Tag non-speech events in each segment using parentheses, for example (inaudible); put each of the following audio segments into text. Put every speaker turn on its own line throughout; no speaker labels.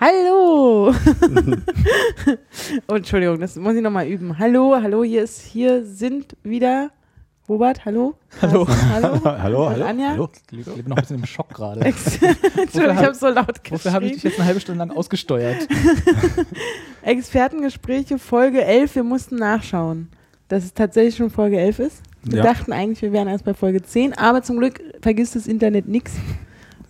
Hallo! (laughs) Oh, Entschuldigung, das muss ich nochmal üben. Hallo, hallo, hier ist, hier sind wieder Robert, hallo.
Hallo.
Carsten, hallo.
Hallo,
Und
hallo.
Anja?
hallo.
Ich lebe noch ein bisschen im Schock (laughs) gerade.
Ex (laughs) Entschuldigung, ich habe so laut
Wofür habe ich dich
geschrieben.
jetzt eine halbe Stunde lang ausgesteuert?
Expertengespräche Folge 11, wir mussten nachschauen, dass es tatsächlich schon Folge 11 ist. Wir
Ja.
dachten eigentlich, wir wären erst bei Folge 10, aber zum Glück vergisst das Internet nichts.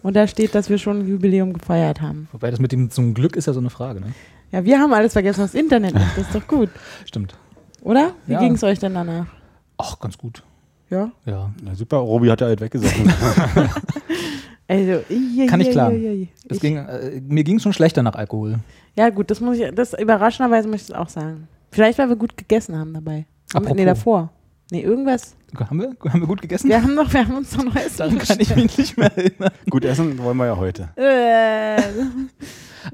Und da steht, dass wir schon ein Jubiläum gefeiert haben.
Wobei das mit dem zum Glück ist ja so eine Frage, ne?
Ja, wir haben alles vergessen, das Internet nicht. Das ist doch gut,
Stimmt.
oder? Wie
Ja.
ging es euch denn danach?
Ach, ganz gut.
Ja?
Ja.
Na super, Robi hat ja halt weggesoffen.
Also, i- i-
Kann ich
i-
klagen.
i- i-
Es
Ich-
ging, äh, mir ging es schon schlechter nach Alkohol.
Ja, gut, das muss ich, das überraschenderweise möchte ich auch sagen. Vielleicht, weil wir gut gegessen haben dabei.
Apropos.
Nee, davor. Nee, irgendwas.
Haben wir, haben wir gut gegessen?
Wir haben noch, wir haben uns noch neues
(laughs) Daran kann ich mich nicht mehr erinnern.
(laughs) Gut essen wollen wir ja
(laughs)
heute.
äh,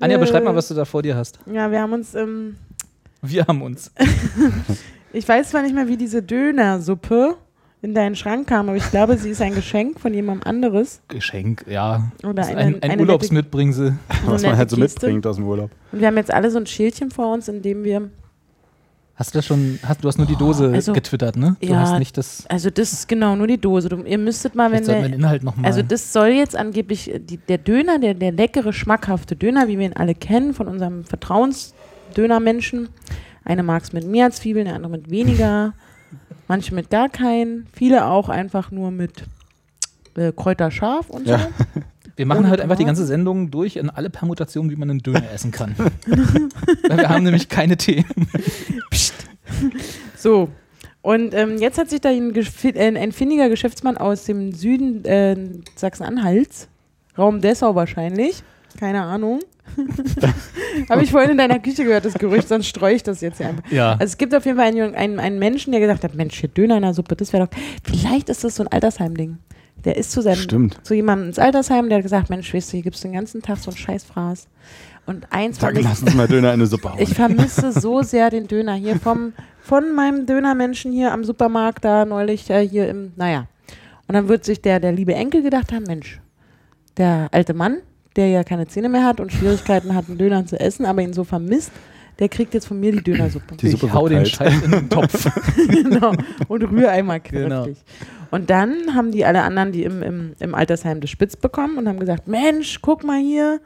Anja, beschreib mal, was du da vor dir hast.
Ja, wir haben uns, ähm,
Wir haben uns.
ich weiß zwar nicht mehr, wie diese Dönersuppe in deinen Schrank kam, aber ich glaube, sie ist ein Geschenk von jemandem anderes.
Geschenk, ja.
Oder
Das ist
eine-
ein, ein
eine
Urlaubsmitbringsel.
So
Was
nette
man halt so
Geste.
mitbringt aus dem Urlaub.
Und wir haben jetzt alle so ein Schildchen vor uns, in dem wir,
Hast du das schon, hast, du hast nur die Dose
also-
getwittert, ne? Du
Ja.
hast nicht das,
also das ist genau nur die Dose. Du, ihr müsstet mal,
jetzt
wenn
sollten
wir,
wir den Inhalt nochmal.
Also das soll jetzt angeblich äh, die, der Döner, der, der leckere, schmackhafte Döner, wie wir ihn alle kennen, von unserem Vertrauensdönermenschen. Eine mag es mit mehr Zwiebeln, eine andere mit weniger, manche mit gar keinen, viele auch einfach nur mit äh, Kräuterscharf und so.
Ja.
Wir machen
Ohne
halt einfach die
Tomaten.
ganze Sendung durch in alle Permutationen, wie man einen Döner essen (laughs) kann. Weil wir haben nämlich keine Themen.
(laughs) So. Und ähm, jetzt hat sich da ein, gefi- äh, ein findiger Geschäftsmann aus dem Süden äh, Sachsen-Anhalts, Raum Dessau wahrscheinlich, keine Ahnung. (laughs) Habe ich vorhin in deiner Küche gehört, das Gerücht, sonst streue ich das jetzt hier einfach.
Ja.
Also es gibt auf jeden Fall einen, Jungen- einen, einen Menschen, der gesagt hat, Mensch, hier Döner in der Suppe, das wäre doch, vielleicht ist das so ein Altersheim-Ding. Der ist zu seinem,
Stimmt.
zu jemandem ins Altersheim, der hat gesagt, Mensch, weißt du, hier gibt's den ganzen Tag so einen Scheißfraß. Und eins
Dann
vermisst-
lass uns mal Döner in eine Suppe hauen.
ich vermisse so sehr den Döner hier vom, von meinem Dönermenschen hier am Supermarkt da neulich äh, hier im, naja. Und dann wird sich der, der liebe Enkel gedacht haben, Mensch, der alte Mann, der ja keine Zähne mehr hat und Schwierigkeiten hat, einen Döner zu essen, aber ihn so vermisst, der kriegt jetzt von mir die Dönersuppe.
Die Suppe
ich hau
wird
den
kalt.
Scheiß in den Topf.
(laughs)
(laughs)
genau. Und rühr einmal kräftig.
Genau.
Und dann haben die alle anderen, die im, im, im Altersheim das Spitz bekommen und haben gesagt, Mensch, guck mal hier,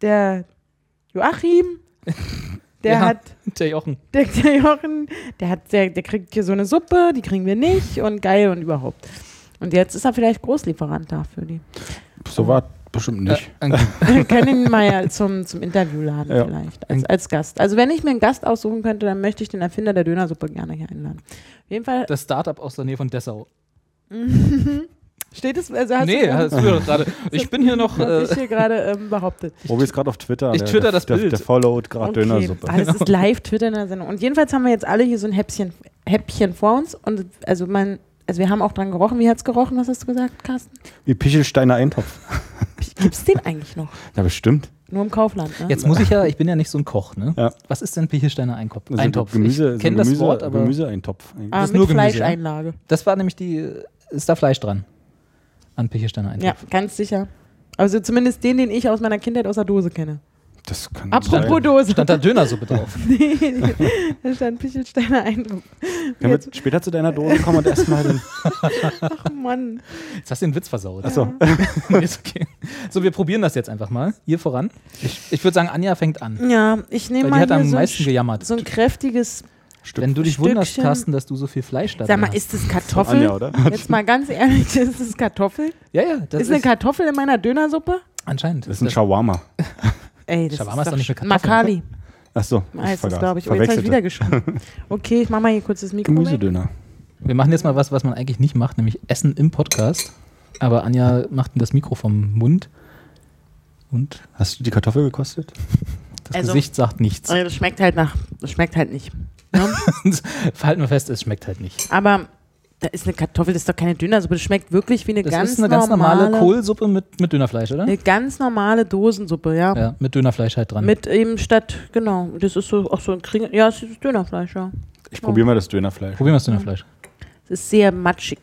der
(laughs)
Joachim, der
Ja.
hat
Der Jochen.
der, der Jochen, der, hat, der, der kriegt hier so eine Suppe, die kriegen wir nicht und geil und überhaupt. Und jetzt ist er vielleicht Großlieferant da für die. (laughs)
So war bestimmt nicht.
Äh, äh,
Wir können ihn mal ja zum, zum Interview laden
Ja.
vielleicht, als, als Gast. Also wenn ich mir einen Gast aussuchen könnte, dann möchte ich den Erfinder der Dönersuppe gerne hier einladen. Auf jeden Fall
das Startup aus der Nähe von Dessau.
(laughs) steht es, also hast
nee,
du (laughs)
hast du doch gerade. Ich bin hier noch.
hab
Äh,
ich hier gerade ähm, behauptet.
Robi ist gerade auf Twitter.
Ich
der-
twitter
der,
das
der,
Bild.
Der followt gerade Dönersuppe.
Ah, das ist live Twitter in der Sendung. Und jedenfalls haben wir jetzt alle hier so ein Häppchen, Häppchen vor uns. Und also man, also wir haben auch dran gerochen. Wie hat es gerochen? Was hast du gesagt, Carsten?
Wie Pichelsteiner Eintopf.
Gibt es den eigentlich noch?
Ja, bestimmt.
Nur im Kaufland, ne?
jetzt muss ich ja, ich bin ja nicht so ein Koch, ne?
Ja.
Was ist denn Pichelsteiner Einkopf?
Also
Eintopf.
Gemüse,
ich
so ein
kenne
Gemüse,
das Wort, aber
Gemüseeintopf. eigentlich.
ah,
ist
mit
nur Gemüse,
Fleischeinlage.
das war nämlich die. Ist da Fleisch dran? An Pichelsteiner
Ja,
Eintopf.
ganz sicher. Also zumindest den, den ich aus meiner Kindheit aus der Dose kenne.
Das kann
Apropos
sein.
Dose.
Hm, Stand da Dönersuppe drauf.
(laughs) nee, da stand Pichelsteiner Eindruck.
Können wir später zu deiner Dose kommen und erstmal den.
Ach Mann.
Jetzt hast du den Witz versaut.
Achso.
Nee, (laughs) ist okay. So, wir probieren das jetzt einfach mal. Hier voran. Ich, ich würde sagen, Anja fängt an.
Ja, ich nehme
Weil die
mal
hat
hier
am
so ein,
meisten
sch-
gejammert.
so ein kräftiges.
Wenn du dich
Stückchen.
wunderst, Carsten, dass du so viel Fleisch da
Sag mal,
hast.
ist
(laughs)
das
Von
Kartoffel?
Anja, oder?
Jetzt mal ganz ehrlich, (laughs) ist das Kartoffel?
ja, ja, das
ist eine Kartoffel in meiner Dönersuppe?
anscheinend.
Das ist ein Shawarma.
Ey, das
Shawarma ist doch
ist
nicht
doch
eine Kartoffel.
Makali.
Achso.
Heißt das, glaube ich. Oh, jetzt habe ich wieder geschrieben. Okay, ich mache mal hier kurz das Mikro. weg.
Gemüsedöner.
Wir machen jetzt mal was, was man eigentlich nicht macht, nämlich Essen im Podcast. Aber Anja macht ihm das Mikro vom Mund und
Hast du die Kartoffel gekostet?
das
Also-
Gesicht sagt nichts. (laughs)
Also das schmeckt halt nach, das schmeckt halt nicht.
Verhalten wir fest, es schmeckt halt nicht.
Aber da ist eine Kartoffel, das ist doch keine Dönersuppe. Das schmeckt wirklich wie eine,
Das
ganz,
ist eine ganz normale,
normale Genau.
Kohlsuppe mit, mit Dönerfleisch, oder?
Eine ganz normale Dosensuppe, ja.
Ja, mit Dönerfleisch halt dran.
Mit eben statt, genau, das ist so auch so ein Kringel. Ja, es ist Dönerfleisch, ja.
Ich probiere mal das Dönerfleisch.
Probieren wir das Dönerfleisch.
Es ist sehr matschig.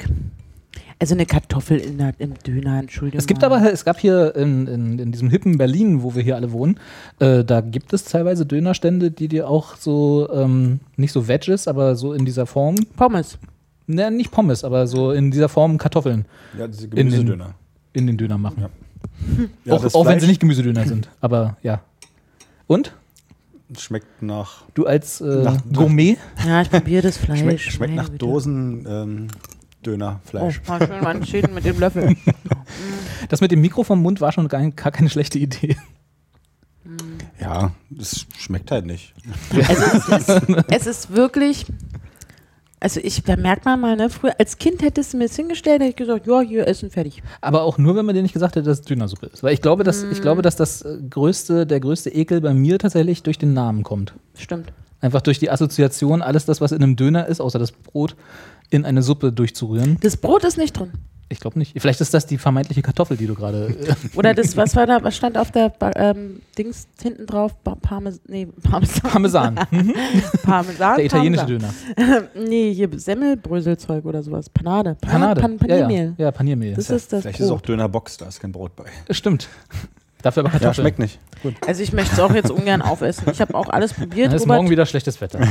Also eine Kartoffel in der, im Döner, Entschuldigung.
Es gibt aber, es gab hier in, in, in diesem hippen Berlin, wo wir hier alle wohnen, äh, da gibt es teilweise Dönerstände, die dir auch so, ähm, nicht so Veggies, aber so in dieser Form,
Pommes.
ne, nicht Pommes, aber so in dieser Form Kartoffeln
Ja, diese
den-
Gemüsedöner.
in den Döner machen.
Ja,
auch
das
auch wenn sie
Fleisch
nicht Gemüsedöner
(laughs)
sind, aber ja. Und?
Schmeckt nach,
Du als äh,
Nach-
Gourmet?
Ja, ich probiere
(laughs)
das Fleisch.
schmeckt, schmeckt
Meine
nach
Güte.
Dosen ähm,
Oh,
Dönerfleisch.
mal schön mal einen Schäden mit dem
(laughs)
Löffel.
Das mit dem Mikro vom Mund war schon gar, gar keine schlechte Idee. (laughs)
Oh.
Ja, es schmeckt halt nicht.
es ist wirklich, also ich, da merkt man mal, ne, früher, als Kind hättest du mir das hingestellt, hätte ich gesagt, ja, hier, essen, fertig.
Aber auch nur, wenn man dir nicht gesagt hätte, dass es Dönersuppe ist. Weil ich glaube, dass, ich glaube, dass das äh, größte, der größte Ekel bei mir tatsächlich durch den Namen kommt.
Stimmt.
Einfach durch die Assoziation, alles das, was in einem Döner ist, außer das Brot, in eine Suppe durchzurühren.
Das Brot ist nicht drin.
Ich glaube nicht. Vielleicht ist das die vermeintliche Kartoffel, die du gerade.
(laughs)
äh,
Oder das, was war da, was stand auf der Ba- ähm, Dings hinten drauf? Ba- Parmes, nee, Parmesan.
Parmesan. Mhm.
(laughs) Parmesan.
der italienische Döner.
Döner. (laughs) Nee, hier Semmelbröselzeug oder sowas. Panade.
Panade.
Pan
ja,
Paniermehl.
ja. ja, Paniermehl.
Das ist das
Vielleicht ist auch
Brot.
Dönerbox, da ist kein Brot bei.
Stimmt. Dafür aber Kartoffeln.
nicht. Gut.
Also ich möchte es auch jetzt ungern aufessen. Ich habe auch alles probiert.
Dann ist morgen
Robert,
wieder schlechtes Wetter.
(laughs)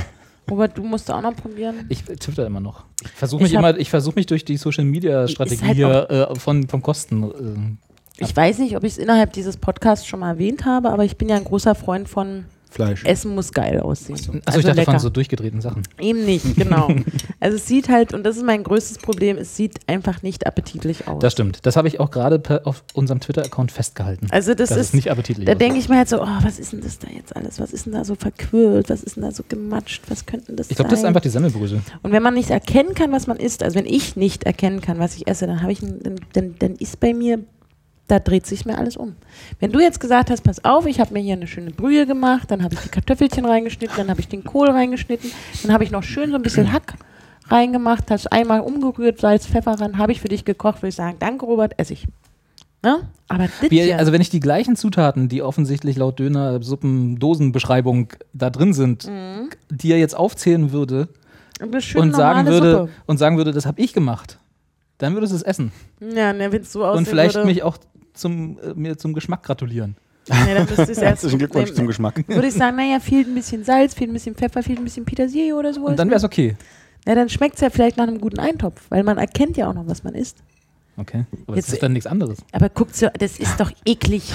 Robert, du musst auch noch probieren.
Ich tippe da immer noch. Ich versuche
Ich
mich
hab-
immer, ich versuche mich durch die Social Media Strategie
halt
hier äh, von, vom Kosten.
Ich weiß nicht, ob ich es innerhalb dieses Podcasts schon mal erwähnt habe, aber ich bin ja ein großer Freund von
Fleisch.
Essen muss geil aussehen. Also
Äh. Achso, ich dachte von so durchgedrehten Sachen.
Eben nicht,
(laughs)
genau. also es sieht halt, und das ist mein größtes Problem, es sieht einfach nicht appetitlich aus.
Das stimmt. Das habe ich auch gerade per- auf unserem Twitter-Account festgehalten.
also das,
das ist,
ist,
nicht appetitlich.
da denke ich mir halt so, oh, was ist denn das da jetzt alles? Was ist denn da so verquirlt? Was ist denn da so gematscht? Was könnten das
ich glaube,
sein?
das ist einfach die Semmelbrösel.
und wenn man nicht erkennen kann, was man isst, also wenn ich nicht erkennen kann, was ich esse, dann habe ich, ein- dann, dann, dann ist bei mir, da dreht sich mir alles um. Wenn du jetzt gesagt hast, pass auf, ich habe mir hier eine schöne Brühe gemacht, dann habe ich die Kartoffelchen reingeschnitten, dann habe ich den Kohl reingeschnitten, dann habe ich noch schön so ein bisschen Hack reingemacht, hast einmal umgerührt, Salz, Pfeffer ran, habe ich für dich gekocht, würde ich sagen, danke Robert, esse ich. Ne? Aber das
Wie,
hier-
also wenn ich die gleichen Zutaten, die offensichtlich laut Döner, Suppen, Dosenbeschreibung da drin sind, dir jetzt aufzählen würde
Eine schöne
und sagen
Mhm. normale
würde und sagen würde, das habe ich gemacht, dann würdest du es essen
Suppe. Ja, ne, wenn es so aussehen
und vielleicht
würde,
mich auch zum äh, mir zum Geschmack gratulieren.
ne, dann müsste ich's erst
(laughs) Herzlichen Glückwunsch
nehmen.
zum Geschmack.
Würde ich sagen, naja, fehlt ein bisschen Salz, fehlt ein bisschen Pfeffer, fehlt ein bisschen Petersilie oder so.
Und dann wäre es okay.
Na, dann schmeckt es ja vielleicht nach einem guten Eintopf, weil man erkennt ja auch noch, was man isst.
Okay. Aber
Jetzt-
das ist dann nichts anderes.
Aber guckt ja, das ist doch eklig.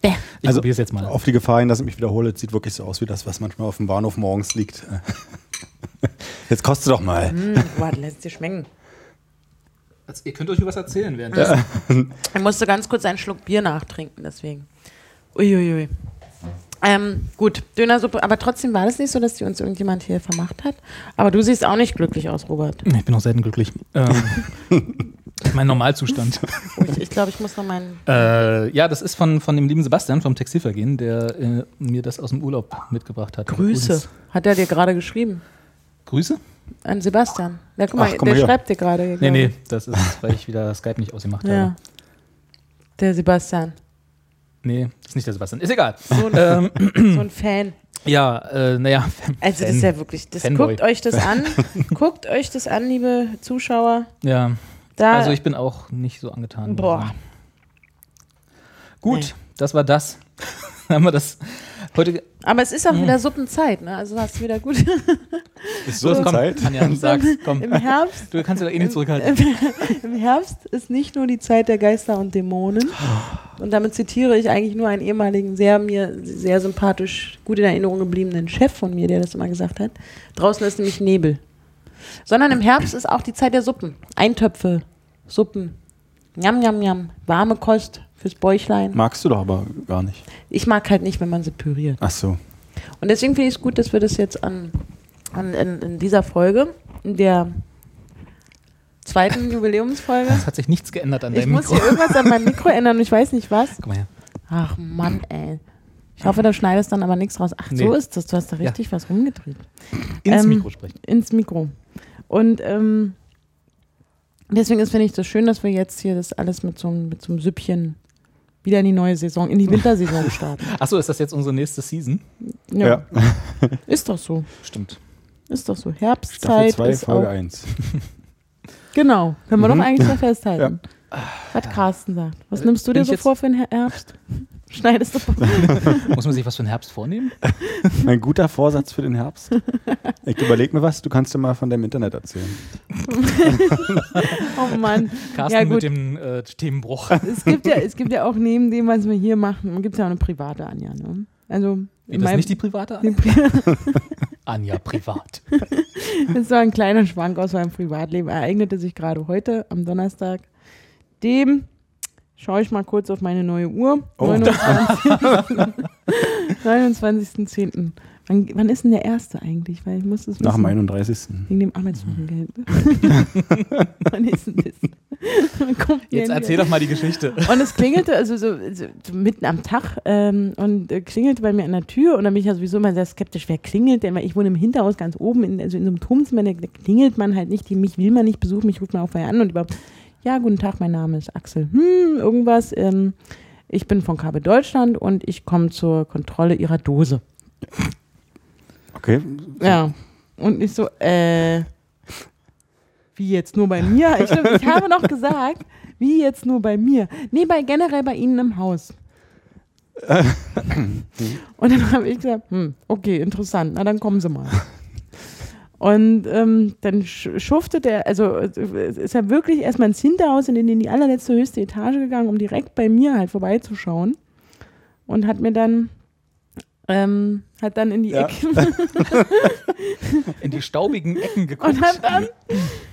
Bäh.
Ich
Also-
probiere es jetzt mal.
Auf die Gefahr hin, dass ich mich wiederhole, es sieht wirklich so aus wie das, was manchmal auf dem Bahnhof morgens liegt. (laughs) Jetzt koste doch mal.
Hm, boah, das lässt dir schmecken.
Also, ihr könnt euch über was erzählen währenddessen.
Ich musste ganz kurz einen Schluck Bier nachtrinken, deswegen. Uiuiui. Ähm, gut, Dönersuppe, aber trotzdem war das nicht so, dass die uns irgendjemand hier vermacht hat. Aber du siehst auch nicht glücklich aus, Robert.
Ich bin auch selten glücklich. Ähm, mein Normalzustand.
Oh, Ich, ich glaube, ich muss noch meinen.
Äh, ja, das ist von, von dem lieben Sebastian vom Textilvergehen, der äh, mir das aus dem Urlaub mitgebracht hat.
Grüße.
Uns.
Hat er dir gerade geschrieben?
Grüße?
An Sebastian. Na, guck mal,
Ach, guck mal
der
hier.
schreibt dir gerade. hier,
Nee,
glaub
nee,
ich.
das ist, weil ich wieder Skype nicht ausgemacht habe.
Ja. Der Sebastian.
Nee, das ist nicht der Sebastian. Ist egal.
So
(laughs)
ein,
ähm,
so ein Fan.
ja, äh, naja. (laughs)
Also das ist ja wirklich, das
Fanboy.
guckt euch das an,
(laughs)
guckt euch das an, liebe Zuschauer.
Ja,
Da,
also ich bin auch nicht so angetan.
boah,
Gut,
Nee.
das war das. (laughs) Haben wir das heute.
aber es
Hm.
ist auch wieder Suppenzeit, ne? Also hast du wieder gut (laughs)
Ist
So, komm, Anja, sag's, komm.
im Herbst.
Du kannst dich doch eh nicht zurückhalten.
Im Herbst ist nicht nur die Zeit der Geister und Dämonen. Und damit zitiere ich eigentlich nur einen ehemaligen, sehr mir sehr sympathisch, gut in Erinnerung gebliebenen Chef von mir, der das immer gesagt hat. Draußen ist nämlich Nebel. Sondern im Herbst ist auch die Zeit der Suppen. Eintöpfe, Suppen, Njam, Njam, Njam, warme Kost fürs Bäuchlein.
Magst du doch aber gar nicht.
Ich mag halt nicht, wenn man sie püriert.
Ach so.
Und deswegen finde ich es gut, dass wir das jetzt an, an, in, in dieser Folge, in der zweiten Jubiläumsfolge.
Es hat sich nichts geändert an
Ich
deinem
muss
Mikro.
hier irgendwas an meinem
(laughs)
Mikro ändern und ich weiß nicht was.
Guck mal her.
Ach Mann, ey. Ich hoffe, da schneidest dann aber nichts raus. Ach, so
Nee.
ist das. Du hast da
Ja.
richtig was rumgedreht.
Ins
Ähm,
Mikro sprechen.
Ins Mikro. Und ähm, deswegen ist, finde ich, das schön, dass wir jetzt hier das alles mit so, einem- mit so einem Süppchen wieder in die neue Saison,
(laughs)
in die Wintersaison starten.
Achso, ist das jetzt unsere nächste Season?
Ja, Ist doch so.
Stimmt.
Ist doch so.
Staffel
Herbstzeit
2,
ist
Folge
auch.
1.
Genau. Können wir
Mhm.
doch
(laughs)
eigentlich mal festhalten. Was Carsten sagt. Was nimmst du dir
Bin Äh, ich
so
jetzt-
vor für den Her-
(laughs)
Herbst? Schneidest du (laughs)
Muss man sich was für den Herbst vornehmen?
Ein guter Vorsatz für den Herbst. Ich überleg mir was, du kannst dir mal von deinem Internet erzählen.
Oh Mann.
Carsten
Ja, gut.
mit dem
(laughs)
äh, Themenbruch.
Es gibt ja, es gibt ja auch neben dem, was wir hier machen, gibt es ja auch eine private Anja. Ne? Also
Wie,
in
das
meinem-
nicht die private Anja? (laughs)
(laughs)
Anja privat.
das war ein kleiner Schwank aus meinem Privatleben. Ereignete sich gerade heute am Donnerstag. Dem schaue ich mal kurz auf meine neue Uhr.
Oh.
(laughs) 29. 29.10. Wann, wann ist denn der erste eigentlich? Weil ich muss das
Nach
wissen.
dem 31.
Wegen dem Arbeitslosengeld.
(laughs)
Wann ist denn das? Wann kommt denn
Jetzt
der?
erzähl doch mal die Geschichte.
Und es klingelte, also so, so, so mitten am Tag, ähm, und äh, klingelte bei mir an der Tür. Und dann bin ich ja sowieso immer sehr skeptisch, wer klingelt denn? Weil ich wohne im Hinterhaus ganz oben, in, also in so einem Turmzimmer, da klingelt man halt nicht, die, mich will man nicht besuchen, mich ruft man auch vorher an und überhaupt, ja, guten Tag, mein Name ist Axel, hm, irgendwas, ähm, ich bin von Kabel Deutschland und ich komme zur Kontrolle ihrer Dose.
Okay.
Ja. Und ich so, äh, wie jetzt nur bei mir? Ich, glaub, ich habe noch gesagt, wie jetzt nur bei mir. Nee, bei generell bei Ihnen im Haus. Und dann habe ich gesagt, hm, okay, interessant, na dann kommen Sie mal. Und ähm, dann sch- schuftet er, also äh, ist er wirklich erstmal ins Hinterhaus und in die allerletzte höchste Etage gegangen, um direkt bei mir halt vorbeizuschauen. Und hat mir dann, ähm, hat dann in die
Ja.
Ecke
In die staubigen Ecken geguckt.
und hab dann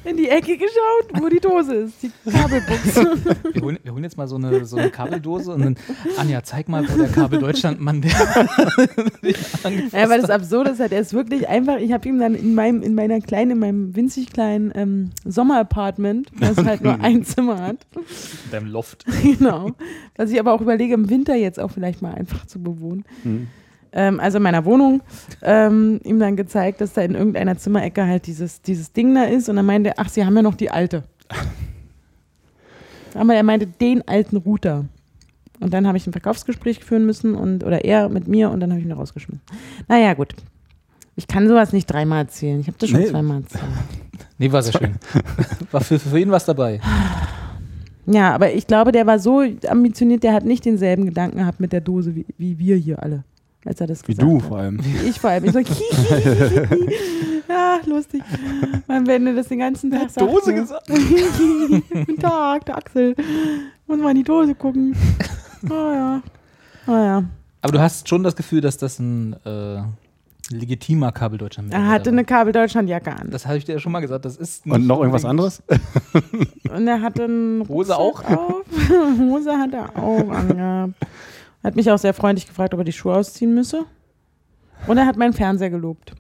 in die Ecke geschaut, wo die Dose ist, die Kabelbuchse.
Wir holen, wir holen jetzt mal so eine, so eine Kabeldose und dann, Anja, zeig mal, wo der Kabel
(laughs)
Deutschland-Mann
(laughs)
der.
ja, weil das Absurde ist halt, er ist wirklich einfach, ich habe ihm dann in meinem, in meiner kleinen, in meinem winzig kleinen ähm, Sommerapartment, das halt nur ein Zimmer hat,
In deinem Loft.
genau, was ich aber auch überlege, im Winter jetzt auch vielleicht mal einfach zu bewohnen,
Mhm.
ähm, also in meiner Wohnung, ähm, ihm dann gezeigt, dass da in irgendeiner Zimmerecke halt dieses, dieses Ding da ist und dann meinte er, ach, sie haben ja noch
(laughs)
die alte. Aber er meinte den alten Router. Und dann habe ich ein Verkaufsgespräch führen müssen und oder er mit mir und dann habe ich ihn rausgeschmissen. Naja, gut. Ich kann sowas nicht dreimal erzählen. Ich habe das schon
Nee.
zweimal erzählt.
Nee, war sehr schön. War für, für ihn was dabei.
Ja, aber ich glaube, der war so ambitioniert, der hat nicht denselben Gedanken gehabt mit der Dose wie, wie wir hier alle. Als er das
Wie
gesagt
du
hat.
vor allem.
Ich vor allem. Ich so, hihihihi. ja, Ah, lustig. Man, wenn du das den ganzen Tag sagst. ne?
gesagt.
Guten Tag, der Axel. Muss mal in die Dose gucken. Oh ja. Oh ja.
Aber du hast schon das Gefühl, dass das ein äh, legitimer Kabel Deutschland-Mitarbeiter
Er hatte
war.
eine Kabel-Deutschland-Jacke an.
Das habe ich dir ja schon mal gesagt. Das ist
Und
nicht
noch irgendwas
unbedingt-
anderes?
Und er hatte einen
(laughs) Hose
Rucksack
auch?
Auf. (laughs) Hose hat er auch angehabt. Hat mich auch sehr freundlich gefragt, ob er die Schuhe ausziehen müsse. Und er hat meinen Fernseher gelobt.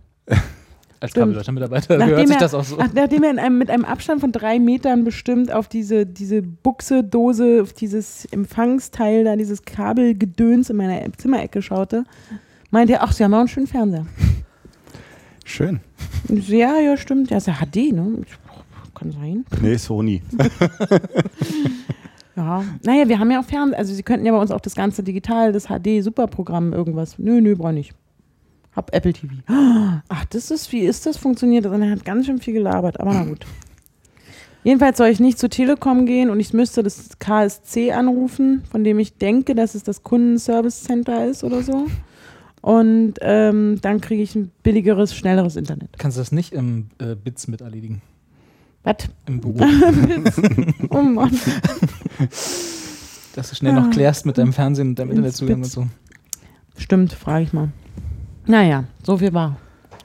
Als
Stimmt.
Kabel Deutschland-Mitarbeiter gehört sich
er, Ah.
das auch so.
ach, nachdem er in einem, mit einem Abstand von drei Metern bestimmt auf diese, diese Buchse, Dose, auf dieses Empfangsteil da, dieses Kabelgedöns in meiner Zimmerecke schaute, meinte er, ach, sie haben auch einen schönen Fernseher.
Schön.
Ich so, ja, ja, stimmt. Ja, ist ja HD, ne? Ich, so, kann sein.
Nee, Sony.
Ja. Naja, wir haben ja auch Fernseher. Also, sie könnten ja bei uns auch das ganze digital, das HD-Superprogramm, irgendwas. Nö, nö, brauche nicht. Hab Apple TV. Ach, das ist, wie ist das funktioniert? das? Und er hat ganz schön viel gelabert, aber na gut. Jedenfalls soll ich nicht zur Telekom gehen und ich müsste das KSC anrufen, von dem ich denke, dass es das Kundenservice Center ist oder so. Und ähm, dann kriege ich ein billigeres, schnelleres Internet.
Kannst du das nicht im äh, Bits mit erledigen?
Was?
Im Büro?
Ah. Oh Mann.
Dass du schnell noch klärst mit deinem Fernsehen und deinem
Ins
Internetzugang
Ah.
und
Bits.
so.
Stimmt, frage ich mal. Naja, so viel war.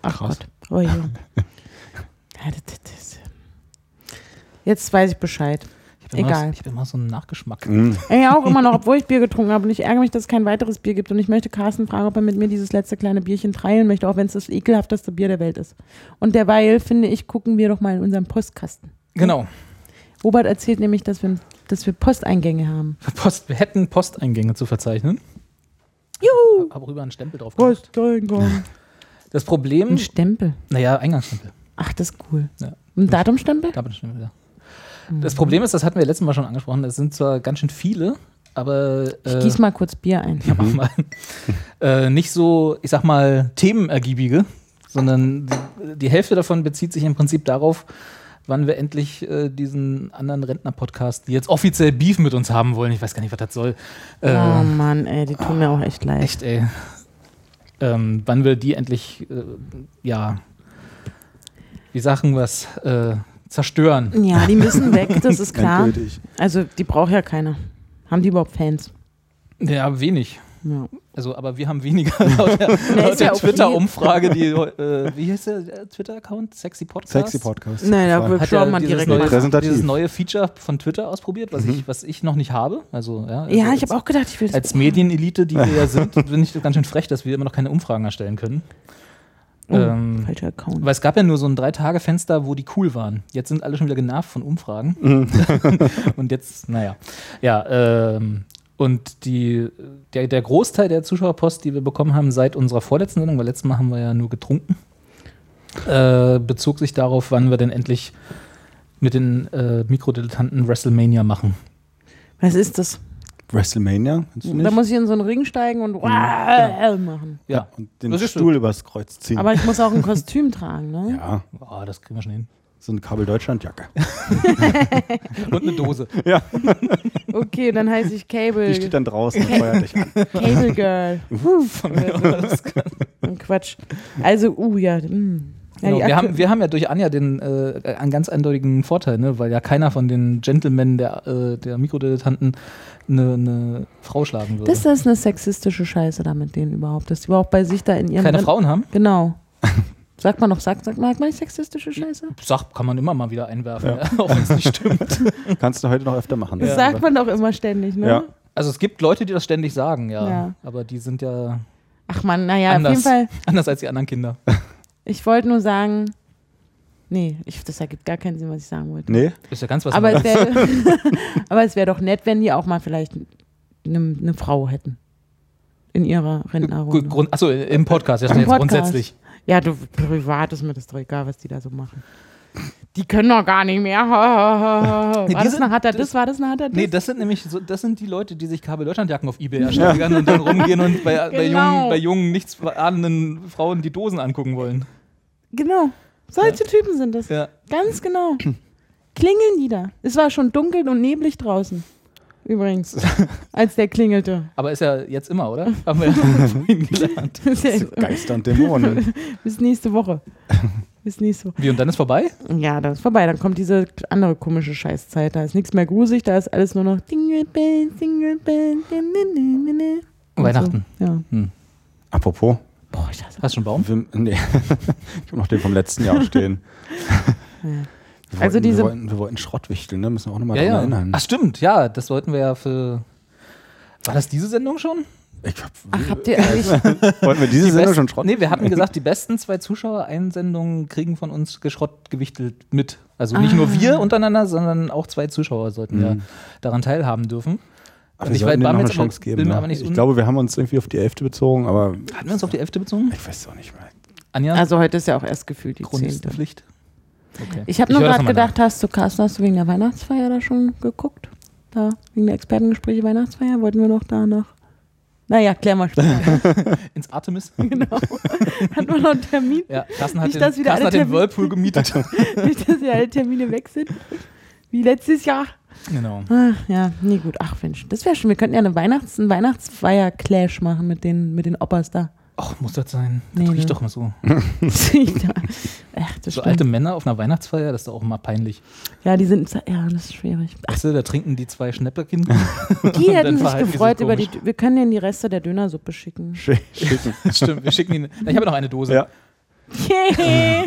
Ach
Krass.
Gott. Oh, ja. Ja, das, das, das. ähm, Jetzt weiß ich Bescheid.
Ich hab immer
Egal.
so- Ich habe immer so einen Nachgeschmack.
Mhm.
Ey, auch immer noch, obwohl ich Bier getrunken habe und ich ärgere mich, dass es kein weiteres Bier gibt. Und ich möchte Carsten fragen, ob er mit mir dieses letzte kleine Bierchen teilen möchte, auch wenn es das ekelhafteste Bier der Welt ist. Und derweil, finde ich, gucken wir doch mal in unseren Postkasten.
Genau.
Robert erzählt nämlich, dass wir, dass wir Posteingänge haben.
Post, wir hätten Posteingänge zu verzeichnen.
Juhu!
Habe rüber einen Stempel drauf gemacht.
Posteingang.
Das Problem,
Ein Stempel.
naja, Eingangsstempel.
Ach, das ist cool.
Ja.
Ein Datumstempel?
Da bin ich schon wieder.
Mhm.
Das Problem ist, das hatten wir letztes Mal schon angesprochen, das sind zwar ganz schön viele, aber
Ich
äh,
gieß mal kurz Bier ein.
(laughs) ja, mach
(laughs)
mal. äh, nicht so, ich sag mal, themenergiebige, sondern die, die Hälfte davon bezieht sich im Prinzip darauf, wann wir endlich äh, diesen anderen Rentner-Podcast, die jetzt offiziell Beef mit uns haben wollen, ich weiß gar nicht, was das soll, äh,
Oh Mann, ey, die tun mir auch echt leid.
echt, ey, ähm, wann wir die endlich, äh, ja, wie sagen wir es, äh, zerstören.
Ja, die müssen
(laughs)
weg, das ist klar.
Endgültig.
Also, die braucht ja keiner. Haben die überhaupt Fans?
Ja, wenig.
Ja.
Also, aber wir haben weniger (laughs)
(laughs)
laut der,
Na,
laut
ist ja
der
auch (laughs)
Twitter-Umfrage, die, äh, wie heißt der, der Twitter-Account? Sexy Podcast?
Sexy Podcast.
Nein, da
Voll.
wird-
Hat
Schauen wir
ja
mal
dieses
direkt mal.
neue,
Repräsentativ. Mhm.
dieses neue Feature von Twitter ausprobiert, was, ich, was ich noch nicht habe. Also, ja, also
ja, ich
als-
habe auch gedacht, ich will das.
Als Medienelite, die wir
(laughs)
ja sind, bin ich ganz schön frech, dass wir immer noch keine Umfragen erstellen können.
Oh,
ähm,
falscher Account.
Weil es gab ja nur so ein Drei-Tage-Fenster, wo die cool waren. Jetzt sind alle schon wieder genervt von Umfragen. (laughs) und jetzt, naja. Ja, ähm, und die, der, der Großteil der Zuschauerpost, die wir bekommen haben seit unserer vorletzten Sendung, weil letztes Mal haben wir ja nur getrunken, äh, bezog sich darauf, wann wir denn endlich mit den äh, Mikrodilettanten WrestleMania machen.
Was ist das?
WrestleMania, kennst du
Da
nicht?
muss ich in so einen Ring steigen und äh, machen.
Ja.
Und den
Das ist
Stuhl übers Kreuz ziehen.
Aber ich muss auch ein Kostüm tragen, ne?
ja,
Oh, das kriegen wir schon hin.
so eine Kabel-Deutschland-Jacke.
Und eine Dose.
Okay, dann heiße ich Cable,
Die steht dann draußen und feuert (laughs) dich an.
Cable
(laughs)
Girl. Oder so. Und Quatsch. Also, uh, ja. mm. ja
Genau,
die
wir,
Akte-
haben, wir haben ja durch Anja den äh, einen ganz eindeutigen Vorteil, ne? weil ja keiner von den Gentlemen der, äh, der Mikrodilettanten eine eine Frau schlagen würde.
das ist eine sexistische Scheiße da mit denen überhaupt, dass die überhaupt bei sich da in ihrem...
Keine Frauen haben?
Genau. Sagt man noch, sagt, sagt man, sagt man sexistische Scheiße?
Sag, kann man immer mal wieder einwerfen, ja. (laughs) auch wenn es nicht stimmt.
Kannst du heute noch öfter machen.
Das sagt man doch immer ständig, ne?
Ja.
Also es gibt Leute, die das ständig sagen, ja.
Ja.
Aber die sind ja (laughs)
Ach man, naja, auf jeden
anders,
Fall.
anders als die anderen Kinder.
Ich wollte nur sagen... Nee, ich, das ergibt gar keinen Sinn, was ich sagen wollte.
(laughs) Nee?
Ist ja ganz was
Aber
anderes.
es, wäre,
(laughs)
aber es wäre doch nett, wenn die auch mal vielleicht eine ne Frau hätten. In ihrer
Gut,
Rentnerrunde.
Grund, achso, im Podcast, ja,
Im
jetzt
Podcast.
grundsätzlich.
Ja, du, privat ist mir das doch egal, was die da so machen. Die können doch gar nicht mehr. (laughs) War
Nee, die
das
sind-
eine harter Diss? War das eine harter Diss?
Nee, das sind nämlich so, das sind die Leute, die sich Kabel Deutschlandjacken auf Ebay erstellen und dann rumgehen und bei, bei,
(laughs) Genau.
jungen, bei jungen, nichts ahnenden Frauen die Dosen angucken wollen.
genau. Solche Typen sind das.
Ja.
Ganz genau. Klingeln die da. Es war schon dunkel und neblig draußen. Übrigens. Als der klingelte.
Aber ist ja jetzt immer,
(laughs)
oder? Haben wir ja vorhin gelernt.
Bis
Geister und (laughs) Dämonen.
nächste Woche. Bis nächste Woche.
Wie, und dann ist vorbei?
Ja, das ist vorbei. Dann kommt diese andere komische Scheißzeit. Da ist nichts mehr gruselig, da ist alles nur noch Jingle Bell, Jingle Bell, din, din, din, din, din. Und
Weihnachten.
So. Ja.
Apropos,
Boah, ich hasse.
Hast du schon einen Baum?
wir, nee, (laughs) ich habe noch den vom letzten Jahr
(laughs)
stehen. Wir
Also
wollten-
diese-
wir, wollten, wir wollten Schrottwichteln, ne? Müssen wir auch nochmal
Ja,
dran
ja.
erinnern.
Ach, stimmt, ja. Das sollten wir ja für. War das diese Sendung schon?
Ich hab,
Ach, habt ihr eigentlich.
(laughs) wollten wir diese Sendung
Best-
schon schrotten?
Nee, wir hatten gesagt, die besten zwei Zuschauer-Einsendungen kriegen von uns geschrottgewichtelt mit. Also nicht
Ah.
nur wir untereinander, sondern auch zwei Zuschauer sollten
Mhm.
ja daran teilhaben dürfen.
Ach,
Und
wir
ich
sollten
war- war
denen noch
mir
eine
jetzt aber-
Chance geben.
bin mir
Ne?
aber nicht
ich
un-
glaube, wir haben uns irgendwie auf die Elfte bezogen, aber
Hatten wir uns auf die Elfte bezogen?
ich weiß es auch nicht
(laughs)
mehr.
Anja,
Äh, Also heute ist ja auch erst gefühlt die zehnte.
Chronistenpflicht. Okay.
Ich habe nur
höre das
gerade
nochmal nach.
gedacht, hast du Carsten, hast du wegen der Weihnachtsfeier da schon geguckt? Da, wegen der Expertengespräche Weihnachtsfeier wollten wir noch danach. Naja, klären wir später. (laughs)
Ins Artemis?
genau. Hatten wir noch einen Termin?
Ja, Carsten hat
Nicht,
den,
dass wieder alle
Carsten hat den
Termine-
Whirlpool gemietet.
(laughs) Nicht, dass ja alle Termine weg sind. Wie letztes Jahr.
genau.
Ach ja, nee, gut. Ach Mensch, das wäre schon. Wir könnten ja eine Weihnachts-, einen Weihnachtsfeier-Clash machen mit den, mit den Oppas (laughs) da.
Ach, muss das sein? Das
Nee, ne?
riecht doch mal so.
Ach, das
So
stimmt.
alte Männer auf einer Weihnachtsfeier, das ist doch auch mal peinlich.
ja, die sind. Ja, das ist schwierig.
Weißt du, da trinken die
(laughs)
zwei Schnäpperkind.
Die hätten sich
verhalten die
gefreut
sich
über die. Wir können denen die Reste der Dönersuppe schicken.
Sch- Schicken.
(laughs)
Stimmt, wir schicken ihnen. Na, Ich habe ja noch eine Dose.
ja.
Yay!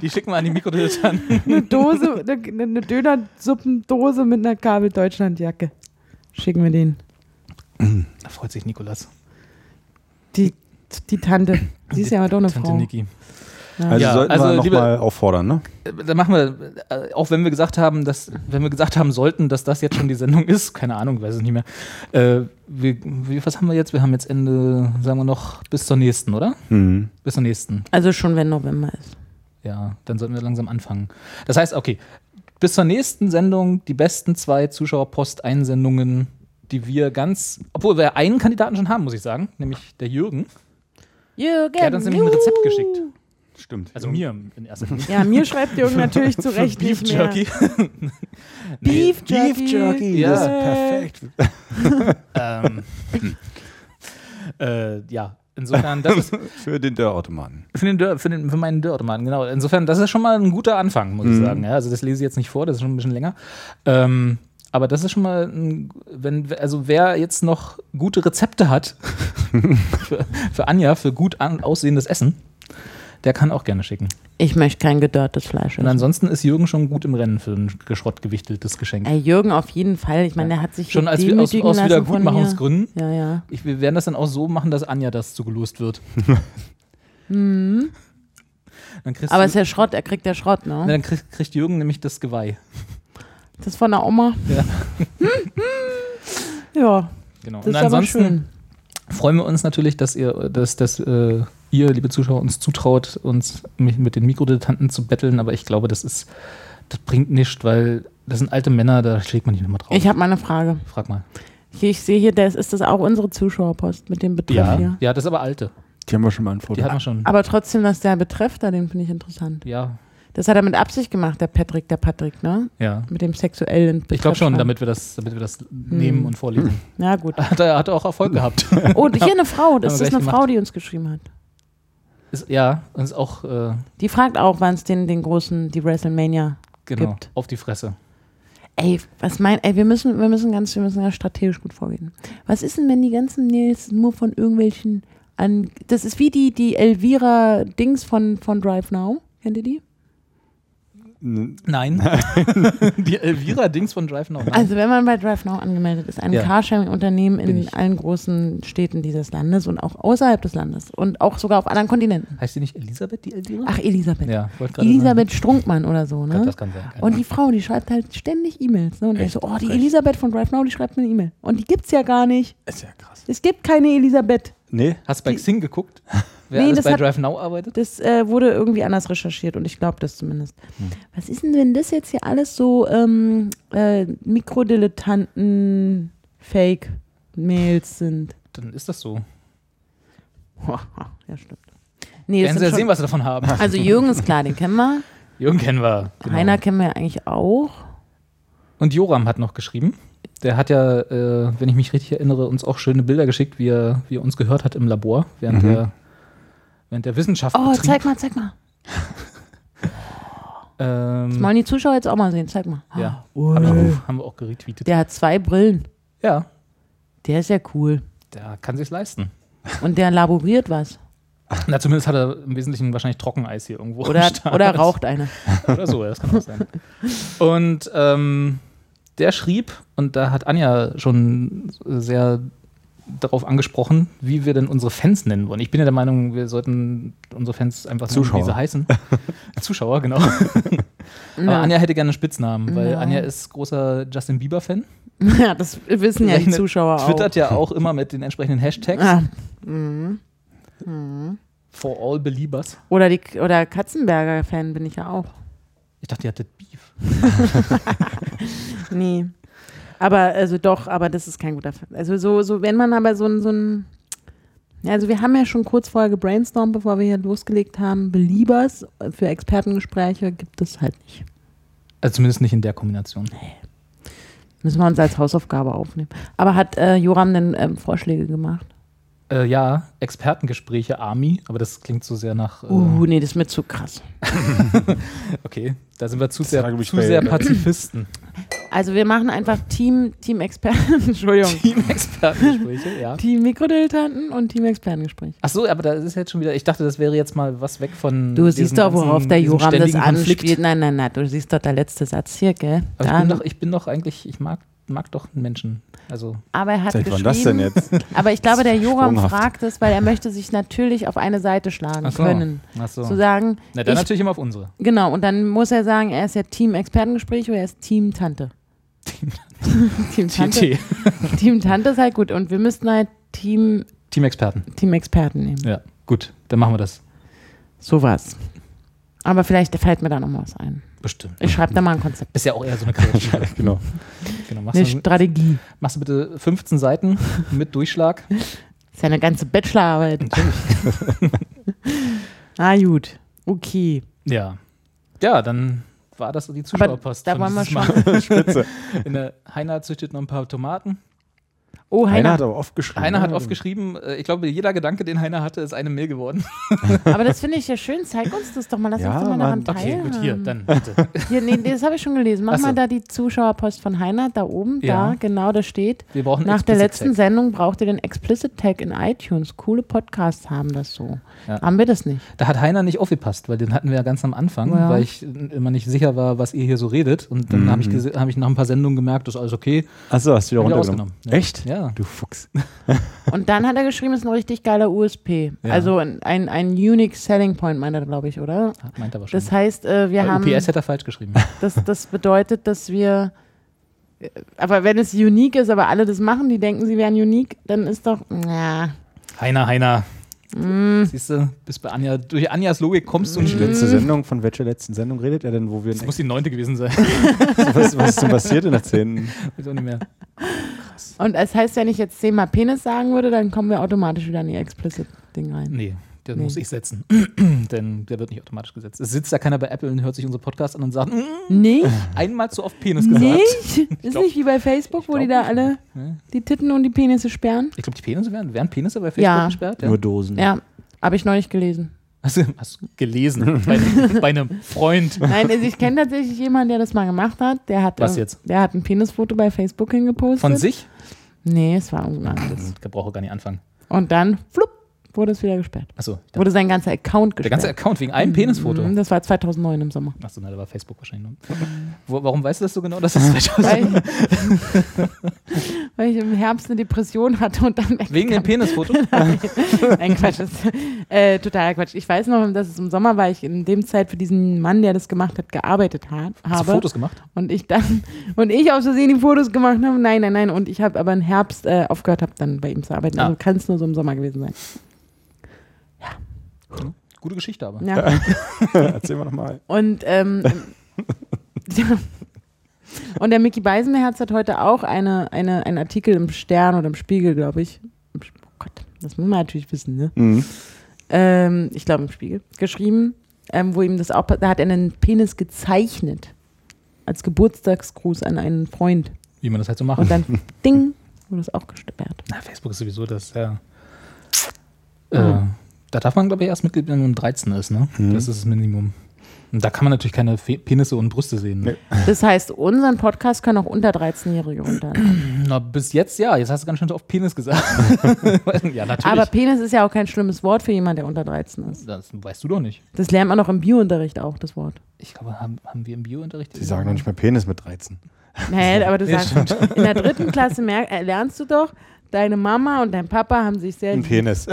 Die schicken wir an die
(laughs)
Mikrodilettanten.
eine Dose, eine, eine Dönersuppendose mit einer Kabel-Deutschland-Jacke. Schicken wir denen.
Da freut sich Nikolas.
Die, die Tante. Sie ist ja aber doch eine
Tante
Frau.
Niki.
(laughs) Also
Ja,
sollten
also,
wir
liebe-
nochmal auffordern, ne?
da machen wir, äh, auch wenn wir gesagt haben, dass, wenn wir gesagt haben sollten, dass das jetzt schon die Sendung ist, keine Ahnung, weiß es nicht mehr. Äh, wir, wir, was haben wir jetzt? Wir haben jetzt Ende, sagen wir noch, bis zur nächsten, oder?
Mhm.
Bis zur nächsten.
Also schon, wenn November ist.
Ja, dann sollten wir langsam anfangen. Das heißt, okay, bis zur nächsten Sendung die besten zwei Zuschauerpost-Einsendungen, die wir ganz, obwohl wir einen Kandidaten schon haben, muss ich sagen, nämlich der Jürgen.
Jürgen,
Der hat uns nämlich ein Rezept geschickt.
Stimmt.
Also mir in
(laughs)
erster Linie.
Ja, mir schreibt Jürgen natürlich zu Recht
Beef
nicht mehr.
Jerky. (laughs)
Beef Jerky.
Beef Jerky.
Ja.
Das ist perfekt.
ähm, (laughs) äh, ja, insofern, das ist
Für den Dörrautomaten.
für, den Dörr, für, den, für meinen Dörrautomaten, genau. Insofern, das ist schon mal ein guter Anfang, muss ich sagen. Ja, also das lese ich jetzt nicht vor, das ist schon ein bisschen länger. Ähm, aber das ist schon mal, ein, wenn, also wer jetzt noch gute Rezepte hat für, für Anja, für gut an, aussehendes Essen, der kann auch gerne schicken.
Ich möchte kein gedörrtes Fleisch
Und
essen.
ansonsten ist Jürgen schon gut im Rennen für ein geschrottgewichteltes Geschenk.
Ey, Jürgen auf jeden Fall. Ich meine, der hat sich
Schon
so
als wir aus,
demütigen
aus
lassen von
Wiedergutmachungsgründen.
mir. Ja, ja.
Ich, wir werden das dann auch so machen, dass Anja das zugelost wird. Dann kriegst
Hm. Aber
du,
es ist ja Schrott, er kriegt ja Schrott,
Na,
ne?
dann krieg, kriegt Jürgen nämlich das Geweih.
Das ist von der Oma.
Ja.
ja,
Genau.
das ist aber schön.
freuen wir uns natürlich, dass ihr, dass, dass äh, ihr, liebe Zuschauer, uns zutraut, uns mit mit den Mikrodilettanten zu betteln. Aber ich glaube, das ist, das bringt nichts, weil das sind alte Männer, da schlägt man nicht nochmal drauf.
Ich habe mal eine Frage.
Frag mal.
Hier, ich sehe hier, das ist das auch unsere Zuschauerpost mit dem Betreff
Ja,
hier.
ja, das ist aber alte.
Die haben wir schon mal
Die hat
antwortet.
man schon.
Aber trotzdem, dass der Betreff da, den finde ich interessant.
Ja,
Das hat er mit Absicht gemacht, der Patrick, der Patrick, ne?
ja.
Mit dem sexuellen Betreff.
Ich glaube schon,
dran.
damit wir das, damit wir das
Hm.
nehmen
(laughs)
und vorlesen.
Ja, gut.
Hat er hat er auch
(laughs)
Erfolg gehabt. (laughs)
Oh, hier eine Frau. Das
Haben
ist das
wir gleich
eine
gemacht.
Frau, die uns geschrieben hat.
Ist, ja, und ist auch, äh,
Die fragt auch, wann es den, den großen, die WrestleMania.
genau,
Gibt.
auf die Fresse.
Ey, was mein, ey, wir müssen, wir müssen ganz, wir müssen ganz strategisch gut vorgehen. Was ist denn, wenn die ganzen Nils nur von irgendwelchen an, das ist wie die, die Elvira Dings von, von Drive Now. Kennt ihr die?
Nein. (laughs) die Elvira-Dings von Drive Now. Nein.
Also wenn man bei Drive Now angemeldet ist, ein
Ja.
Carsharing-Unternehmen
Bin
in
ich.
allen großen Städten dieses Landes und auch außerhalb des Landes und auch sogar auf anderen Kontinenten.
heißt die nicht Elisabeth, die Elvira?
Ach, Elisabeth.
ja, wollte gerade ne?
Elisabeth Strunkmann oder so,
sagen.
ne?
Das kann sein. keine
Und die Frau, die schreibt halt ständig E-Mails. Ne? Und ich
Echt?
so, oh, die
Echt?
Elisabeth von Drive Now, die schreibt mir eine E-Mail. Und die gibt's ja gar nicht.
Ist ja krass.
Es gibt keine Elisabeth.
Nee?
Ahnung. Hast du bei Xing geguckt? Wer
(laughs) Nee,
alles
das
bei
hat-
Drive Now arbeitet?
Das äh, wurde irgendwie anders recherchiert und ich glaube das zumindest.
Hm.
Was ist denn, wenn das jetzt hier alles so ähm, äh, Mikrodilettanten-Fake-Mails sind?
Dann ist das so.
(laughs) ja, stimmt. Nee, das
Werden sie
sind
ja sehen,
schon,
was sie davon haben.
also Jürgen ist klar, den kennen wir.
Jürgen kennen wir. (laughs) genau.
Heiner kennen wir ja eigentlich auch.
Und Joram hat noch geschrieben. Der hat ja, äh, wenn ich mich richtig erinnere, uns auch schöne Bilder geschickt, wie er, wie er uns gehört hat im Labor, während, der, während der Wissenschaft
Mhm. Oh,
betrieb.
zeig mal, zeig mal. Das
Ähm,
wollen die Zuschauer jetzt auch mal sehen, zeig mal.
ja,
Oh.
hab ich, haben wir auch geretweetet.
Der hat zwei Brillen.
Ja,
Der ist ja cool.
der kann sich's leisten.
Und der laboriert
(laughs)
was.
Na, zumindest hat er im Wesentlichen wahrscheinlich Trockeneis hier irgendwo.
Oder,
am
hat,
Start.
oder raucht eine.
Oder so, ja, das kann auch sein. Und ähm, der schrieb, und da hat Anja schon sehr darauf angesprochen, wie wir denn unsere Fans nennen wollen. Ich bin ja der Meinung, wir sollten unsere Fans einfach
Zuschauer.
nennen, wie sie heißen. Zuschauer, genau. Aber Anja hätte gerne einen Spitznamen, weil
Ja.
Anja ist großer Justin Bieber-Fan.
(laughs) Ja, das wissen ja die
Rechnet-
Zuschauer auch.
Twittert ja auch immer mit den entsprechenden Hashtags.
Ah,
For all Beliebers.
oder, die, oder Katzenberger-Fan bin ich ja auch.
Ich dachte, ihr hattet Beef.
Nee. Aber also doch, aber das ist kein guter Fan. Also so, so wenn man aber so ein, so ein Ja, also wir haben ja schon kurz vorher gebrainstormt, bevor wir hier losgelegt haben. Beliebers äh, für Expertengespräche gibt es halt nicht.
Also zumindest nicht in der Kombination.
Müssen wir uns als Hausaufgabe aufnehmen. Aber hat äh, Joram denn ähm, Vorschläge gemacht?
Äh, ja, Expertengespräche, Army, aber das klingt so sehr nach. Äh,
Uh, nee, das ist mir zu krass.
Okay, da sind wir zu
Das
sehr,
frage mich
zu
bei- (laughs)
sehr Pazifisten.
Also wir machen einfach Team, Team Experten, (laughs) Entschuldigung.
Team-Expertengespräche, ja.
Team Mikrodilettanten und Team Expertengespräch.
Ach so, aber das ist jetzt schon wieder. Ich dachte, das wäre jetzt mal was weg von.
Du
diesem
siehst doch,
ganzen-
worauf der
diesem
Joram das
ständigen Konflikt.
anspielt. Nein, nein, nein, du siehst Also doch der letzte Satz hier, gell?
Aber ich
Dann-
bin, doch, ich bin doch eigentlich. Ich mag mag doch einen Menschen. Also
Aber er hat
Seit wann
geschrieben.
das denn jetzt?
Aber ich glaube, der Joram
Sprunghaft.
fragt es, weil er möchte sich natürlich auf eine Seite schlagen
Ach so.
können.
Ach so.
Zu sagen,
Na, dann
ich,
natürlich immer auf unsere.
(laughs) genau, und dann muss er sagen, er ist ja Team Expertengespräch oder er ist Team Tante. (laughs) Team Tante.
TT.
Team Tante ist halt gut und wir müssten halt Team,
Teamexperten.
Team Experten nehmen.
Ja, gut, dann machen wir das.
Sowas. Aber vielleicht fällt mir da noch mal was ein.
Bestimmt.
Ich schreibe da mal ein Konzept.
Ist (laughs) ja auch eher so
(laughs)
eine kreative.
genau.
genau, machst,
Eine
du,
Strategie.
machst du bitte 15 Seiten
(laughs)
mit Durchschlag.
ist ja eine ganze Bachelorarbeit. (laughs) ah, gut. Okay.
Ja. Ja, dann war das so die Zuschauerpost.
da
von
wollen wir
dieses
schon-
Mal.
Spitze.
In der Heiner züchtet noch ein paar Tomaten.
Oh,
Heiner
Heiner.
hat aber Ah. oft geschrieben.
Heiner hat
Ja,
oft geschrieben, äh, ich glaube, jeder Gedanke, den Heiner hatte, ist eine Mail geworden.
Aber das finde ich ja schön. Zeig uns das doch mal. Lass
Ja,
uns doch mal daran
Mann.
(laughs) Okay,
teilhaben.
gut, hier, dann bitte.
Hier, nee, das habe ich schon gelesen. Mach
Ach so.
mal da die Zuschauerpost von Heiner, da oben,
Ja.
da, genau, da steht.
(laughs) Wir brauchen
Nach der
Explicit
letzten
Tag.
Sendung braucht ihr den Explicit Tag in iTunes. Coole Podcasts haben das so.
Ja.
Haben wir das nicht?
Da hat Heiner nicht aufgepasst, weil den hatten wir ja ganz am Anfang,
Ja.
weil ich immer nicht sicher war, was ihr hier so redet. Und dann
Mhm.
habe ich, gese- hab ich nach ein paar Sendungen gemerkt, das ist alles okay.
Achso, hast du wieder
Hab ich
runtergenommen.
rausgenommen. Ja.
Echt?
Ja.
Du Fuchs.
Und dann hat er geschrieben, ist ein richtig geiler USP.
Ja.
Also ein, ein, ein Unique Selling Point, meint er, glaube ich, oder?
Meint er wahrscheinlich.
Das heißt, äh, wir
Weil
haben.
UPS hätte er falsch geschrieben.
Das, das bedeutet, dass wir. äh, Aber wenn es unique ist, aber alle das machen, die denken, sie wären unique, dann ist doch. Na,
(laughs) Heiner, Heiner.
Mhm.
Siehst du, bis bei Anja, durch Anjas Logik kommst du
Und die
nicht.
letzte Sendung, von welcher letzten Sendung redet er denn, wo wir
Das muss die neunte gewesen sein. (laughs)
(laughs) was, was ist denn passiert in der zehnten?
Weiß auch nicht mehr.
Und das heißt, wenn ich jetzt zehnmal Penis sagen würde, dann kommen wir automatisch wieder in die Explicit-Ding rein.
Nee, den
Nee.
muss ich setzen. (clears throat) Denn der wird nicht automatisch gesetzt. Es sitzt ja keiner bei Apple und hört sich unsere Podcast an und sagt, "Mm,
Nicht?
einmal zu oft Penis gesagt.
Nicht? Ist
glaub-
nicht wie bei Facebook, wo die da
glaub
alle die Titten und die Penisse sperren?
Ich glaube, die Penisse werden, werden Penisse bei Facebook
Ja.
gesperrt?
Nur Dosen.
Ja, habe ich neulich gelesen.
Hast du, hast du gelesen? bei, bei einem Freund.
Nein, also ich kenne tatsächlich jemanden, der das mal gemacht hat. Der hat, äh,
Was jetzt?
Der hat ein Penisfoto bei Facebook hingepostet.
Von sich?
Nee, es war irgendwann anderes.
Da brauche ich gar nicht anfangen.
Und dann, flupp, wurde es wieder gesperrt.
Achso, ich dachte,
Wurde sein ganzer Account
der
gesperrt.
ganze Account wegen einem Penisfoto.
Mhm, Das war 2009 im
(laughs)
Sommer.
Achso, na, da war Facebook wahrscheinlich noch. Wo, warum weißt du das so genau, dass das
Ah.
2000
Weil (laughs) ich, weil ich im Herbst eine Depression hatte und dann
Wegen
(laughs)
dem Penisfoto?
Nein, Quatsch. Das, äh, totaler Quatsch. Ich weiß noch, dass es im Sommer war, ich in dem Zeit für diesen Mann, der das gemacht hat, gearbeitet ha
Hast
habe.
du Fotos gemacht?
Und ich dann, und ich aus Versehen die Fotos gemacht habe. Nein, nein, nein. Und ich habe aber im Herbst äh, aufgehört, habe dann bei ihm zu arbeiten.
Ah.
Also kann es nur so im Sommer gewesen sein.
Gute Geschichte aber.
Ja.
Erzähl mal nochmal.
Und,
(laughs)
ähm, ja. und der Mickey Beisenherz hat heute auch eine, eine, einen Artikel im Stern oder im Spiegel, glaube ich. Im Sp- Oh Gott, das muss man natürlich wissen, ne?
Mhm.
ähm, ich glaube im Spiegel, geschrieben, ähm, wo ihm das auch, pa- da hat er einen Penis gezeichnet. Als Geburtstagsgruß an einen Freund.
Wie man das halt so
Und
macht.
dann, ding, wurde es auch gesperrt.
Na, Facebook ist sowieso das, ja. Äh,
Mhm.
da darf man, glaube ich, erst Mitglied, werden, wenn man 13 ist, ne? Das ist das Minimum. Und da kann man natürlich keine Fe Penisse und Brüste sehen. Ne?
Das heißt, unseren Podcast können auch unter 13-Jährige runterladen.
Na, bis jetzt ja. Jetzt hast du ganz schön oft
(laughs)
Penis gesagt. (laughs) ja, natürlich.
Aber Penis ist ja auch kein schlimmes Wort für jemanden, der unter 13 ist.
das weißt du doch nicht.
Das lernt man auch im Biounterricht auch, das Wort.
Ich glaube, haben, haben wir im Biounterricht.
Die sagen doch nicht mehr Penis mit 13.
Hä, aber du
Ja,
sagst, in der dritten Klasse mer- äh, lernst du doch, deine Mama und dein Papa haben sich sehr
Ein
lieb.
(laughs)
Penis.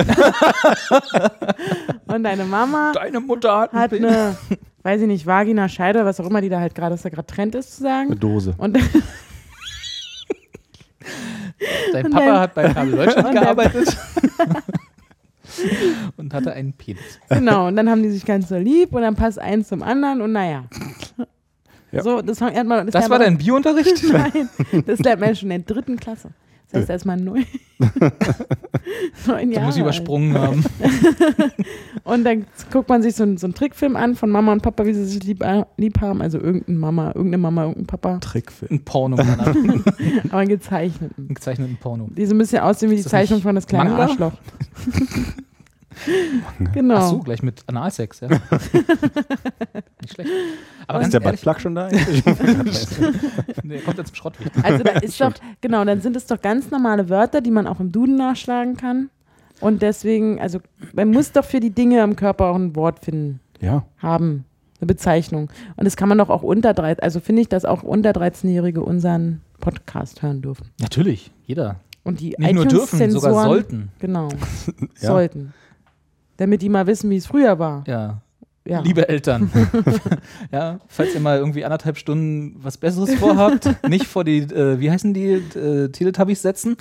Und deine Mama
Deine Mutter hat,
hat eine, weiß ich nicht, Vagina, Scheide, was auch immer die da halt gerade, was da gerade Trend ist zu
Eine
sagen.
Dose.
Und, und
Dein
und
Papa
dein-
hat
(laughs)
bei Kabel Deutschland
und dein-
gearbeitet. (laughs) und hatte einen Penis.
(laughs) genau, und dann haben die sich ganz so lieb und dann passt eins zum anderen und
(laughs)
naja.
Ja.
So, das, fang- hat man,
Das
lernt
war
man-
dein Biounterricht?
(laughs) Nein, das lernt man schon in der dritten Klasse. Das heißt, erstmal
(laughs)
neu. Neun
Da
Jahre.
muss
alt.
ich
(laughs)
übersprungen haben.
Und dann guckt man sich so einen, so einen Trickfilm an von Mama und Papa, wie sie sich lieb, lieb haben. Also irgendeine Mama, irgendeine Mama, irgendein
(laughs)
Papa.
Trickfilm.
Ein
(laughs)
Porno, einen
Aber einen gezeichneten.
gezeichneten Porno.
Die so ein bisschen aussehen wie die
Ist das
Zeichnung
nicht
von das kleine
Manga? (laughs)
Arschloch. genau.
Ach so, gleich mit Analsex, ja.
(laughs)
Nicht schlecht. Aber
Ist
ganz
der
ehrlich,
Buttplug schon
(laughs)
da?
der kommt jetzt zum Schrottweg.
Also
(laughs)
da ist doch, genau, dann sind es doch ganz normale Wörter, die man auch im Duden nachschlagen kann. Und deswegen, also man muss doch für die Dinge im Körper auch ein Wort finden,
ja.
haben, eine Bezeichnung. Und das kann man doch auch unter 13, also finde ich, dass auch unter 13-Jährige unseren Podcast hören dürfen.
Natürlich, jeder.
Und die
Nicht nur dürfen, sogar
iTunes-Sensoren-
sollten. (laughs)
Genau,
Ja.
sollten. Damit die mal wissen, wie es früher war.
Ja.
Ja.
Liebe Eltern, (laughs) ja, falls ihr mal irgendwie anderthalb Stunden was
(laughs)
Besseres vorhabt, nicht vor die, äh, wie heißen die, äh, Teletubbies setzen,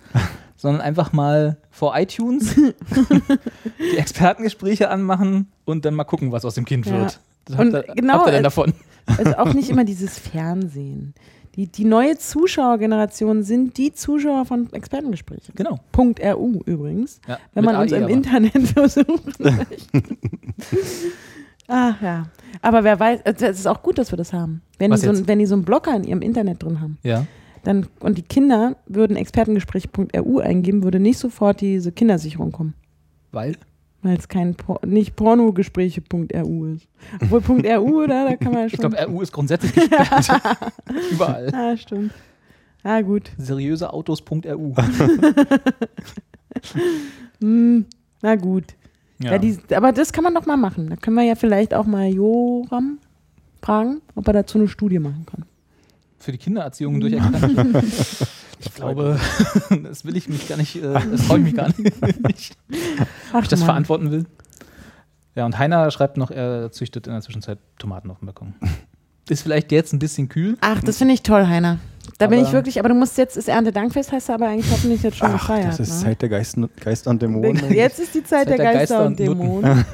sondern einfach mal
(laughs)
vor iTunes die Expertengespräche anmachen und dann mal gucken, was aus dem Kind
Ja.
wird. Das
Und
habt ihr,
genau,
habt ihr
äh,
denn davon?
Also auch nicht immer dieses Fernsehen. Die, die neue Zuschauergeneration sind die Zuschauer von Expertengesprächen.
Genau.
Punkt RU übrigens.
Ja,
Wenn
mit
man uns
AI
im
aber.
Internet (laughs) versucht. Ach Ah, ja. Aber wer weiß, also es ist auch gut, dass wir das haben. Wenn, die
Was
so, ein-
jetzt?
wenn die so einen Blocker in ihrem Internet drin haben.
Ja.
Dann, und die Kinder würden Expertengespräch.ru eingeben, würde nicht sofort diese Kindersicherung kommen.
Weil?
Weil es kein Por nicht Pornogespräche.ru ist. Obwohl Punkt .ru, da, da kann man ja schon.
Ich glaube, RU ist grundsätzlich gesperrt.
(laughs)
Überall.
ah, stimmt. Ah, gut.
Seriöseautos.ru.
Hm, na gut. Ja.
Ja.
die, aber das kann man doch mal machen. Da können wir ja vielleicht auch mal Joram fragen, ob er dazu eine Studie machen kann.
Für die Kindererziehung durch Experten.
(laughs)
Ich glaube, (laughs) das will ich mich gar nicht, äh, das freue ich mich gar nicht.
Ach,
ich das
Mann.
verantworten will. Ja, und Heiner schreibt noch, er züchtet in der Zwischenzeit Tomaten auf dem Balkon. Ist vielleicht jetzt ein bisschen kühl.
Ach, das finde ich toll, Heiner. Da bin
Aber-
ich wirklich, aber du musst jetzt, ist Erntedankfest, heißt er aber eigentlich hoffentlich jetzt schon
Ach,
gefeiert.
das ist
ne?
Zeit der Geist, Geist und Dämonen.
Jetzt ist die Zeit, der, Geister, und
Nutten.
Dämonen.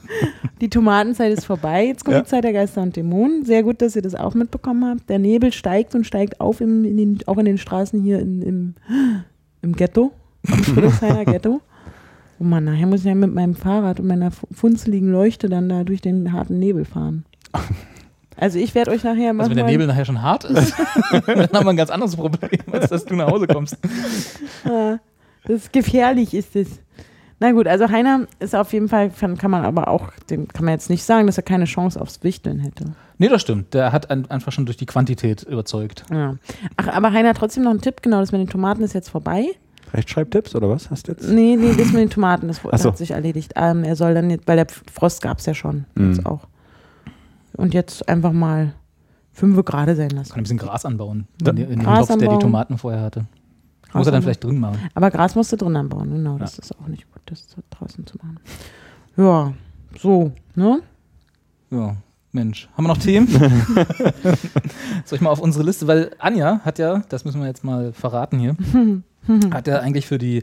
(laughs) die Tomatenzeit ist vorbei. Jetzt kommt
Ja.
die Zeit der Geister und Dämonen. Sehr gut, dass ihr das auch mitbekommen habt. Der Nebel steigt und steigt auf, im, in den, auch in den Straßen hier in, im, im Ghetto,
(laughs)
im Friedrichshainer Ghetto. Oh Mann, nachher muss ich ja mit meinem Fahrrad und meiner fu- funzeligen Leuchte dann da durch den harten
(laughs)
Nebel fahren. Also ich werde euch nachher mal.
Also wenn der Nebel nachher schon
(laughs)
hart ist, (laughs) dann haben wir ein ganz anderes Problem, als dass du nach Hause kommst.
Ja, Äh, Das ist gefährlich ist es. Na gut, also Heiner ist auf jeden Fall, kann kann man aber auch, dem kann man jetzt nicht sagen, dass er keine Chance aufs Wichteln hätte.
Nee, das stimmt. Der hat ein- einfach schon durch die Quantität überzeugt.
Ja. Ach, aber Heiner hat trotzdem noch einen Tipp, genau, das mit den Tomaten ist jetzt vorbei.
Rechtschreibtipps oder was hast du
Mhm.
jetzt?
Nee, nee, das mit den Tomaten, das
Ach so.
hat sich erledigt. Ähm, er soll dann, jetzt, weil der Frost gab es ja schon,
Mhm.
jetzt auch. Und jetzt einfach mal fünf Grad sein lassen.
Kann ein bisschen Gras anbauen in, den- in dem
Gras
Topf, der die
anbauen.
Tomaten vorher hatte.
Gras
Muss er
anbauen.
dann vielleicht drin machen.
Aber Gras musst du drin anbauen, genau. Das ist auch nicht gut, das draußen zu machen. Ja, so, ne?
Ja, Mensch. Haben wir
(laughs)
noch Themen? (laughs) Soll ich mal auf unsere Liste, weil Anja hat ja, das müssen wir jetzt mal
(laughs)
verraten hier, hat ja eigentlich für die,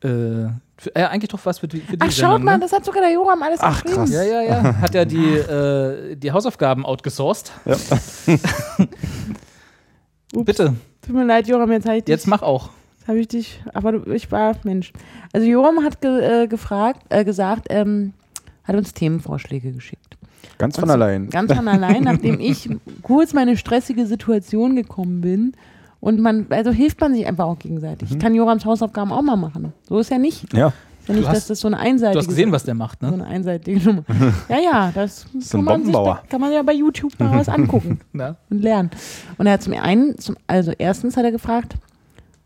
äh, für, äh, eigentlich doch was für die, für die
Ach,
Sendung,
schaut mal,
ne?
das hat sogar der Joram alles
Ach,
geschrieben.
krass.
Ja, ja, ja. Hat ja die, äh, die Hausaufgaben outgesourced.
Ups.
(laughs) Bitte,
Tut mir leid, Joram, jetzt habe ich,
jetzt
dich-
mach auch.
jetzt hab ich dich, aber du, ich war, Mensch. Also Joram hat ge, äh, gefragt, äh, gesagt, ähm, hat uns Themenvorschläge geschickt.
Ganz von
Und so-
allein.
Ganz
(laughs)
von allein, nachdem ich kurz meine stressige Situation gekommen bin. Und man, also hilft man sich einfach auch gegenseitig.
Mhm.
Ich kann Jorams Hausaufgaben auch mal machen. So ist ja nicht.
Ja,
Ist ja nicht,
hast-
dass das so eine einseitige
Du hast gesehen, was der macht,
so
ne?
eine einseitige
(laughs)
Nummer. Ja, ja, das
ein
kann, man sich,
Bombenbauer.
da kann man ja bei YouTube mal was angucken.
Ja.
und lernen. Und er hat zum einen, zum, also erstens hat er gefragt,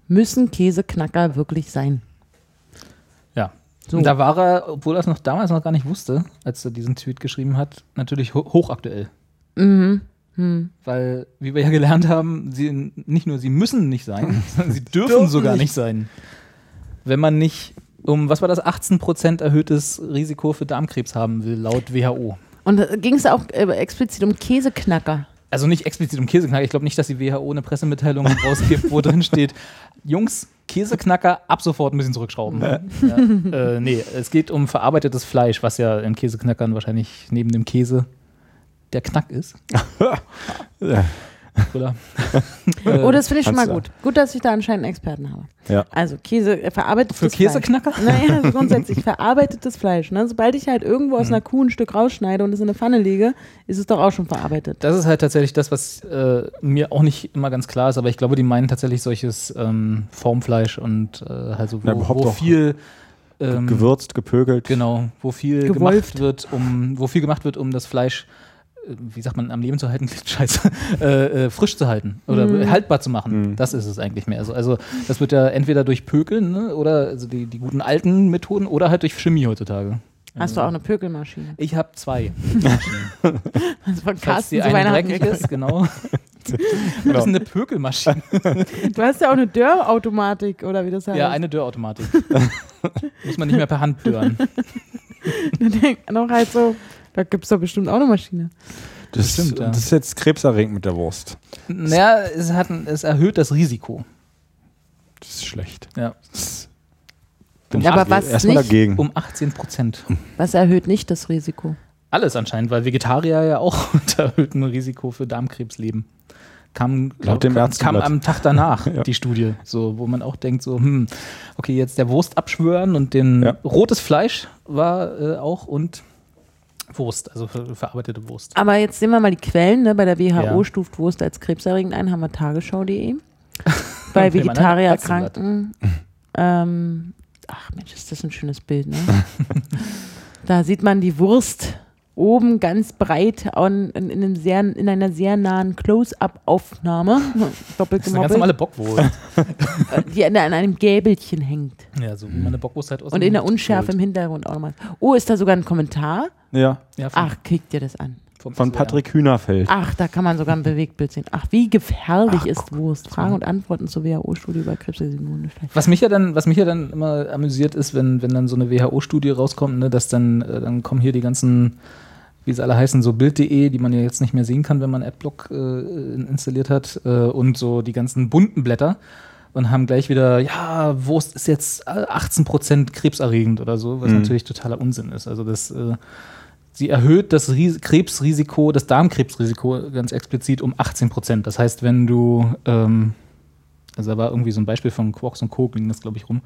müssen Käseknacker wirklich sein?
ja.
So.
Und da war er, obwohl er es noch damals noch gar nicht wusste, als er diesen Tweet geschrieben hat, natürlich ho hochaktuell.
Mhm.
Weil, wie wir ja gelernt haben, sie, nicht nur sie müssen nicht sein, sondern sie dürfen, sogar nicht. sein. Wenn man nicht um, was war das, 18% erhöhtes Risiko für Darmkrebs haben will, laut WHO.
Und ging es auch äh, explizit um Käseknacker?
Also nicht explizit um Käseknacker. Ich glaube nicht, dass die WHO eine Pressemitteilung rausgibt, wo drin steht, Jungs, Käseknacker ab sofort ein bisschen zurückschrauben. Ja. Äh, nee, es geht um verarbeitetes Fleisch, was ja in Käseknackern wahrscheinlich neben dem Käse der Knack ist. (laughs) Oder? Äh,
Oh, das finde ich schon mal
kannst du
gut. Gut, dass ich da anscheinend einen Experten habe.
Ja.
Also Käse, äh, verarbeitetes
Für Käseknacker?
Fleisch. (laughs)
(laughs)
Naja, also grundsätzlich verarbeitetes Fleisch. Ne? Sobald ich halt irgendwo
Hm.
aus einer Kuh ein Stück rausschneide und es in eine Pfanne lege, ist es doch auch schon verarbeitet.
Das ist halt tatsächlich das, was äh, mir auch nicht immer ganz klar ist, aber ich glaube, die meinen tatsächlich solches ähm, Formfleisch und äh, also wo,
Ja, überhaupt
wo
auch
viel ähm,
gewürzt, gepökelt.
genau, wo viel
Gewolft.
gemacht wird, um wo viel gemacht wird, um das Fleisch äh, wie sagt man, am Leben zu halten, (laughs) klingt scheiße, äh, äh, frisch zu halten oder
Mhm.
haltbar zu machen. Das ist es eigentlich mehr. Also, also das wird ja entweder durch Pökeln ne, oder also die, die guten alten Methoden oder halt durch Chemie heutzutage.
Hast du auch eine Pökelmaschine? (laughs)
Ich habe zwei.
Das war
Falls
Carsten
die
zu
eine
Weihnachten. (laughs)
dreckig ist, genau. Das ist eine Pökelmaschine.
Du hast ja auch eine Dörrautomatik oder wie das heißt.
Ja, eine Dörrautomatik. (laughs) Muss man nicht mehr per Hand dörren.
(laughs) Da denkt man auch halt so, da gibt es doch bestimmt auch eine Maschine.
Das,
stimmt, ja.
das ist jetzt krebserregend mit der Wurst.
Naja, es, hat, ein- es erhöht das Risiko.
Das ist schlecht.
Ja.
Bin
Aber
ich
was
erstmal
nicht-
dagegen.
Um 18 Prozent.
Was erhöht nicht das Risiko?
Alles anscheinend, weil Vegetarier ja auch (laughs) unter erhöhtem Risiko für Darmkrebs leben. Kam,
Laut dem
kam,
Ärzteblatt.
kam am Tag
(laughs)
danach
Ja.
die Studie, so, wo man auch denkt, so, hm, okay, jetzt der Wurst abschwören und den
Ja.
rotes Fleisch war äh, auch und Wurst, also ver verarbeitete Wurst.
Aber jetzt sehen wir mal die Quellen. Ne? Bei der WHO
Ja.
stuft Wurst als krebserregend ein, haben wir (laughs) tagesschau.de. Bei
Okay, man hat
Vegetarier
Ärzteblatt.
erkranken. Ähm, ach Mensch, ist das ein schönes Bild. Ne? (laughs) da sieht man die Wurst oben ganz breit an, in, in, einem sehr, in einer sehr nahen (laughs) Close-Up-Aufnahme. Doppelt
Das ist eine ganz
(laughs)
normale Bockwurst.
die an, an einem Gäbelchen hängt.
ja, so wie man eine Bockwurst halt aus
Und
dem
in der
Hut
Unschärfe
holt.
im Hintergrund auch nochmal. Oh, ist da sogar ein Kommentar?
Ja,
Ja, von,
Ach, kriegt ihr das an?
vom-
von
ja. Ah,
Patrick Hühnerfeld.
Ach, da kann man sogar ein Bewegtbild sehen. Ach, wie gefährlich ist Wurst? Fragen und Antworten zur WHO-Studie über Krebs der Immunstelle.
Was mich ja dann, was mich ja dann immer amüsiert ist, wenn, wenn dann so eine WHO-Studie rauskommt, ne, dass dann, äh, dann kommen hier die ganzen, wie sie alle heißen, so Bild.de, die man ja jetzt nicht mehr sehen kann, wenn man Adblock äh, installiert hat, äh, und so die ganzen bunten Blätter und haben gleich wieder, ja, Wurst ist jetzt äh, 18% krebserregend oder so, was natürlich totaler Unsinn ist. Also das äh, Sie erhöht das Ries Krebsrisiko, das Darmkrebsrisiko ganz explizit um 18 Prozent. Das heißt, wenn du, ähm, also da war irgendwie so ein Beispiel von Quarks und Co. ging das, glaube ich, rum,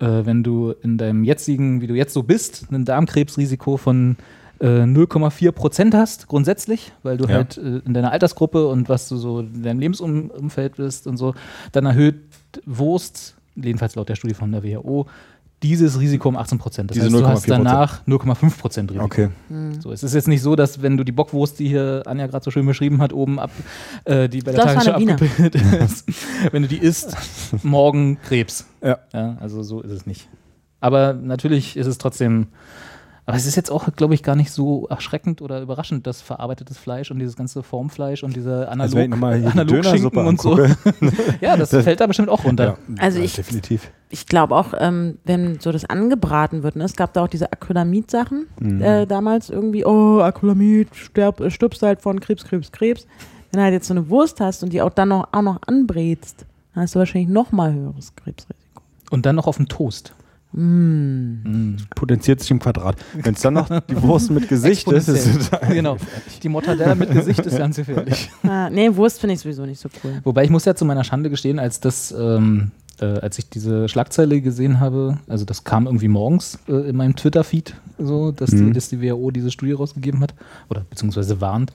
äh, wenn du in deinem jetzigen, wie du jetzt so bist, ein Darmkrebsrisiko von äh, 0,4 Prozent hast, grundsätzlich, weil du
Ja.
halt äh, in deiner Altersgruppe und was du so in deinem Lebensumfeld bist und so, dann erhöht Wurst, jedenfalls laut der Studie von der WHO, dieses Risiko um 18 Prozent. Das
Diese
heißt, du hast
0,4%.
danach 0,5 Prozent Risiko.
Okay.
Mhm. So, es ist jetzt nicht so, dass wenn du die Bockwurst, die hier Anja gerade so schön beschrieben hat, oben ab, äh, die bei der
Das war
Tagesschau
eine Wiener.
abgebildet ist, (laughs) wenn du die isst, morgen Krebs.
Ja.
Also so ist es nicht. Aber natürlich ist es trotzdem, aber es ist jetzt auch, glaube ich, gar nicht so erschreckend oder überraschend, dass verarbeitetes Fleisch und dieses ganze Formfleisch und diese
Also wenn ich
analog,
nochmal hier die
analog
Dönersuppe
Schinken und so.
angucke. (laughs)
Ja, das fällt da bestimmt auch runter.
Ja,
Also
ja,
ich-
Definitiv.
Ich glaube auch, ähm, wenn so das angebraten wird, ne? es gab da auch diese Acrylamid-Sachen äh, damals irgendwie, oh, Acrylamid, sterb, äh, stirbst halt von Krebs, Krebs, Krebs. Wenn du halt jetzt so eine Wurst hast und die auch dann noch, auch noch anbrätst, dann hast du wahrscheinlich noch mal höheres Krebsrisiko.
Und dann noch auf dem Toast.
Hm.
Potenziert sich im Quadrat. Wenn es dann
(laughs)
noch die Wurst mit Gesicht ist, (laughs) ist
Exponentiell. genau. Die Mortadella mit Gesicht
(laughs)
ist ganz gefährlich.
Ah, nee, Wurst finde ich sowieso nicht so cool.
Wobei ich muss ja zu meiner Schande gestehen, als das, ähm, äh, als ich diese Schlagzeile gesehen habe, also das kam irgendwie morgens äh, in meinem Twitter-Feed, so, dass, die, dass die WHO diese Studie rausgegeben hat oder beziehungsweise warnt.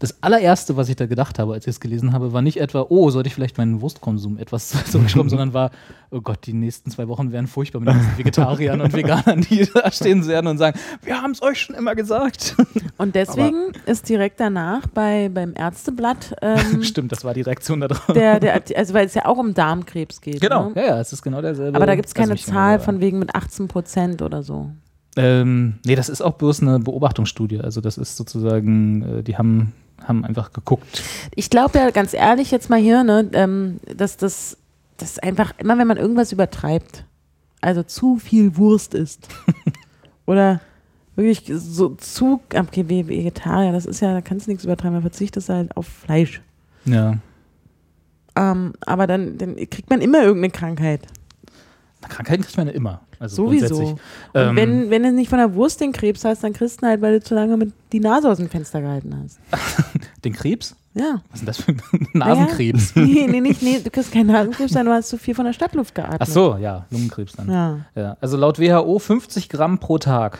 Das allererste, was ich da gedacht habe, als ich es gelesen habe, war nicht etwa, oh, sollte ich vielleicht meinen Wurstkonsum etwas (laughs) zurückschrauben, sondern war, oh Gott, die nächsten zwei Wochen wären furchtbar mit den ganzen Vegetariern und Veganern, die (laughs) da stehen werden und sagen, wir haben es euch schon immer gesagt.
Und deswegen ist direkt danach bei, beim Ärzteblatt ähm,
(laughs) Stimmt, das war die Reaktion da drauf.
der, der, Arti- also weil es ja auch um Darmkrebs geht. Ne?
Ja, ja, es ist genau derselbe.
Aber da gibt es
also
keine
nicht genau
Zahl
derselbe.
von wegen mit 18 Prozent oder so.
Ähm, nee, das ist auch bloß eine Beobachtungsstudie. Also das ist sozusagen, äh, die haben, haben einfach geguckt.
Ich glaube ja ganz ehrlich jetzt mal hier, ne, ähm, dass das dass einfach immer, wenn man irgendwas übertreibt, also zu viel Wurst ist oder wirklich so zu, okay, Ve- Vegetarier, das ist ja, da kannst du nichts übertreiben, man verzichtet halt auf Fleisch.
Ja.
Ähm, aber dann, dann kriegt man immer irgendeine Krankheit.
Krankheiten kriegt man ja immer. Also
Sowieso.
grundsätzlich.
Und
Ähm,
wenn, wenn du nicht von der Wurst den Krebs hast, dann kriegst du ihn halt, weil du zu lange mit die Nase aus dem Fenster gehalten hast.
Den Krebs? (laughs)
Ja.
Was ist denn das für ein Nasenkrebs?
nee, nee, nicht, nee, du kriegst keinen Nasenkrebs, sondern du hast zu viel von der Stadtluft geatmet.
Ach so, ja, Lungenkrebs dann.
Ja.
Ja, also laut WHO 50 Gramm pro Tag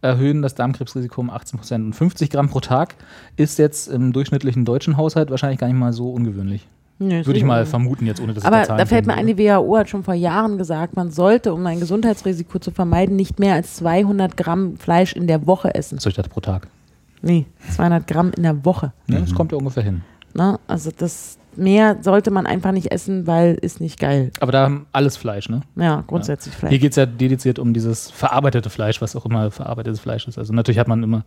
erhöhen das Darmkrebsrisiko um 18 Prozent. Und 50 Gramm pro Tag ist jetzt im durchschnittlichen deutschen Haushalt wahrscheinlich gar nicht mal so ungewöhnlich.
Nee,
Würde ich mal
ist-
vermuten jetzt, ohne dass
Aber
ich Zahlen
da fällt mir
kennen
ein,
würde.
die WHO hat schon vor Jahren gesagt, man sollte, um ein Gesundheitsrisiko zu vermeiden, nicht mehr als 200 Gramm Fleisch in der Woche essen.
So, ich dachte pro Tag.
Nee, 200 Gramm in der Woche.
Ne, Das kommt ja ungefähr hin.
Ne? Also das mehr sollte man einfach nicht essen, weil ist nicht geil.
Aber da haben alles Fleisch, ne?
Ja, grundsätzlich
Hier
Fleisch.
geht es ja dediziert um dieses verarbeitete Fleisch, was auch immer verarbeitetes Fleisch ist. Also natürlich hat man immer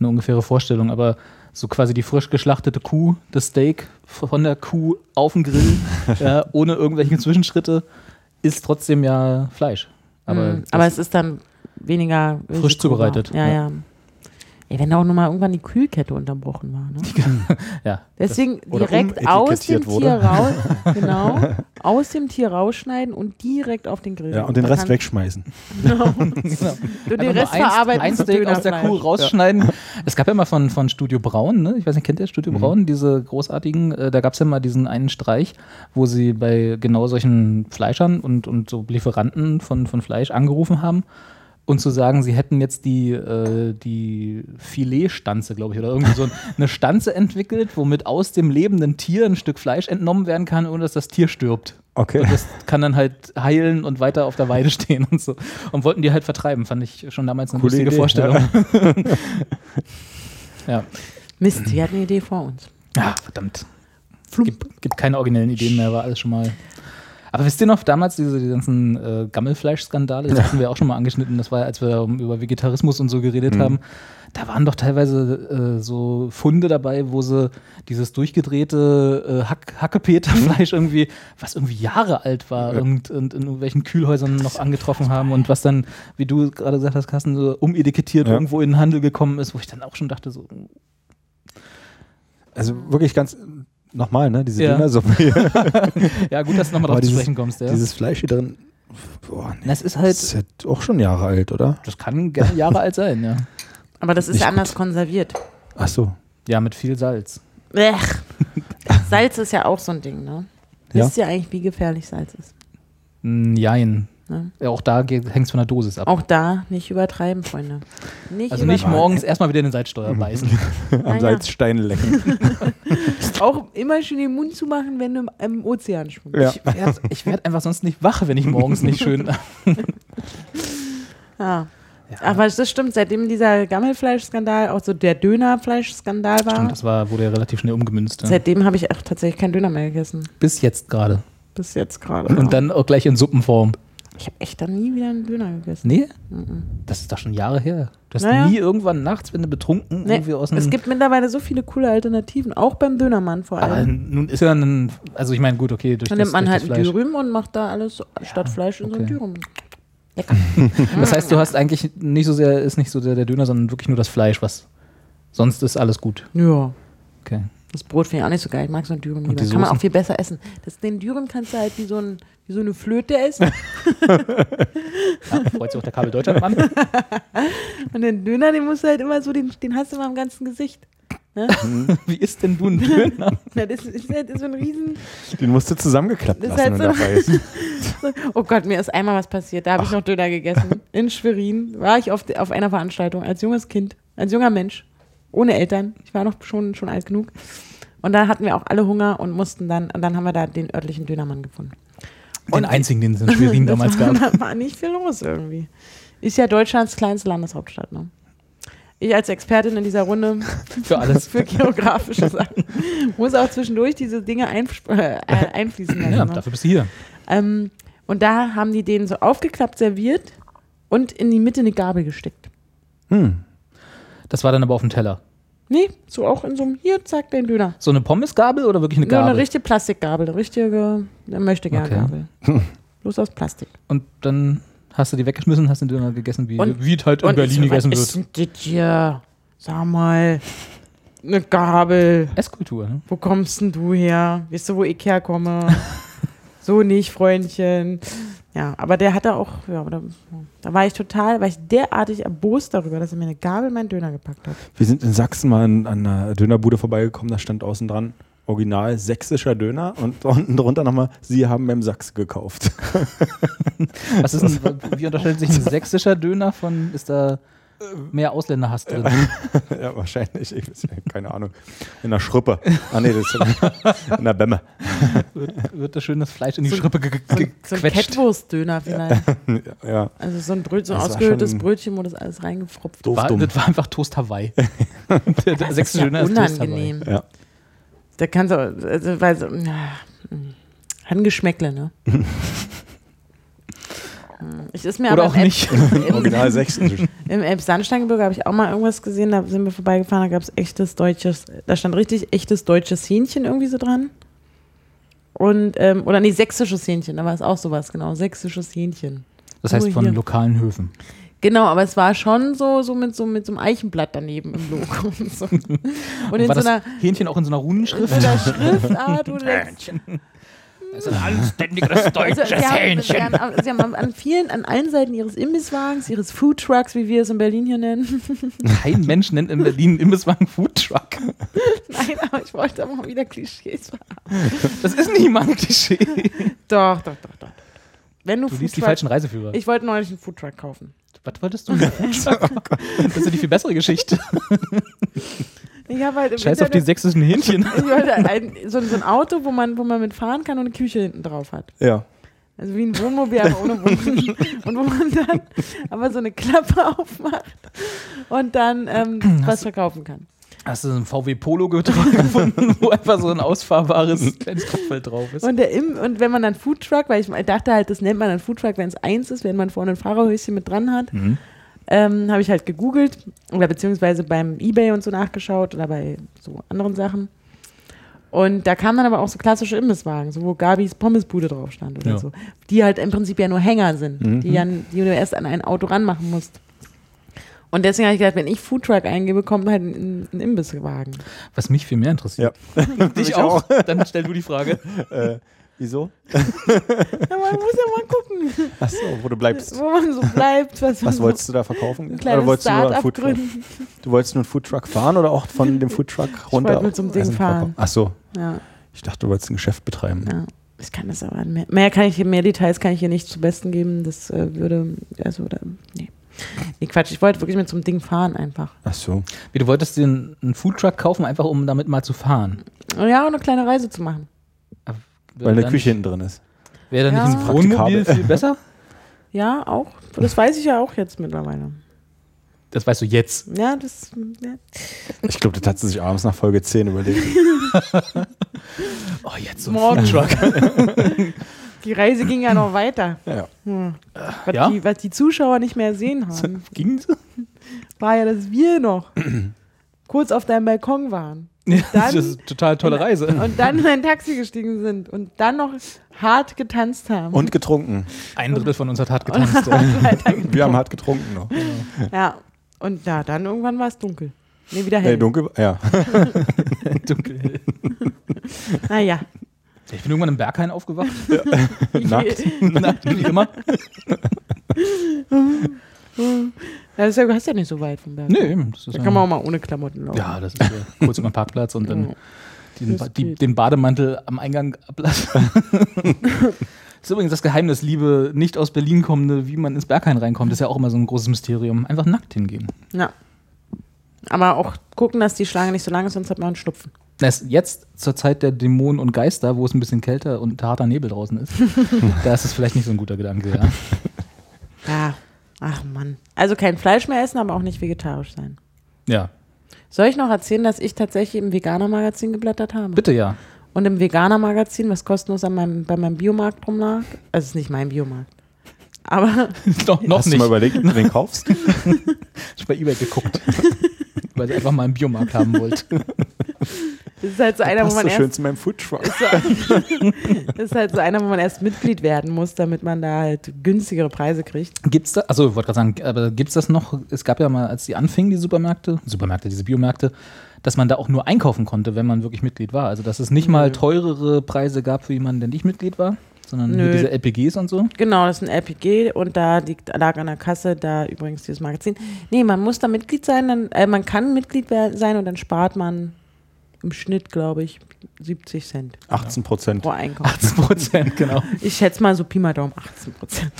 eine ungefähre Vorstellung, aber so quasi die frisch geschlachtete Kuh, das Steak von der Kuh auf
(laughs)
den Grill, ja, ohne irgendwelche Zwischenschritte, ist trotzdem ja Fleisch. Aber,
Mm, aber
das-
es ist dann weniger.
Frisch zubereitet,
Ja,
ja.
ja. Ey, wenn da auch nur mal irgendwann die Kühlkette unterbrochen war. Ne?
ja,
Deswegen
oder
direkt aus dem
umetikettiert wurde.
Tier raus,
(laughs)
genau, aus dem Tier rausschneiden und direkt auf den Grill.
Ja, und den
Da
Rest
kann-
wegschmeißen. (laughs)
genau.
Du den
Einfach nur
Rest verarbeiten.
Ein
zum
Steak aus der
Dönerfleisch.
Kuh rausschneiden. Es gab ja mal von, von Studio Braun, ne? ich weiß nicht, kennt ihr Studio Braun, diese großartigen, äh, da gab es ja mal diesen einen Streich, wo sie bei genau solchen Fleischern und, und so Lieferanten von, von Fleisch angerufen haben. Und zu sagen, sie hätten jetzt die, äh, die Filetstanze, glaube ich, oder irgendwie so eine Stanze entwickelt, womit aus dem lebenden Tier ein Stück Fleisch entnommen werden kann, ohne dass das Tier stirbt.
Okay.
Und (laughs) das kann dann halt heilen und weiter auf der Weide stehen und so. Und wollten die halt vertreiben, fand ich schon damals eine
Coole
lustige
Idee,
Vorstellung.
(laughs)
Ja.
Mist, wir hatten eine Idee vor uns.
Ah, verdammt. Gibt, gibt keine originellen Ideen mehr, war alles schon mal. Aber wisst ihr noch, damals diese die ganzen äh, Gammelfleisch-Skandale, das hatten wir auch schon mal angeschnitten, das war, als wir um, über Vegetarismus und so geredet
Mhm.
haben, da waren doch teilweise äh, so Funde dabei, wo sie dieses durchgedrehte äh, Hack Hackepeterfleisch
Mhm.
irgendwie, was irgendwie Jahre alt war und, und in irgendwelchen Kühlhäusern noch angetroffen haben und was dann, wie du gerade gesagt hast, Carsten, so umetikettiert
Ja.
irgendwo in den Handel gekommen ist, wo ich dann auch schon dachte, so,
Also wirklich ganz nochmal, ne? Diese
Ja.
Dönersuppe
(laughs)
hier.
ja gut, dass du nochmal
Aber
drauf zu
dieses-
sprechen kommst. Ja.
Dieses Fleisch hier drin. Boah, nee.
Das ist
Das ist
halt.
ja auch schon Jahre alt, oder?
Das kann gerne Jahre alt sein, ja.
Aber das ist
Nicht
ja anders konserviert.
Ach so.
Ja, mit viel Salz.
Ech. (laughs) Salz ist ja auch so ein Ding, ne?
Ja.
Wisst ihr eigentlich, wie gefährlich Salz ist?
Mm, Jein.
Ne?
Ja, Auch da hängt es von der Dosis ab.
Auch da nicht übertreiben, Freunde. Nicht
also nicht
übertreiben.
morgens erstmal wieder in den Salzsteuer beißen.
Am
ja.
Salzstein
(laughs)
lecken.
Auch immer schön den Mund zumachen, wenn du im- im Ozean schwimmst.
Ja.
Ich werde werd (laughs) einfach sonst nicht wach, wenn ich morgens nicht (laughs) schön.
Ja. Aber das stimmt, seitdem dieser Gammelfleischskandal, auch so der Dönerfleischskandal war,
Stimmt, das war, wurde ja relativ schnell umgemünzt. Ja.
seitdem habe ich auch tatsächlich keinen Döner mehr gegessen.
Bis jetzt gerade.
Bis jetzt gerade.
Und dann auch gleich in Suppenform.
ich habe echt dann nie wieder einen Döner gegessen.
Nee? Das ist doch schon Jahre her. Du hast
Naja.
nie irgendwann nachts, wenn du betrunken
Nee,
irgendwie aus dem.
es gibt mittlerweile so viele coole Alternativen, auch beim Dönermann vor
aber
allem.
nun ist ja ein. Also ich meine, gut, okay, durch
Dann
das,
nimmt man
durch
halt
das
ein
Fleisch.
Dürüm und macht da alles statt Fleisch in so ein
okay.
Dürüm. Ah.
Das heißt, du hast eigentlich nicht so sehr, ist nicht so sehr der Döner, sondern wirklich nur das Fleisch, was. Sonst ist alles gut.
Ja.
Okay.
Das Brot finde ich auch nicht so geil. Ich mag so ein Dürüm lieber.
die
Kann man
Soßen?
auch viel besser essen. Das, den Dürüm kannst du halt wie so, ein, wie so eine Flöte
(laughs)
essen.
Ja, Ah, freut sich auch der Kabel
(laughs)
Deutschland an.
und den Döner, den musst du halt immer so, den, den hast du immer am ganzen Gesicht.
Wie ist denn du ein Döner?
Na, das ist halt so ein riesen.
Den musst du zusammengeklappt
Das ist
lassen,
halt
wenn
so-
er
(laughs)
dabei ist.
Oh Gott, mir ist einmal was passiert. Da habe ich noch Döner gegessen. In Schwerin war ich auf, de- auf einer Veranstaltung als junges Kind, als junger Mensch, ohne Eltern. Ich war noch schon, schon alt genug. Und da hatten wir auch alle Hunger und mussten dann, und dann haben wir da den örtlichen Dönermann gefunden.
Den einzigen, den es in Schwerin
(laughs) Das
damals
war,
gab.
Da war nicht viel los irgendwie. Ist ja Deutschlands kleinste Landeshauptstadt, ne? Ich als Expertin in dieser Runde
Für alles.
für geografische
(laughs)
Sachen muss auch zwischendurch diese Dinge einf- äh, einfließen lassen.
Ja,
ne?
dafür bist du hier.
Ähm, und da haben die den so aufgeklappt serviert und in die Mitte eine Gabel gesteckt.
Hm.
Das war dann aber auf dem Teller.
Nee, so auch in so einem, hier, zack, den Döner.
So eine Pommesgabel oder wirklich eine
Nur eine
Gabel?
richtige Plastikgabel, eine richtige, eine möchte gerne
Okay.
Gabel.
(laughs)
Bloß aus Plastik.
und dann hast du die weggeschmissen und hast den Döner gegessen, wie,
Und-
wie es halt in Berlin
ich so,
gegessen
was
wird.
ist denn das hier? Sag mal, eine Gabel.
Esskultur, ne?
Wo kommst denn du her? Weißt du, wo ich herkomme?
(laughs)
so nicht, Freundchen. Ja, aber der hatte auch, ja, aber da, da war ich total, war ich derartig erbost darüber, dass er mir eine Gabel in meinen Döner gepackt hat.
Wir sind in Sachsen mal an, an einer Dönerbude vorbeigekommen, da stand außen dran original sächsischer Döner und (laughs) unten drunter nochmal, sie haben beim Sachs gekauft. (laughs)
Was ist denn,
(laughs)
wie unterscheidet sich ein sächsischer Döner von, ist da
Äh.
mehr Ausländerhass drin?
ja, wahrscheinlich. Ich weiß, nicht, keine Ahnung. In der Schruppe. Ah, nee, das ist (laughs) in der Bämme.
Wird, wird das schöne Fleisch in die
So ein-
Schrippe ge ge
So ein
gequetscht?
Kettwurstdöner vielleicht.
Ja,
Also so ein, Bröt, so ein
Das war
ausgehöhltes
schon-
Brötchen, wo das alles reingepfropft
doof,
war,
dumm.
das war einfach Toast (laughs) Hawaii. der der
Das ist
sächsische Döner ist Toast Hawaii.
unangenehm.
Ja.
Da kannst du, also,
(laughs)
weil so, na, hm, hat ein Geschmäckle, ne? Ich ist mir
Oder
aber
auch
im App-
nicht. (laughs)
Original sächsisch.
Im Elbsandsteingebirge habe ich auch mal irgendwas gesehen, da sind wir vorbeigefahren, da gab es echtes deutsches, da stand richtig echtes deutsches Hähnchen irgendwie so dran. Und, ähm, oder nee, sächsisches Hähnchen, da war es auch sowas, genau, sächsisches Hähnchen.
Das heißt
Nur
von
hier.
lokalen Höfen.
Genau, aber es war schon so, so mit so, mit so einem Eichenblatt daneben im Logo (laughs) und so. Und, in so
war das
einer,
Hähnchen auch in so einer
in so
Runenschrift?
einer Schriftart, wo du denkst,
Das ist ein anständiges deutsches
Mhm. (laughs) Also, sie, haben, sie, haben, sie haben an- an vielen, an allen Seiten ihres Imbisswagens, ihres Foodtrucks, wie wir es in Berlin hier nennen. (laughs)
Kein Mensch nennt in Berlin einen Imbisswagen Foodtruck.
Nein, aber ich wollte mal wieder Klischees machen.
Das ist niemand Klischee.
Doch, doch, doch, doch. Wenn du,
Du liest die
Foodtruck,
falschen Reiseführer.
ich Oh wollte neulich einen Foodtruck kaufen.
Was wolltest
(laughs)
du? das ist ja die viel bessere Geschichte.
Ich habe halt im
Scheiß auf die
Internet-
sächsischen Hähnchen.
(laughs) ich wollte ein, so, so ein Auto, wo man, wo man mit fahren kann und eine Küche hinten drauf hat.
Ja.
Also wie ein Wohnmobil, aber ohne Wohnmobil. Und wo man dann aber so eine Klappe aufmacht und dann ähm, was verkaufen kann.
Hast du so einen VW Polo gefunden, (laughs) wo einfach so
(laughs)
ein ausfahrbares kleines Kopffeld drauf ist?
Und, der Im und wenn man dann Foodtruck, weil ich dachte halt, das nennt man dann Foodtruck, wenn es eins ist, wenn man vorne ein Fahrerhöschen mit dran hat,
Mhm.
ähm, habe ich halt gegoogelt oder beziehungsweise beim Ebay und so nachgeschaut oder bei so anderen Sachen. Und da kamen dann aber auch so klassische Imbisswagen, so wo Gabis Pommesbude drauf stand oder
Ja.
so, die halt im Prinzip ja nur Hänger sind,
Mhm.
die, ja, die du erst an ein Auto ranmachen musst. Und deswegen habe ich gedacht, wenn ich Foodtruck eingebe, kommt halt ein, ein
(laughs)
Imbisswagen.
Was mich viel mehr interessiert. (laughs) Dich
Mich
auch. Dann stell du die Frage.
Äh, wieso?
Aber man muss ja mal gucken,
Achso, wo du bleibst.
wo man so bleibt. Was, man
Was
so-
wolltest du da verkaufen?
ein kleines
oder wolltest du nur einen
Start-up
Foodtruck?
gründen.
Du wolltest nur einen Foodtruck fahren oder auch von dem Foodtruck runter?
wollte mit so einem Ding
Essen
fahren.
verkaufen? Ach so,
Ja,
ich dachte, du wolltest ein Geschäft betreiben.
ja. Ich kann das aber mehr. Mehr kann ich hier, mehr Details kann ich hier nicht zu besten geben. Das äh, würde, also da, nee. Nee, Quatsch, ich wollte wirklich mit so einem Ding fahren einfach.
Ach so.
Wie, du wolltest dir einen, einen Foodtruck kaufen, einfach um damit mal zu fahren.
Und ja, auch eine kleine Reise zu machen.
Weil eine Küche hinten drin ist.
Wäre dann
Ja.
nicht ein Wohnmobil
Praktikabel.
viel besser?
Ja, auch. Das weiß ich ja auch jetzt mittlerweile.
(laughs) Das weißt du jetzt.
Ja, das. Ja.
Ich glaube, das hat sie sich abends nach Folge
(laughs)
10 überlegt.
Oh, jetzt so ein
Morgen.
Foodtruck.
Die Reise ging ja noch weiter.
Ja.
Hm. Was,
Ja?
die, was die Zuschauer nicht mehr sehen
(laughs)
haben,
(laughs) Ging so?
war ja, dass wir noch kurz auf deinem Balkon waren.
Ja,
Dann-
(laughs) das ist eine total tolle Reise.
Und dann in ein Taxi gestiegen sind und dann noch hart getanzt haben. (laughs)
Und getrunken.
Ein Drittel von uns hat hart getanzt.
Wir haben hart getrunken noch.
Ja, und da dann irgendwann war es dunkel. Nee, wieder hell.
Nee, Äh, dunkel. Ja.
Dunkel.
Naja,
Ich bin irgendwann im
(laughs)
Berghain aufgewacht.
Nackt.
Nackt, wie immer.
das ist ja, du hast ja nicht so weit vom Berg.
Nee, eben, das ist
Da
ja-
kann man auch mal ohne Klamotten laufen.
Ja, das ist ja
(laughs)
kurz über den Parkplatz und dann diesen,
Das
Ba- die,
geht.
den Bademantel am Eingang
(laughs)
ablassen. das ist übrigens das Geheimnis, liebe nicht aus Berlin kommende, wie man ins Berghain reinkommt, ist ja auch immer so ein großes Mysterium. Einfach nackt hingehen.
Ja. Aber auch gucken, dass die Schlange nicht so lang ist, sonst hat man einen Schnupfen.
Das ist jetzt zur Zeit der Dämonen und Geister, wo es ein bisschen kälter und harter Nebel
(laughs)
draußen ist, da ist es vielleicht nicht so ein guter Gedanke. Ja.
Ja. Ach Mann. Also kein Fleisch mehr essen, aber auch nicht vegetarisch sein.
ja.
Soll ich noch erzählen, dass ich tatsächlich im Veganer-Magazin geblättert habe?
Bitte ja.
Und im Veganer-Magazin, was kostenlos an meinem, bei meinem Biomarkt rumlag, also es ist nicht mein Biomarkt, aber (laughs)
noch noch
Hast du
nicht.
mal überlegt, ob du den kaufst?
Ich hab bei Ebay geguckt. Weil ihr einfach mal einen Biomarkt haben wollt.
es ist halt so einer, wo
Passt
man
so
erst
schön zu meinem Foodtruck.
(laughs) Das ist halt so einer, wo man erst Mitglied werden muss, damit man da halt günstigere Preise kriegt.
Gibt's da, also ich wollte gerade sagen, aber gibt's das noch? Es gab ja mal, als die anfingen, die Supermärkte, Supermärkte, diese Biomärkte, dass man da auch nur einkaufen konnte, wenn man wirklich Mitglied war. Also dass es nicht mal teurere Preise gab für jemanden, der nicht Mitglied war, sondern nur
Nö.
diese LPGs und so.
Genau, das ist ein LPG und da liegt, lag an der Kasse, da übrigens dieses Magazin. Nee, man muss da Mitglied sein, dann, äh, man kann Mitglied wer- sein und dann spart man im Schnitt, glaube ich, 70 Cent
18 Prozent.
pro Einkauf.
80 Prozent, genau.
Ich schätze mal so Pi mal Daumen 18 (laughs) Prozent.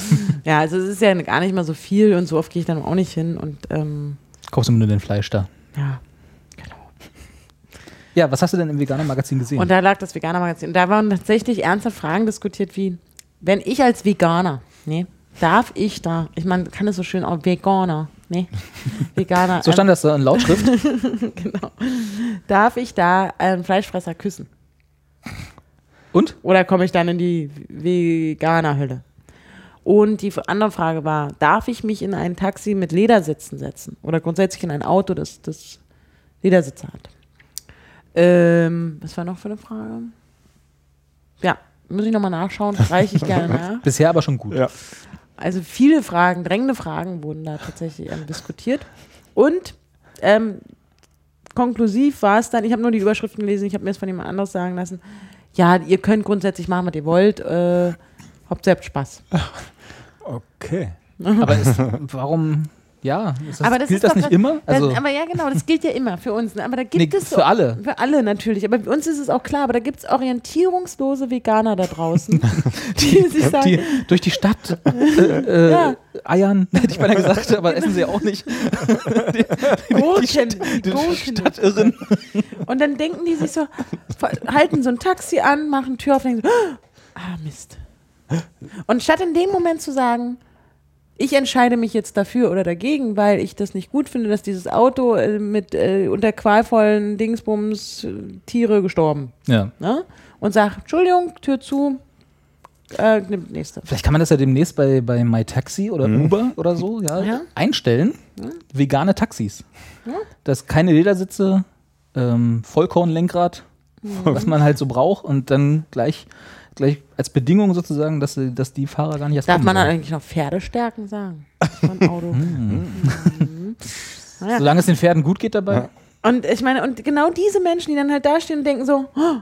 ja, also es ist ja gar nicht mal so viel und so oft gehe ich dann auch nicht hin und ähm,
Kaufst du nur den Fleisch da.
ja.
Ja, was hast du denn im veganen Magazin gesehen?
Und da lag das Veganer-Magazin. Und da waren tatsächlich ernste Fragen diskutiert, wie, wenn ich als Veganer, nee, darf ich da, ich meine, kann das so schön auch, Veganer, nee,
(laughs)
Veganer,
so stand das da in Lautschrift.
(laughs) ähm, darf ich da einen Fleischfresser küssen?
Und?
Oder komme ich dann in die Veganer-Hölle? Und die andere Frage war, darf ich mich in ein Taxi mit Ledersitzen setzen? Oder grundsätzlich in ein Auto, das, das Ledersitze hat? Ähm, was war noch für eine Frage? Ja, muss ich nochmal nachschauen, reiche ich gerne nach.
Bisher aber schon gut.
Ja.
Also viele Fragen, drängende Fragen wurden da tatsächlich ähm, diskutiert. Und ähm, konklusiv war es dann, ich habe nur die Überschriften gelesen, ich habe mir das von jemand anders sagen lassen. Ja, ihr könnt grundsätzlich machen, was ihr wollt. Äh, Hauptsache ihr habt Spaß.
Okay.
Aber es, warum, ja, ist das,
Aber das ist
gilt das
doch
nicht
dann-
immer? Also,
dann, aber ja, genau, das gilt ja immer für uns. ne? Aber da
nee,
gibt es
für alle.
Für alle natürlich, aber für uns ist es auch klar, aber da gibt es orientierungslose Veganer da
(laughs)
draußen, die, sich sagen,
Die durch
(laughs)
die Stadt äh, äh,
Ja. Genau.
eiern, hätte ich beinahe gesagt, aber essen sie ja auch nicht.
Gurken,
Die
Gurken.
Stadtirren.
Und dann denken die sich so, ver- halten so ein Taxi an, machen Tür auf und denken so, ah Mist. Und statt in dem Moment zu sagen, ich entscheide mich jetzt dafür oder dagegen, weil ich das nicht gut finde, dass dieses Auto äh, mit äh, unter qualvollen Dingsbums äh, Tiere gestorben.
Ja.
Ne? Und sag, Entschuldigung, Tür zu, äh, nimm die nächste.
Vielleicht kann man das ja demnächst bei, bei MyTaxi oder Uber oder so ja,
Ja.
einstellen. Vegane Taxis. Das keine Ledersitze, ähm, Vollkornlenkrad, was man halt so braucht und dann gleich, gleich als Bedingung sozusagen, dass, sie- dass die Fahrer gar nicht erst
Darf
kommen
man dann
sollen.
eigentlich noch Pferdestärken sagen? Von Auto. Ja.
Solange es den Pferden gut geht dabei.
Und ich meine, und genau diese Menschen, die dann halt dastehen und denken so, "Oh."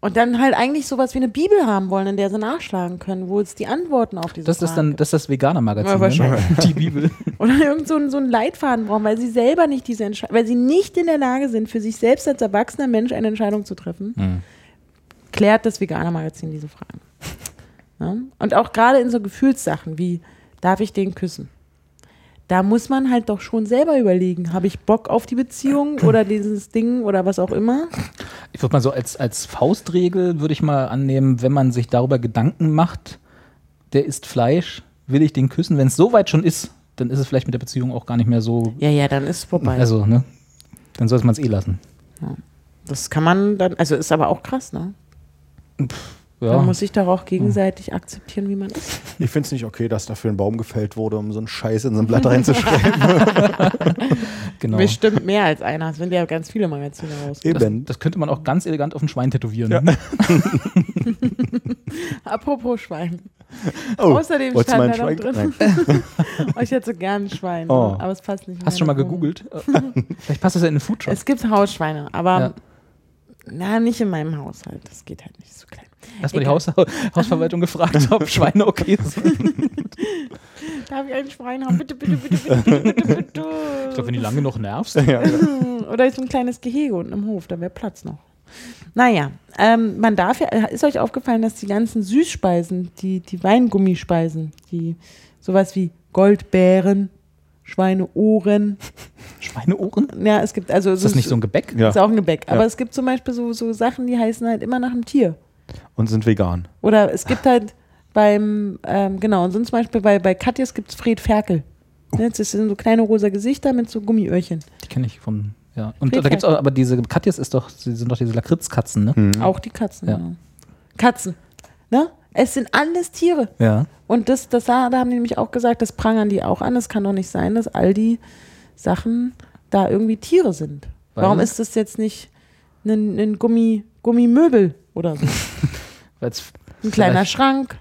und dann halt eigentlich sowas wie eine Bibel haben wollen, in der sie nachschlagen können, wo es die Antworten auf diese
Das ist dann
Fragen
das, ist das Veganer-Magazin.
Ja, wahrscheinlich.
ne? Die Bibel.
gibt. Oder (laughs) irgend so, einen- so einen Leitfaden brauchen, weil sie selber nicht diese Entscheidung, weil sie nicht in der Lage sind, für sich selbst als erwachsener Mensch eine Entscheidung zu treffen,
Mhm.
klärt das Veganer-Magazin diese Fragen. (laughs) Ja? Und auch gerade in so Gefühlssachen wie, darf ich den küssen? Da muss man halt doch schon selber überlegen, habe ich Bock auf die
(clears throat)
Beziehung oder dieses Ding oder was auch immer?
Ich würde mal so als, als Faustregel würde ich mal annehmen, wenn man sich darüber Gedanken macht, der isst Fleisch, will ich den küssen? Wenn es so weit schon ist, dann ist es vielleicht mit der Beziehung auch gar nicht mehr so.
Ja, ja, dann ist es vorbei.
Also, ne? Dann sollte man es eh lassen.
das kann man dann, also ist aber auch krass, ne?
Ja. Mhm.
Man muss sich doch auch gegenseitig akzeptieren, wie man ist.
Ich finde es nicht okay, dass dafür ein Baum gefällt wurde, um so einen Scheiß in so
(laughs)
ein Blatt reinzuschreiben.
genau. Das,
Bestimmt mehr als einer. Es sind ja ganz viele Magazine raus.
Eben.
das könnte man auch ganz elegant auf ein Schwein tätowieren.
Ja.
Apropos Schwein.
Oh,
Außerdem
wolltest du
stand
mal
da
ein
noch
Schwein-
drin. Oh, (laughs) ich hätte so gern ein Schwein,
Oh.
aber es passt nicht. in
(laughs) Hast du schon mal
meine Wohnung. (laughs)
gegoogelt? vielleicht passt das ja in den Foodtruck.
Es gibt Hausschweine, aber
Ja.
na, nicht in meinem Haushalt. Das geht halt nicht so klein.
Erstmal die
egal.
Haus Hausverwaltung (laughs) gefragt, ob Schweine okay sind.
Darf ich ein Schwein haben? Bitte, bitte, bitte, bitte, bitte, bitte.
(laughs)
Ich glaube, wenn die lange genug nervst.
Ja, ja.
Oder so ein kleines Gehege unten im Hof, da wäre Platz noch. Naja, ähm, man darf ja, ist euch aufgefallen, dass die ganzen Süßspeisen, die, die Weingummispeisen, die sowas wie Goldbeeren, Schweineohren,
Schweineohren?
ja, es gibt also
Ist das nicht so ein Gebäck?
Ja.
ist auch ein Gebäck, aber
Ja.
es gibt zum Beispiel so, so Sachen, die heißen halt immer nach einem Tier.
Und sind vegan.
Oder es gibt halt beim, ähm, genau, und sonst zum Beispiel bei, bei Katjes gibt es Fred Ferkel. Ne, Das sind so kleine rosa Gesichter mit so Gummiöhrchen.
Die kenne ich vom. Ja. Und
Friedhof.
da gibt's auch, aber diese Katjes ist doch, sie sind doch diese Lakritzkatzen, ne?
Auch die Katzen.
Ja.
Ja. Katzen. Ne? Es sind alles Tiere.
Ja.
Und das, das sah, da haben die nämlich auch gesagt, das prangern die auch an. Es kann doch nicht sein, dass all die Sachen da irgendwie Tiere sind.
Weil-
Warum ist das jetzt nicht ein, ein Gummi, Gummimöbel oder so?
Weil's
Ein kleiner
vielleicht Mhm.
Schrank,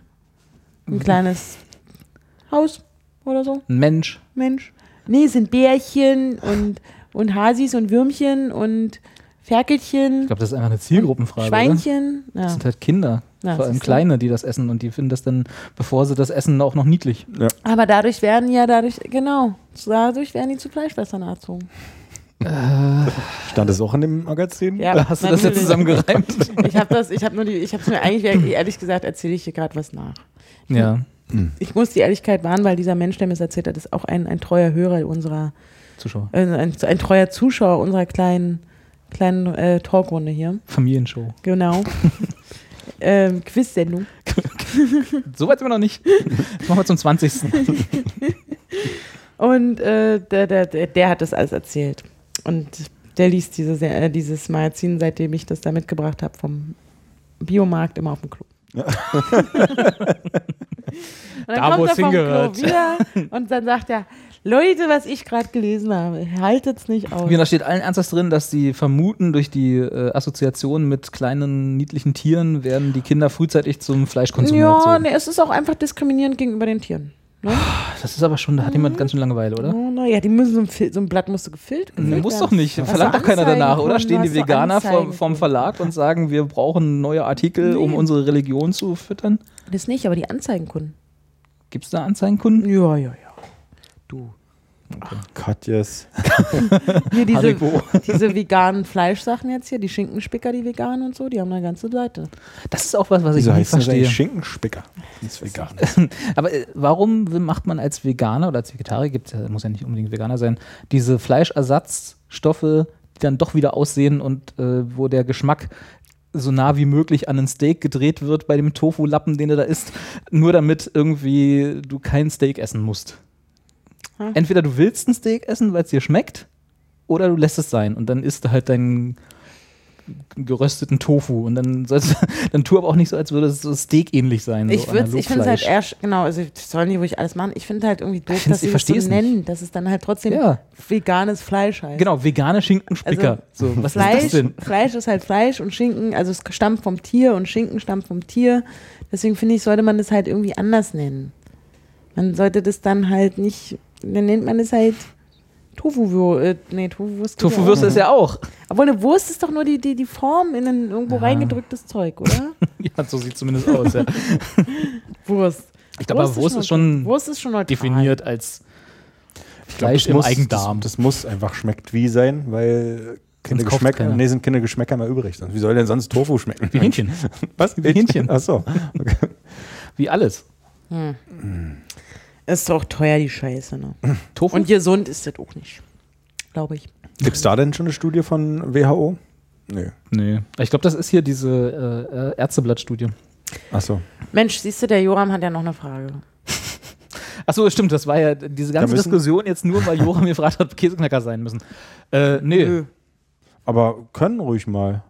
ein kleines Haus oder so,
ein Mensch.
Mensch. Nee, sind Bärchen und, und Hasis und Würmchen und
Ich
Ferkelchen,
glaube, das ist einfach eine Zielgruppenfrage. Oder?
Schweinchen.
Das
Ja.
sind halt Kinder,
Ja,
vor allem
siehst du.
Kleine, die das essen und die finden das dann, bevor sie das essen, auch noch niedlich.
Aber dadurch werden ja dadurch, genau, dadurch werden die zu Fleischfressern erzogen.
Stand es auch in dem Magazin?
Ja,
Hast du das jetzt zusammengereimt?
(laughs) Ich habe das, ich habe nur die, ich habe mir eigentlich ehrlich gesagt erzähle ich hier gerade was nach.
ja,
Ich muss die Ehrlichkeit wahren, weil dieser Mensch, der mir das erzählt hat, ist auch ein, ein treuer Hörer unserer,
Zuschauer.
äh, ein, ein treuer Zuschauer unserer kleinen kleinen äh, Talkrunde hier.
Familienshow.
(laughs) Genau. ähm, Quiz-Sendung.
So weit sind wir noch nicht. Das machen wir
(laughs)
zum 20.
Und äh, der, der, der, der hat das alles erzählt. Und der liest diese, Se- äh, dieses Magazin, seitdem ich das da mitgebracht (laughs) habe, vom Biomarkt immer auf dem Klo. dann
Da, wo
kommt er
es
vom Klo
hingehört.
wieder (laughs) und dann sagt er, Leute, was ich gerade gelesen habe, haltet's nicht aus.
Mir da steht allen ernsthaft drin, dass sie vermuten, durch die äh, Assoziation mit kleinen, niedlichen Tieren werden die Kinder frühzeitig zum Fleischkonsum
Ja,
erzogen.
nee, es ist auch einfach diskriminierend gegenüber den Tieren. Ne?
Das ist aber schon, da hat jemand ganz schön Langeweile, oder?
Oh, naja, die müssen so ein, Fil- so ein Blatt musste gefilmt
ne? Nee,
gefüllt
Mhm. muss
werden.
doch nicht.
Hast
Verlangt
du
doch keiner
Anzeigen
danach, oder?
gefunden?
Stehen die
Hast du
Veganer
Anzeigen
vom, vom Verlag und sagen, wir brauchen neue Artikel, um
Nee.
unsere Religion zu füttern?
gefunden? Das nicht, aber die Anzeigenkunden.
Gibt es da Anzeigenkunden?
Ja, ja, ja.
Katjes.
Hier diese,
Haribo.
(laughs) diese veganen Fleischsachen jetzt hier, die Schinkenspicker, die veganen und so, die haben eine ganze Seite.
Das ist auch was, was ich
Wieso
nicht
heißt das
verstehe.
eigentlich Schinkenspicker? Das ist vegan.
Aber äh, warum will- macht man als Veganer oder als Vegetarier, gibt's ja, muss ja nicht unbedingt Veganer sein, diese Fleischersatzstoffe, die dann doch wieder aussehen und äh, wo der Geschmack so nah wie möglich an ein Steak gedreht wird bei dem Tofu-Lappen, den du da isst, nur damit irgendwie du kein Steak essen musst.
Hm.
Entweder du willst ein Steak essen, weil es dir schmeckt, oder du lässt es sein und dann isst du halt deinen gerösteten Tofu und dann, sollst- (laughs) dann tu aber auch nicht so, als würde es so Steak-ähnlich sein.
Ich,
so
würd's- ich finde es halt
Analogfleisch.
eher, sch- genau, also ich soll nicht ruhig alles machen. Ich finde halt irgendwie doof,
find's-
dass
ich
sie das so
versteh's nicht.
nennen, dass es dann halt trotzdem
Ja.
veganes Fleisch heißt.
Genau, vegane Schinkenspicker. so, was
Also Fleisch,
ist das denn?
Fleisch ist halt Fleisch und Schinken, also es stammt vom Tier und Schinken stammt vom Tier. Deswegen finde ich, sollte man das halt irgendwie anders nennen. Man sollte das dann halt nicht, dann nennt man es halt Tofu-Würste. Äh, nee, Tofu-Wurst. geht
Tofu-Würste
auch.
ist ja auch.
Obwohl eine Wurst ist doch nur die, die, die Form in ein irgendwo reingedrücktes Zeug,
(laughs)
oder?
(laughs) Ja, so sieht zumindest aus. Ja.
Wurst.
Ich glaube, aber Wurst ist schon
Wurst ist schon neutral.
definiert als
Ich glaub,
Fleisch
das
im
muss-
Eigendarm.
Das, das muss einfach schmeckt wie sein, weil keine
Sonst kauft
Geschmäcker,
keiner.
nee, sind keine Geschmäcker mehr übrig. Sonst, wie soll denn sonst Tofu schmecken?
wie Hähnchen,
(laughs) Was?
Wie Hähnchen.
Achso.
wie alles.
Ist doch teuer, die Scheiße, ne?
Tofu?
Und gesund ist das auch nicht. Glaube ich.
Gibt es da denn schon eine Studie von WHO? Nee.
nee. Ich glaube, das ist hier diese äh, äh, Ärzteblattstudie.
Achso.
Mensch, siehst du, der Joram hat ja noch eine Frage.
Achso, stimmt, das war ja diese ganze
müssen-
Diskussion jetzt nur, weil Joram mir gefragt hat, ob Käseknacker sein müssen. Äh, nee.
Nö.
Aber können ruhig mal.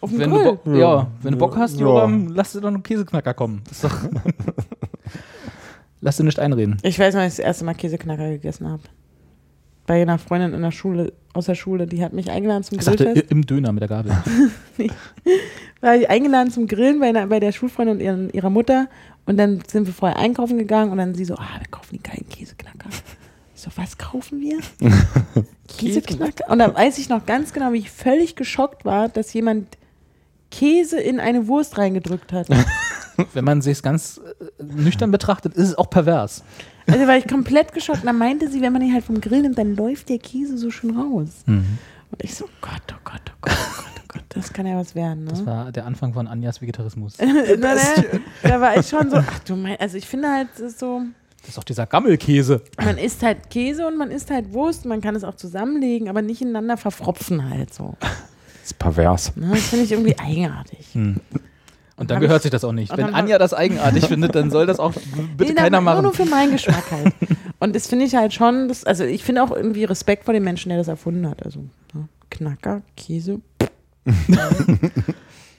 Auf dem
Wenn
Grill.
du, Bock-
Grill.
ja, wenn du Bock hast,
Ja.
Joram, lass dir doch einen Käseknacker kommen. Ist doch (laughs) lass dir nicht einreden.
Ich weiß noch, als ich das erste Mal Käseknacker gegessen habe. Bei einer Freundin in der Schule, aus der Schule, die hat mich eingeladen zum
Ich sagte
Grillfest.
im Döner mit der Gabel.
war ich eingeladen zum Grillen bei, einer, bei der Schulfreundin und ihren, ihrer Mutter. Und dann sind wir vorher einkaufen gegangen und dann sie so, ah, wir kaufen die geilen Käseknacker. Ich so, was kaufen wir? Käseknacker? Und dann weiß ich noch ganz genau, wie ich völlig geschockt war, dass jemand Käse in eine Wurst reingedrückt hat.
wenn man sich es ganz äh, nüchtern betrachtet, ist es auch pervers.
Also war ich komplett geschockt. Und dann meinte sie, wenn man ihn halt vom Grill nimmt, dann läuft der Käse so schön raus.
Mhm.
Und ich so, Gott, oh Gott, oh Gott, oh Gott, oh Gott, das kann ja was werden. Ne?
Das
(laughs)
war der Anfang von Anjas Vegetarismus.
Na, na, da war ich schon so, ach du mein, also ich finde halt, es ist so,
Das ist doch dieser Gammelkäse.
man isst halt Käse und man isst halt Wurst, man kann es auch zusammenlegen, aber nicht ineinander verfropfen halt so.
ist pervers.
Ne? Das finde ich irgendwie eigenartig.
Hm, Und dann
Hab
gehört
ich-
sich das auch nicht.
und
Wenn
dann hab-
Anja das eigenartig findet, dann soll das
(laughs)
auch b- bitte
Nee,
keiner
na, Nur,
machen.
nur für meinen Geschmack halt. Und das finde ich halt schon, das, also ich finde auch irgendwie Respekt vor dem Menschen, der das erfunden hat. Also ne? Knacker, Käse.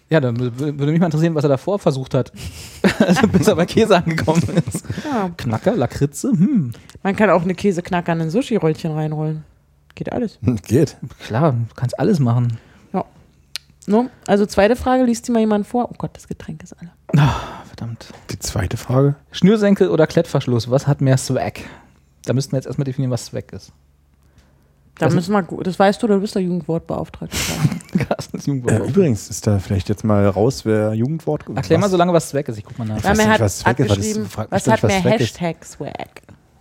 Ja, dann w- würde mich mal interessieren, was er davor versucht hat. (laughs) also bis er bei Käse angekommen ist.
Ja.
Knacker, Lakritze, hm.
Man kann auch eine Käseknacker in ein Sushi-Röllchen reinrollen. Geht alles.
(laughs) Geht.
Klar, du kannst alles machen.
Ne? Also zweite Frage, liest die mal jemand vor? Oh Gott, das Getränk ist alle. Ah,
Verdammt.
Die zweite Frage.
Schnürsenkel oder Klettverschluss, was hat mehr Swag? Da müssten wir jetzt erstmal definieren, was Swag ist. (laughs)
Da
Das-
müssen wir, gu- das weißt du, du bist der
(laughs)
Jugendwortbeauftragte.
Carstens Jugendwort.
Äh, übrigens ist da vielleicht jetzt mal raus, wer Jugendwort
Erklär mal so lange, was Swag ist. Ich guck mal nach.
Ja,
weiß
mir
nicht,
hat,
was
hat
weg ist, weil das-
geschrieben,
frag mich
was
doch
hat
nicht, was
mehr
weg ist.
Hashtag Swag?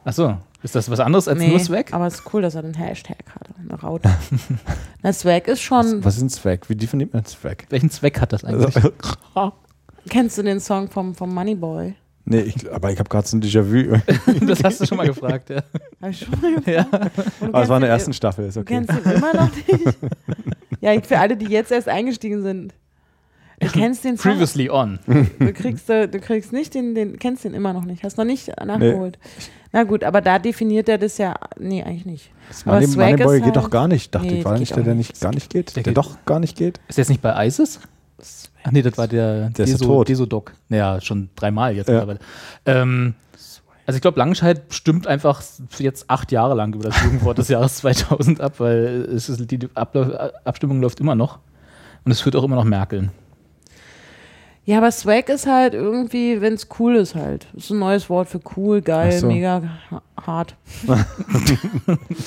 Achso, ist das was anderes als nur Swag?
aber es ist cool, dass er den Hashtag hatte, eine
(laughs)
Raute. Na, Swag ist schon,
Was ist ein Zweck? Wie definiert man Zweck?
Welchen Zweck hat das eigentlich?
Also,
kennst du den Song vom, vom Moneyboy?
(laughs) nee, ich, aber ich habe gerade so ein
(laughs)
Déjà-vu.
das hast du schon mal gefragt, ja.
Hab ich schon mal gefragt.
Ja.
Und du
Aber Ah, es war
kennst
in der
ihn-
ersten Staffel, ist
Du
okay.
kennst ihn immer noch
(laughs)
nicht? ja, ich- für alle, die jetzt erst eingestiegen sind. Du kennst den Song,
Previously on. (laughs)
du kriegst, äh, du kriegst nicht den, den, kennst den immer noch nicht, hast noch nicht nachgeholt. Na gut, aber da definiert er das ja, nee, eigentlich nicht.
Das
Aber
Money,
Swag
Moneyboy
ist
geht doch
halt-
gar nicht. Dachte
Nee,
ich, war
das
nicht
geht
der,
auch
der
nicht.
nicht gar nicht geht?
Der
Der,
geht-
doch gar nicht geht?
Ist jetzt nicht bei ISIS? Ach nee, das war der,
Der ist ja
Deso,
tot.
Desodoc. Naja, schon dreimal jetzt
Ja.
mittlerweile. Ähm, Also ich glaube, Langenscheid stimmt einfach jetzt acht Jahre lang über das Jugendwort des
(laughs)
Jahres 2000 ab, weil es ist, die Abla Abstimmung läuft immer noch. Und es führt auch immer noch Merkel.
Ja, aber Swag ist halt irgendwie, wenn es cool ist halt. Ist ein neues Wort für cool, geil,
Ach so.
mega ha- hart.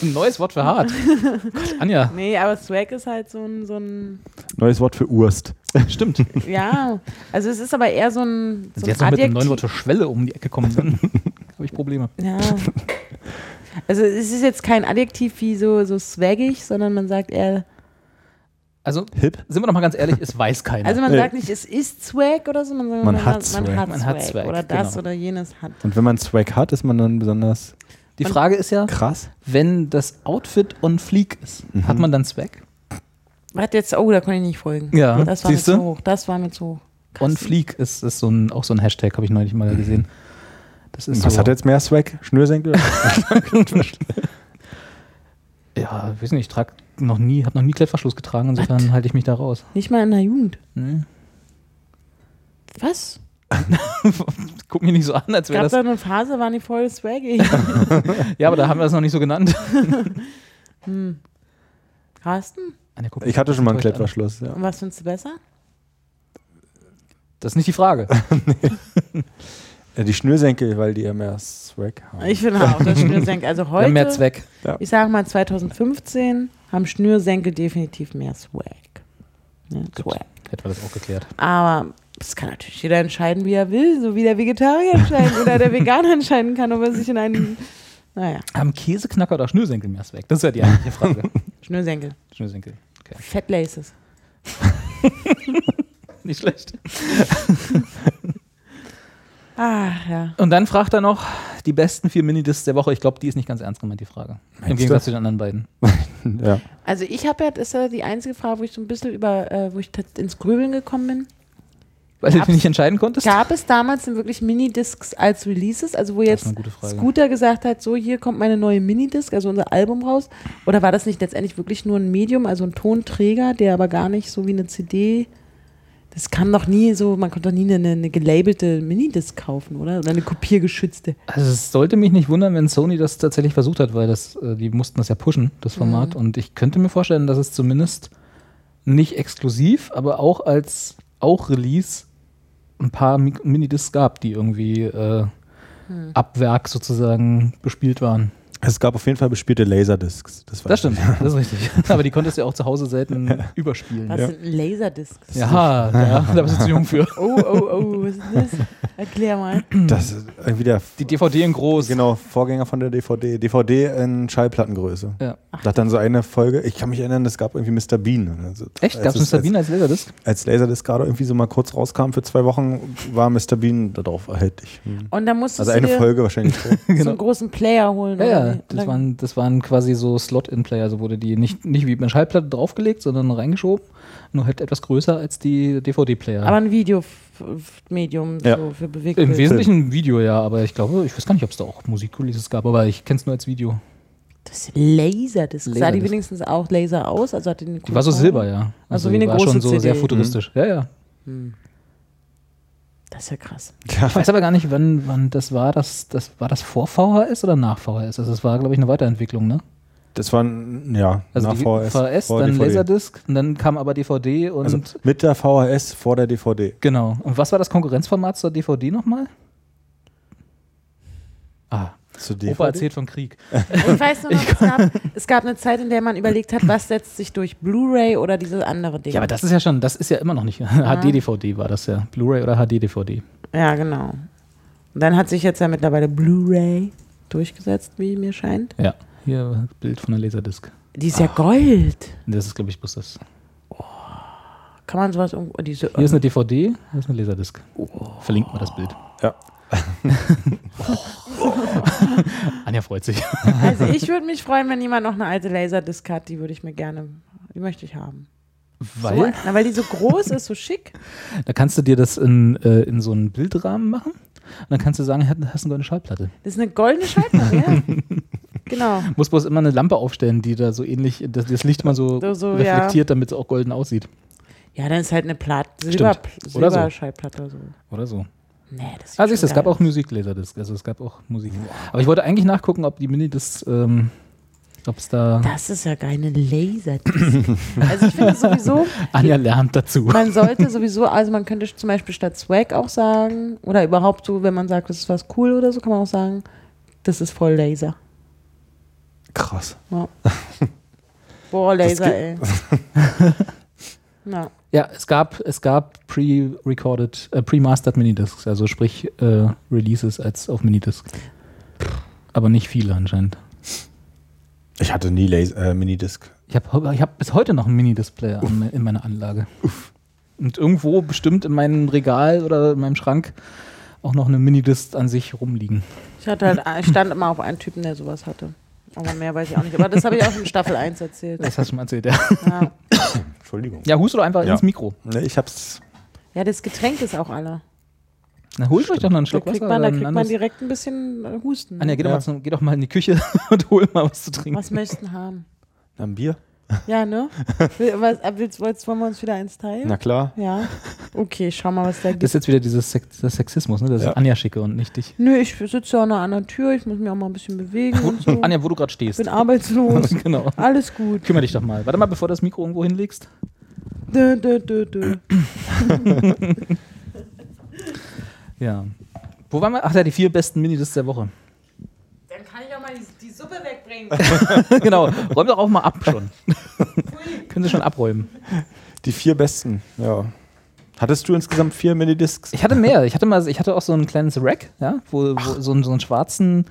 Ein neues Wort für hart. Gott, Anja,
Nee, aber Swag ist halt so ein, so ein
Neues Wort für Urst.
stimmt. (laughs)
ja, also es ist aber eher so ein,
Wenn
so ein
Sie jetzt noch mit dem neuen
Adjektiv-
Wort für Schwelle um die Ecke kommen, dann habe ich Probleme.
Ja. Also es ist jetzt kein Adjektiv wie so, so swaggig, sondern man sagt eher,
Also
Hip?
sind wir doch mal ganz ehrlich, es weiß keiner.
also man
Äh.
sagt nicht, es ist Swag oder so, man sagt,
Man hat
man
Swag.
hat
Man
Swag.
hat Swag,
Oder das
genau.
oder jenes hat.
Und wenn man Swag hat, ist man dann besonders
die Frage ist ja,
krass.
wenn das Outfit on fleek ist,
Mhm.
hat man dann Swag?
Was jetzt, oh, da konnte ich nicht folgen.
Ja,
das war mir
siehste?
zu hoch, das war mir zu hoch.
On fleek ist, ist so ein, auch so ein Hashtag, habe ich neulich mal gesehen. Das ist
Mhm. Was
so,
hat jetzt mehr Swag? Schnürsenkel?
Ja, weiß nicht, ich trage noch nie, habe noch nie Klettverschluss getragen, insofern halte ich mich da raus.
Nicht mal in der Jugend.
Nee.
Was?
Guck mich nicht so an, als
Gab da
wäre das.
eine Phase, waren die voll
(laughs)
swaggig.
Ja, aber da haben wir das noch nicht so genannt.
Carsten,
Anja, guck
(laughs)
mich
Ich hatte schon mal einen
enttäuscht an.
Klettverschluss, ja.
und was findest du besser?
Das ist nicht die Frage.
Äh, Die Schnürsenkel, weil die ja mehr Swag haben.
Ich finde auch, das Schnürsenkel, also
Wir
heute,
haben mehr Zweck.
ich sage mal 2015, haben Schnürsenkel definitiv mehr Swag. Ne, Swag.
Hätten wir das auch geklärt.
Aber das kann natürlich jeder entscheiden, wie er will, so wie der Vegetarier entscheiden oder der Veganer (laughs) entscheiden kann, ob er sich in einen, naja,
Haben Käseknacker oder Schnürsenkel mehr Zweck? Das ist ja die eigentliche Frage.
(laughs)
Schnürsenkel,
Schnürsenkel. Okay.
Fat Laces.
Nicht schlecht.
Ach ja.
Und dann fragt er noch die besten vier Minidiscs der Woche. Ich glaube, die ist nicht ganz ernst gemeint, die Frage. Im
Meinst
Gegensatz
du?
zu den anderen beiden.
ja.
Also ich habe ja, das ist ja die einzige Frage, wo ich so ein bisschen über, äh, wo ich tats- ins Grübeln gekommen bin.
Weil du
Gab's-
dich nicht entscheiden konntest?
Gab es damals denn wirklich Minidiscs als Releases? Also wo
Das ist
jetzt
eine gute Frage.
Scooter gesagt hat, so hier kommt meine neue Minidisc, also unser Album raus? Oder war das nicht letztendlich wirklich nur ein Medium, also ein Tonträger, der aber gar nicht so wie eine CD... Das kam doch nie so, man konnte doch nie eine, eine gelabelte Minidisc kaufen, oder? Oder eine kopiergeschützte.
Also es sollte mich nicht wundern, wenn Sony das tatsächlich versucht hat, weil das, äh, die mussten das ja pushen, das Format.
Mhm.
Und ich könnte mir vorstellen, dass es zumindest nicht exklusiv, aber auch als auch Release ein paar Mi- Minidiscs gab, die irgendwie äh,
Hm.
ab Werk sozusagen bespielt waren.
Es gab auf jeden Fall bespielte Laserdiscs. Das, war
Das stimmt, das ist (laughs) richtig. aber die konntest du ja auch zu Hause selten überspielen.
Was sind Laserdiscs?
Ja, ja, da bist du zu jung für.
Oh, oh, oh, was ist das? Erklär mal.
Das ist irgendwie der
Die DVD in groß.
genau, Vorgänger von der DVD. DVD in Schallplattengröße.
Ja.
Da hat dann so eine Folge, ich kann mich erinnern, es gab irgendwie Mr. Bean. Also,
Echt? Gab es
als-
Mr. Bean als Laserdisc?
Als, als Laserdisc gerade irgendwie so mal kurz rauskam für zwei Wochen, war Mr. Bean darauf erhältlich.
Mhm.
Hm.
Und dann musstest
Also eine
du dir
Folge
(laughs)
wahrscheinlich. so.
so einen großen Player holen.
Genau.
oder
Ja, ja,
wie?
das
Dann-
waren, das waren quasi so Slot-In-Player, also wurde die nicht, nicht wie eine Schallplatte draufgelegt, sondern reingeschoben, nur halt etwas größer als die DVD-Player.
Aber ein Videomedium
Ja.
so für bewegte
im Wesentlichen ein Video, ja, aber ich glaube, ich weiß gar nicht, ob es da auch Musikreleases gab, aber ich kenne es nur als Video.
Das Laserdisc. Sah die
Laserdisc.
wenigstens auch Laser aus? Also hatte eine
Die war so silber, ja.
Also
Also
wie
die
eine
war
große Mhm.
schon so
CD.
sehr futuristisch. Ja, ja.
Das ist ja
(laughs)
krass.
Ich weiß aber gar nicht, wann, wann das war, das, das war das vor VHS oder nach VHS? Also das war, glaube ich, eine Weiterentwicklung, ne?
Das war, ein- ja,
Also
nach
die
VHS.
VHS,
vor
dann
DVD.
Laserdisc, und dann kam aber DVD und
Also mit der VHS vor der DVD.
Genau. Und was war das Konkurrenzformat zur DVD nochmal? Ah,
Zu
Opa
DVD.
erzählt von Krieg.
Ich weiß nur noch, es
(laughs)
gab, es gab eine Zeit, in der man überlegt hat, was setzt sich durch Blu-ray oder diese andere Dinge.
Ja, aber das ist ja schon, das ist ja immer noch nicht. (laughs) HD-DVD war das ja. Blu-ray oder HD-DVD.
Ja, genau. Und dann hat sich jetzt ja mittlerweile Blu-ray durchgesetzt, wie mir scheint.
Ja. Hier Bild von der Laserdisc.
Die ist ja Gold.
Das ist, glaube ich, bloß das.
Kann man sowas irgendwo. Diese,
Hier ist eine DVD, hier ist eine Laserdisc. Verlinkt mal das Bild.
Ja.
(laughs) Anja freut sich.
also ich würde mich freuen, wenn jemand noch eine alte Laserdisc hat, die würde ich mir gerne. Die möchte ich haben.
Weil,
So, na, weil die so groß ist, so schick.
da kannst du dir das in, äh, in so einen Bildrahmen machen und dann kannst du sagen, hast du eine Schallplatte.
Das ist eine goldene Schallplatte,
(laughs)
ja? Genau.
Muss bloß immer eine Lampe aufstellen, die da so ähnlich, das, das Licht mal so,
So, so, ja.
reflektiert, damit es auch golden aussieht.
Ja, dann ist halt eine Plat Silber
Stimmt. Oder so.
Silberschallplatte. So.
Oder so.
Nee, das ist
Also ich,
schon
es gab
geil.
auch Musik Laserdisc, also es gab auch Musik. Aber ich wollte eigentlich nachgucken, ob die Minidisc, ähm, ob es da
Das ist ja keine Laserdisc.
(laughs)
also ich finde sowieso,
Anja lernt dazu.
man sollte sowieso, also man könnte zum Beispiel statt Swag auch sagen, oder überhaupt so, wenn man sagt, das ist was cool oder so, kann man auch sagen, das ist voll Laser.
Krass.
(laughs)
Ja. Boah, Laser,
geht-
ey.
(laughs)
Na,
Ja, es gab, es gab pre-recorded, äh, pre-mastered Minidiscs, also sprich äh, Releases als auf Minidisc. Aber nicht viele anscheinend.
Ich hatte nie Laser, äh, Minidisc.
Ich habe ich hab bis heute noch einen Mini-Display an- in meiner Anlage. Und irgendwo bestimmt in meinem Regal oder in meinem Schrank auch noch eine Minidisc an sich rumliegen.
ich hatte halt, ich stand immer auf einen Typen, der sowas hatte. Aber mehr weiß ich auch nicht. Aber das habe ich auch in Staffel 1 erzählt.
Das hast du schon mal erzählt, ja.
Ja.
Entschuldigung.
Ja, hust du doch einfach
Ja.
ins Mikro.
Ne, ich hab's.
ja, das Getränk ist auch alle.
Na, holt euch doch noch einen
Da
Schluck
kriegt
Wasser.
man, da
oder ein
kriegt man
anderes-
direkt ein bisschen äh, Husten. ne?
Anja, geh, doch
Ja.
mal zum, geh doch mal in die Küche (laughs) und hol mal was zu trinken.
Was möchten haben?
Ein Bier?
Ja, ne? Will, was, äh, willst, wollt's- wollen wir uns wieder eins teilen?
Na klar.
Ja. Okay, schau mal, was da gibt.
Das ist jetzt wieder dieses Sex, dieser Sexismus, ne? Das
Ja.
ist Anja schicke und nicht
(laughs)
dich.
Nö, ich sitze ja auch noch an der Tür, ich muss mich auch mal ein bisschen bewegen und so.
Anja, wo du gerade
Ich
stehst.
bin
(laughs)
arbeitslos.
Genau.
Alles gut.
Kümmere dich doch mal. Warte mal, bevor du das Mikro irgendwo hinlegst.
Dö, dö, dö, dö.
Ja. Wo waren wir? Ach ja, die vier besten Minidiscs der Woche.
Dann kann ich auch mal die, Suppe wegbringen.
(laughs) genau. Räum doch auch mal ab
(laughs)
schon. Können Sie schon abräumen.
Die vier besten, ja. Hattest du insgesamt vier Minidiscs?
Ich hatte mehr. Ich hatte mal, ich hatte auch so ein kleines Rack, ja, wo, wo so, einen, so einen schwarzen,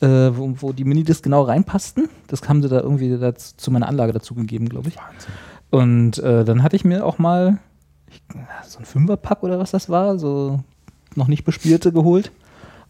äh, wo, wo die Minidisc genau reinpassten. Das haben sie da irgendwie dazu, zu meiner Anlage dazu gegeben, glaube ich.
Wahnsinn.
Und äh, dann hatte ich mir auch mal ich, na, so ein Fünferpack oder was das war, so noch nicht bespielte geholt.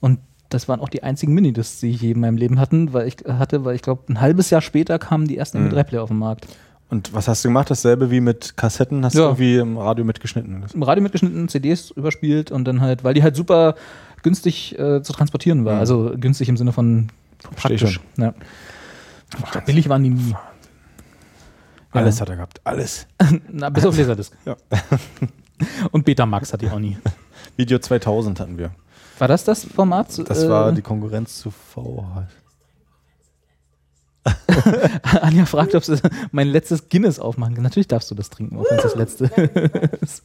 Und das waren auch die einzigen Minidiscs, die ich je in meinem Leben hatten, weil ich hatte, weil ich glaube, ein halbes Jahr später kamen die ersten
Mhm.
MP3-Player auf den Markt.
Und was hast du gemacht? Dasselbe wie mit Kassetten? Hast
Ja.
du irgendwie im Radio mitgeschnitten? Das-
im Radio mitgeschnitten, CDs überspielt und dann halt, weil die halt super günstig äh, zu transportieren war.
Mhm.
Also günstig im Sinne von
Versteh
praktisch. Ja. Ich glaub, billig waren die nie.
Alles
Ja.
hat er gehabt. Alles.
Na, bis auf Laserdisc.
Ja.
(laughs) und Betamax hatte ich auch nie.
Video 2000 hatten wir.
War das das Format?
Das
Äh,
war die Konkurrenz zu VH.
(laughs) Anja fragt, ob sie (laughs) mein letztes Guinness aufmachen kann. Natürlich darfst du das trinken, auch wenn es das letzte
(laughs)
ist.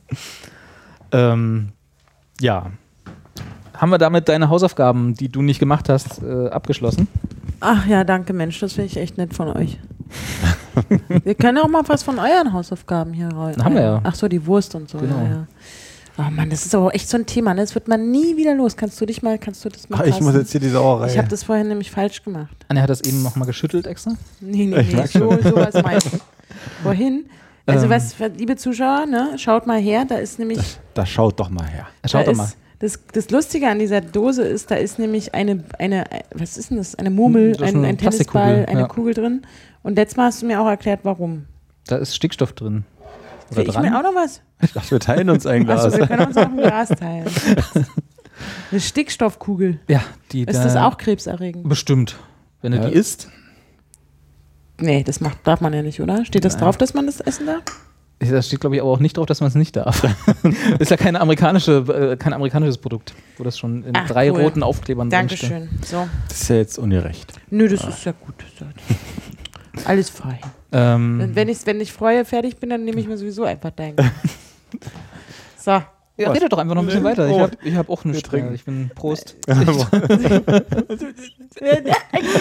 ähm, ja. Haben wir damit deine Hausaufgaben, die du nicht gemacht hast, äh, abgeschlossen?
Ach ja, danke Mensch, das finde ich echt nett von
(laughs)
euch. wir können auch mal was von euren Hausaufgaben hier rein.
Haben wir ja.
Ach so, die Wurst und so.
Genau.
Ja, ja. Oh Mann, das ist aber echt so ein Thema. Ne? Das wird man nie wieder los. Kannst du dich mal, kannst du das mal
Ah,
Ach, Ah, ich muss
fassen?
jetzt hier die Sauerei.
Ich habe das vorhin nämlich falsch gemacht.
Anja Ah, hat das eben nochmal geschüttelt extra.
Nee, nee, nee, so, sowas meinst du.
(laughs)
Vorhin. Also
Ähm.
was, liebe Zuschauer, ne? schaut mal her, da ist
(laughs)
nämlich
da schaut doch mal her.
Schaut
da
doch mal.
Ist, das, das Lustige an dieser Dose ist, da ist nämlich eine, eine was ist denn das? Eine Murmel,
Hm, Das ist
ein,
eine
ein
Plastikkugel,
Tennisball, eine
ja.
Kugel drin. Und letztes Mal hast du mir auch erklärt, warum.
Da ist Stickstoff drin.
Will ich mir auch noch was?
Ich dachte, wir teilen uns ein Glas.
Achso, wir können uns auch ein Glas
(laughs)
teilen. Eine Stickstoffkugel.
Ja, die
Ist
da
das auch krebserregend?
bestimmt. Wenn du
Ja.
die isst,
Nee, das macht, darf man ja nicht, oder? Steht das
Nein.
drauf, dass man das essen darf?
da steht glaube ich aber auch nicht drauf, dass man es nicht darf. (laughs) ist ja keine amerikanische, äh, kein amerikanisches Produkt, wo das schon in
Ach,
drei
cool.
roten Aufklebern drinsteht.
Dankeschön. So.
Das ist ja jetzt ungerecht.
Nö,
Ah.
das ist ja gut. Das ist ja- Alles fein.
Ähm,
Wenn ich, wenn ich freue, fertig bin, dann nehme ich mir sowieso einfach deinen.
(laughs)
So.
ja, redet doch einfach noch ein bisschen weiter. Ich
Oh.
habe ich hab auch eine
Wir
Strecke.
trinken.
Ich bin
(laughs)
Prost.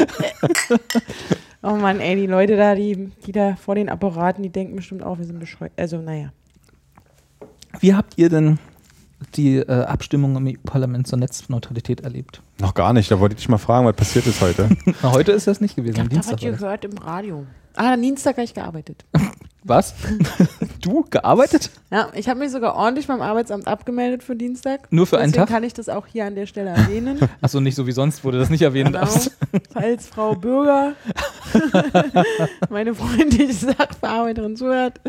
(laughs) Oh Mann, ey, die Leute da, die, die da vor den Apparaten, die denken bestimmt auch, wir sind bescheuert. Also, naja.
Wie habt ihr denn die äh, Abstimmung im EU-Parlament zur Netzneutralität erlebt? (laughs)
Noch gar nicht. Da wollte ich dich mal fragen, was passiert ist heute.
Na, heute ist das nicht gewesen. Am
Da
Dienstag
was
war das.
gehört im Radio. Ah, am Dienstag habe ich
(laughs)
gearbeitet.
Was? (laughs) du gearbeitet?
Ja, ich habe mich sogar ordentlich beim Arbeitsamt abgemeldet für Dienstag.
Nur für einen
Deswegen
Tag?
kann ich das auch hier an der Stelle
(laughs)
erwähnen.
Achso, nicht so wie sonst, wo du das nicht erwähnen
genau.
darfst.
Falls Frau
(laughs)
Bürger, (laughs) meine freundliche Sachbearbeiterin zuhört,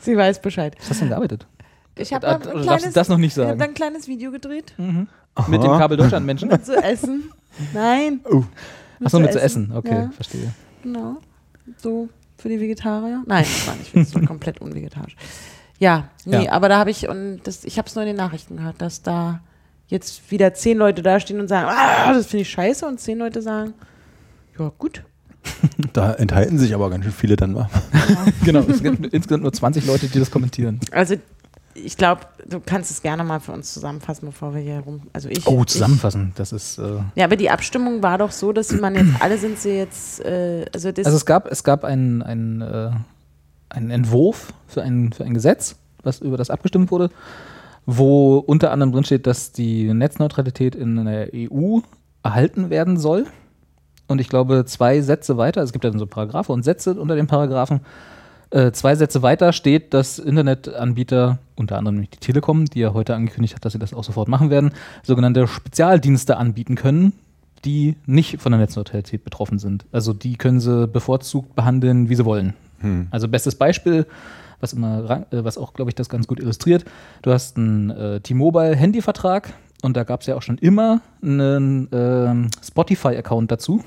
sie weiß Bescheid.
Was hast du denn gearbeitet?
Ich habe
Ah,
ein
du darfst
kleines,
das noch nicht
ich hab
sagen.
dann ein kleines Video gedreht
Mhm. Mit dem Kabel Deutschland-Menschen?
zu essen. Nein.
Oh.
Achso, mit zu essen. Okay,
Ja.
verstehe.
Genau. So für die Vegetarier? Nein, das war nicht.
(laughs)
Das war komplett unvegetarisch. Ja, nee,
Ja.
aber da habe ich, und das, ich habe es nur in den Nachrichten gehört, dass da jetzt wieder zehn Leute dastehen und sagen, ah, das finde ich scheiße, und zehn Leute sagen, ja, gut.
(laughs) Da enthalten sich aber ganz schön viele dann, wa?
Genau, es gibt insgesamt nur 20 Leute, die das kommentieren.
Also ich glaube, du kannst es gerne mal für uns zusammenfassen, bevor wir hier rum. Also ich.
Oh, zusammenfassen, das ist. Äh
Ich, ja, aber die Abstimmung war doch so, dass man
(clears throat)
jetzt alle sind sie jetzt. Äh, also das.
also es gab, es gab einen, einen, äh, einen Entwurf für ein, für ein Gesetz, was über das abgestimmt wurde, wo unter anderem drin steht, dass die Netzneutralität in der EU erhalten werden soll. Und ich glaube, zwei Sätze weiter, es gibt ja dann so Paragraphe und Sätze unter den Paragraphen, äh, zwei Sätze weiter steht, dass Internetanbieter, unter anderem nämlich die Telekom, die ja heute angekündigt hat, dass sie das auch sofort machen werden, sogenannte Spezialdienste anbieten können, die nicht von der Netzneutralität betroffen sind. Also die können sie bevorzugt behandeln, wie sie wollen. Also bestes Beispiel, was immer, rang- äh, was auch, glaube ich, das ganz gut illustriert. Du hast einen äh, T-Mobile-Handyvertrag und da gab es ja auch schon immer einen ähm, Spotify-Account dazu.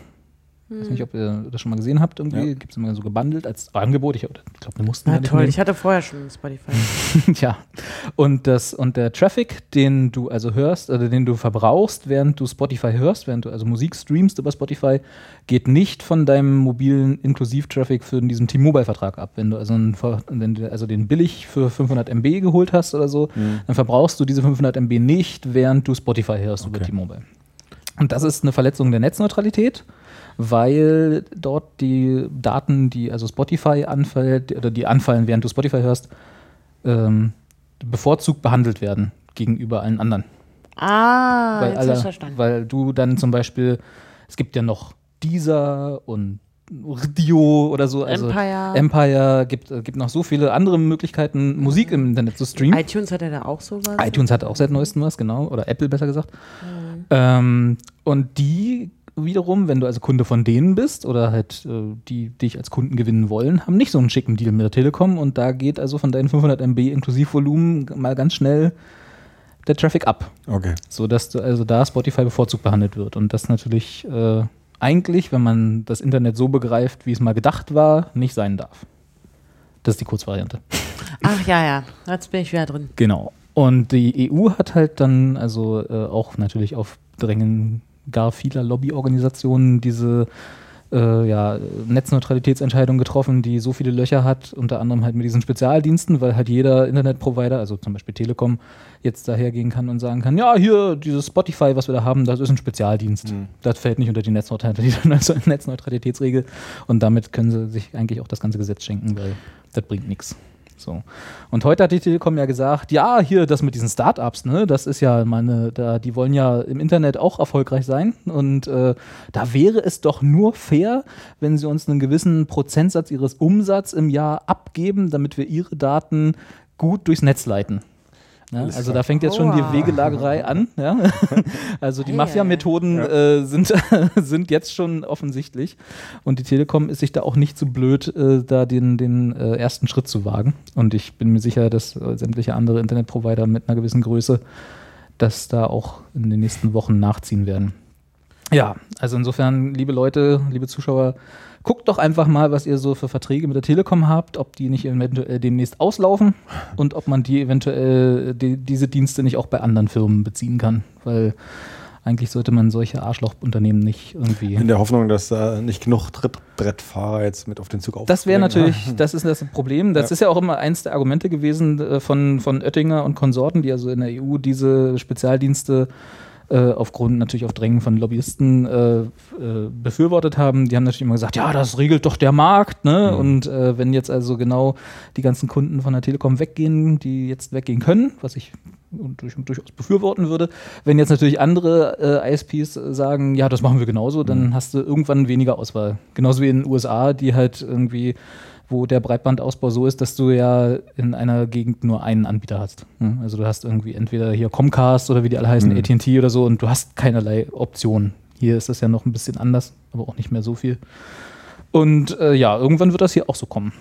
Ich weiß nicht,
Hm.
ob ihr das schon mal gesehen habt. Irgendwie
Ja.
gibt es immer so gebundelt als Angebot. Ich, ich glaube, wir mussten
na
gar nicht
toll,
nehmen.
ich hatte vorher schon Spotify.
(laughs) Tja, und, das, und der Traffic, den du also hörst, oder den du verbrauchst, während du Spotify hörst, während du also Musik streamst über Spotify, geht nicht von deinem mobilen Inklusiv-Traffic für diesen T-Mobile-Vertrag ab. Wenn du, also einen, Ver- wenn du also den billig für 500 MB geholt hast oder so, dann verbrauchst du diese 500 MB nicht, während du Spotify hörst über
Okay.
T-Mobile. Und das ist eine Verletzung der Netzneutralität weil dort die Daten, die also Spotify anfällt oder die anfallen, während du Spotify hörst, ähm, bevorzugt behandelt werden gegenüber allen anderen.
Ah,
weil,
jetzt
alle-
hab ich verstanden.
weil du dann zum Beispiel, es gibt ja noch dieser und Radio oder so, also
Empire.
Empire gibt, äh, gibt noch so viele andere Möglichkeiten, Musik im Internet zu streamen
iTunes hat er da auch sowas.
Ah, iTunes hat auch seit neuestem was, genau, oder Apple besser gesagt. Ähm, und die wiederum, wenn du also Kunde von denen bist oder halt äh, die dich als Kunden gewinnen wollen, haben nicht so einen schicken Deal mit der Telekom und da geht also von deinen 500 MB Inklusivvolumen mal ganz schnell der Traffic ab,
Okay.
so dass du also da Spotify bevorzugt behandelt wird und das natürlich äh, eigentlich, wenn man das Internet so begreift, wie es mal gedacht war, nicht sein darf. Das ist die Kurzvariante.
Ach ja, ja, jetzt bin ich wieder drin.
Genau. Und die EU hat halt dann, also äh, auch natürlich auf Drängen gar vieler Lobbyorganisationen, diese äh, ja, Netzneutralitätsentscheidung getroffen, die so viele Löcher hat, unter anderem halt mit diesen Spezialdiensten, weil halt jeder Internetprovider, also zum Beispiel Telekom, jetzt dahergehen kann und sagen kann, ja, hier, dieses Spotify, was wir da haben, das ist ein Spezialdienst. Das fällt nicht unter die Netzneutralität, (laughs) Netzneutralitätsregel und damit können sie sich eigentlich auch das ganze Gesetz schenken, weil das bringt nichts. So. Und heute hat die Telekom ja gesagt, ja, hier das mit diesen Startups, ne, das ist ja meine, da, die wollen ja im Internet auch erfolgreich sein. Und äh, da wäre es doch nur fair, wenn sie uns einen gewissen Prozentsatz ihres Umsatzes im Jahr abgeben, damit wir ihre Daten gut durchs Netz leiten. Ja,
Alles
also
klar.
da fängt jetzt schon
Aua.
die Wegelagerei an. Ja? Also die
Ei,
Mafia-Methoden äh, sind, (laughs) sind jetzt schon offensichtlich. Und die Telekom ist sich da auch nicht so blöd, äh, da den, den äh, ersten Schritt zu wagen. Und ich bin mir sicher, dass äh, sämtliche andere Internetprovider mit einer gewissen Größe das da auch in den nächsten Wochen nachziehen werden. Ja, also insofern, liebe Leute, liebe Zuschauer, guckt doch einfach mal, was ihr so für Verträge mit der Telekom habt, ob die nicht eventuell demnächst auslaufen und ob man die eventuell äh, die, diese Dienste nicht auch bei anderen Firmen beziehen kann, weil eigentlich sollte man solche Arschlochunternehmen nicht irgendwie.
In der Hoffnung, dass da nicht genug Tritt Brettfahrer jetzt mit auf den Zug ne? auf.
Das wäre natürlich, das ist das Problem. Das ist ja auch immer eins der Argumente gewesen äh, von, von Oettinger und Konsorten, die also in der EU diese Spezialdienste äh, aufgrund natürlich auf Drängen von Lobbyisten äh, f- äh, befürwortet haben. Die haben natürlich immer gesagt, ja, das regelt doch der Markt. Ne? Und äh, wenn jetzt also genau die ganzen Kunden von der Telekom weggehen, die jetzt weggehen können, was ich durch, durchaus befürworten würde, wenn jetzt natürlich andere äh, ISPs sagen, ja, das machen wir genauso, dann hast du irgendwann weniger Auswahl. Genauso wie in den USA, die halt irgendwie wo der Breitbandausbau so ist, dass du ja in einer Gegend nur einen Anbieter hast. Hm? Also du hast irgendwie entweder hier Comcast oder wie die alle heißen, AT&T oder so und du hast keinerlei Optionen. Hier ist das ja noch ein bisschen anders, aber auch nicht mehr so viel. Und äh, ja, irgendwann wird das hier auch so kommen.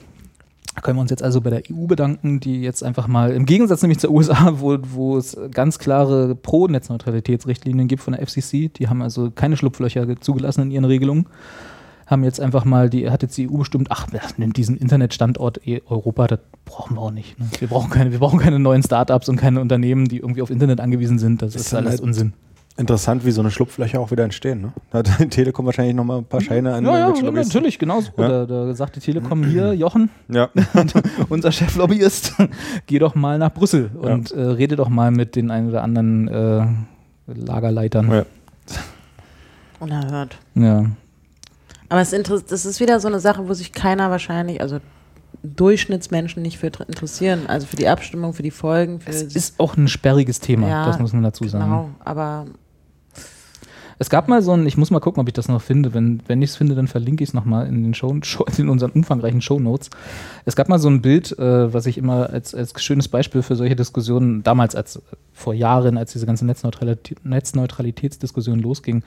Können wir uns jetzt also bei der EU bedanken, die jetzt einfach mal, im Gegensatz nämlich zur USA, wo, wo es ganz klare Pro-Netzneutralitätsrichtlinien gibt von der FCC, die haben also keine Schlupflöcher zugelassen in ihren Regelungen, haben jetzt einfach mal, die hat jetzt die EU bestimmt, ach, wer nimmt diesen Internetstandort eh Europa, das brauchen wir auch nicht. Ne? Wir, brauchen keine, wir brauchen keine neuen Startups und keine Unternehmen, die irgendwie auf Internet angewiesen sind. Das ist,
dann
alles
halt-
Unsinn.
Interessant, wie so eine Schlupflöcher auch wieder entstehen. Ne? Da hat die Telekom wahrscheinlich nochmal ein paar Scheine an
Mhm. Ja, ja,
irgendwelche Lobbys.
natürlich, genauso. Da, da sagt die Telekom hier, Jochen,
Ja.
unser Cheflobbyist, (laughs) geh doch mal nach Brüssel und äh, rede doch mal mit den ein oder anderen äh, Lagerleitern.
Ja.
Unerhört.
Ja.
Aber es interess- das ist wieder so eine Sache, wo sich keiner wahrscheinlich, also Durchschnittsmenschen nicht für dr- interessieren. Also für die Abstimmung, für die Folgen, für
Es ist auch ein sperriges Thema,
Ja,
das muss man dazu sagen.
genau. Aber
Es gab mal so ein, ich muss mal gucken, ob ich das noch finde. Wenn, wenn ich es finde, dann verlinke ich es nochmal in den Show, Show, (laughs) in unseren umfangreichen Shownotes. Es gab mal so ein Bild, äh, was ich immer als, als schönes Beispiel für solche Diskussionen, damals als vor Jahren, als diese ganze Netzneutralität, Netzneutralitätsdiskussion losging,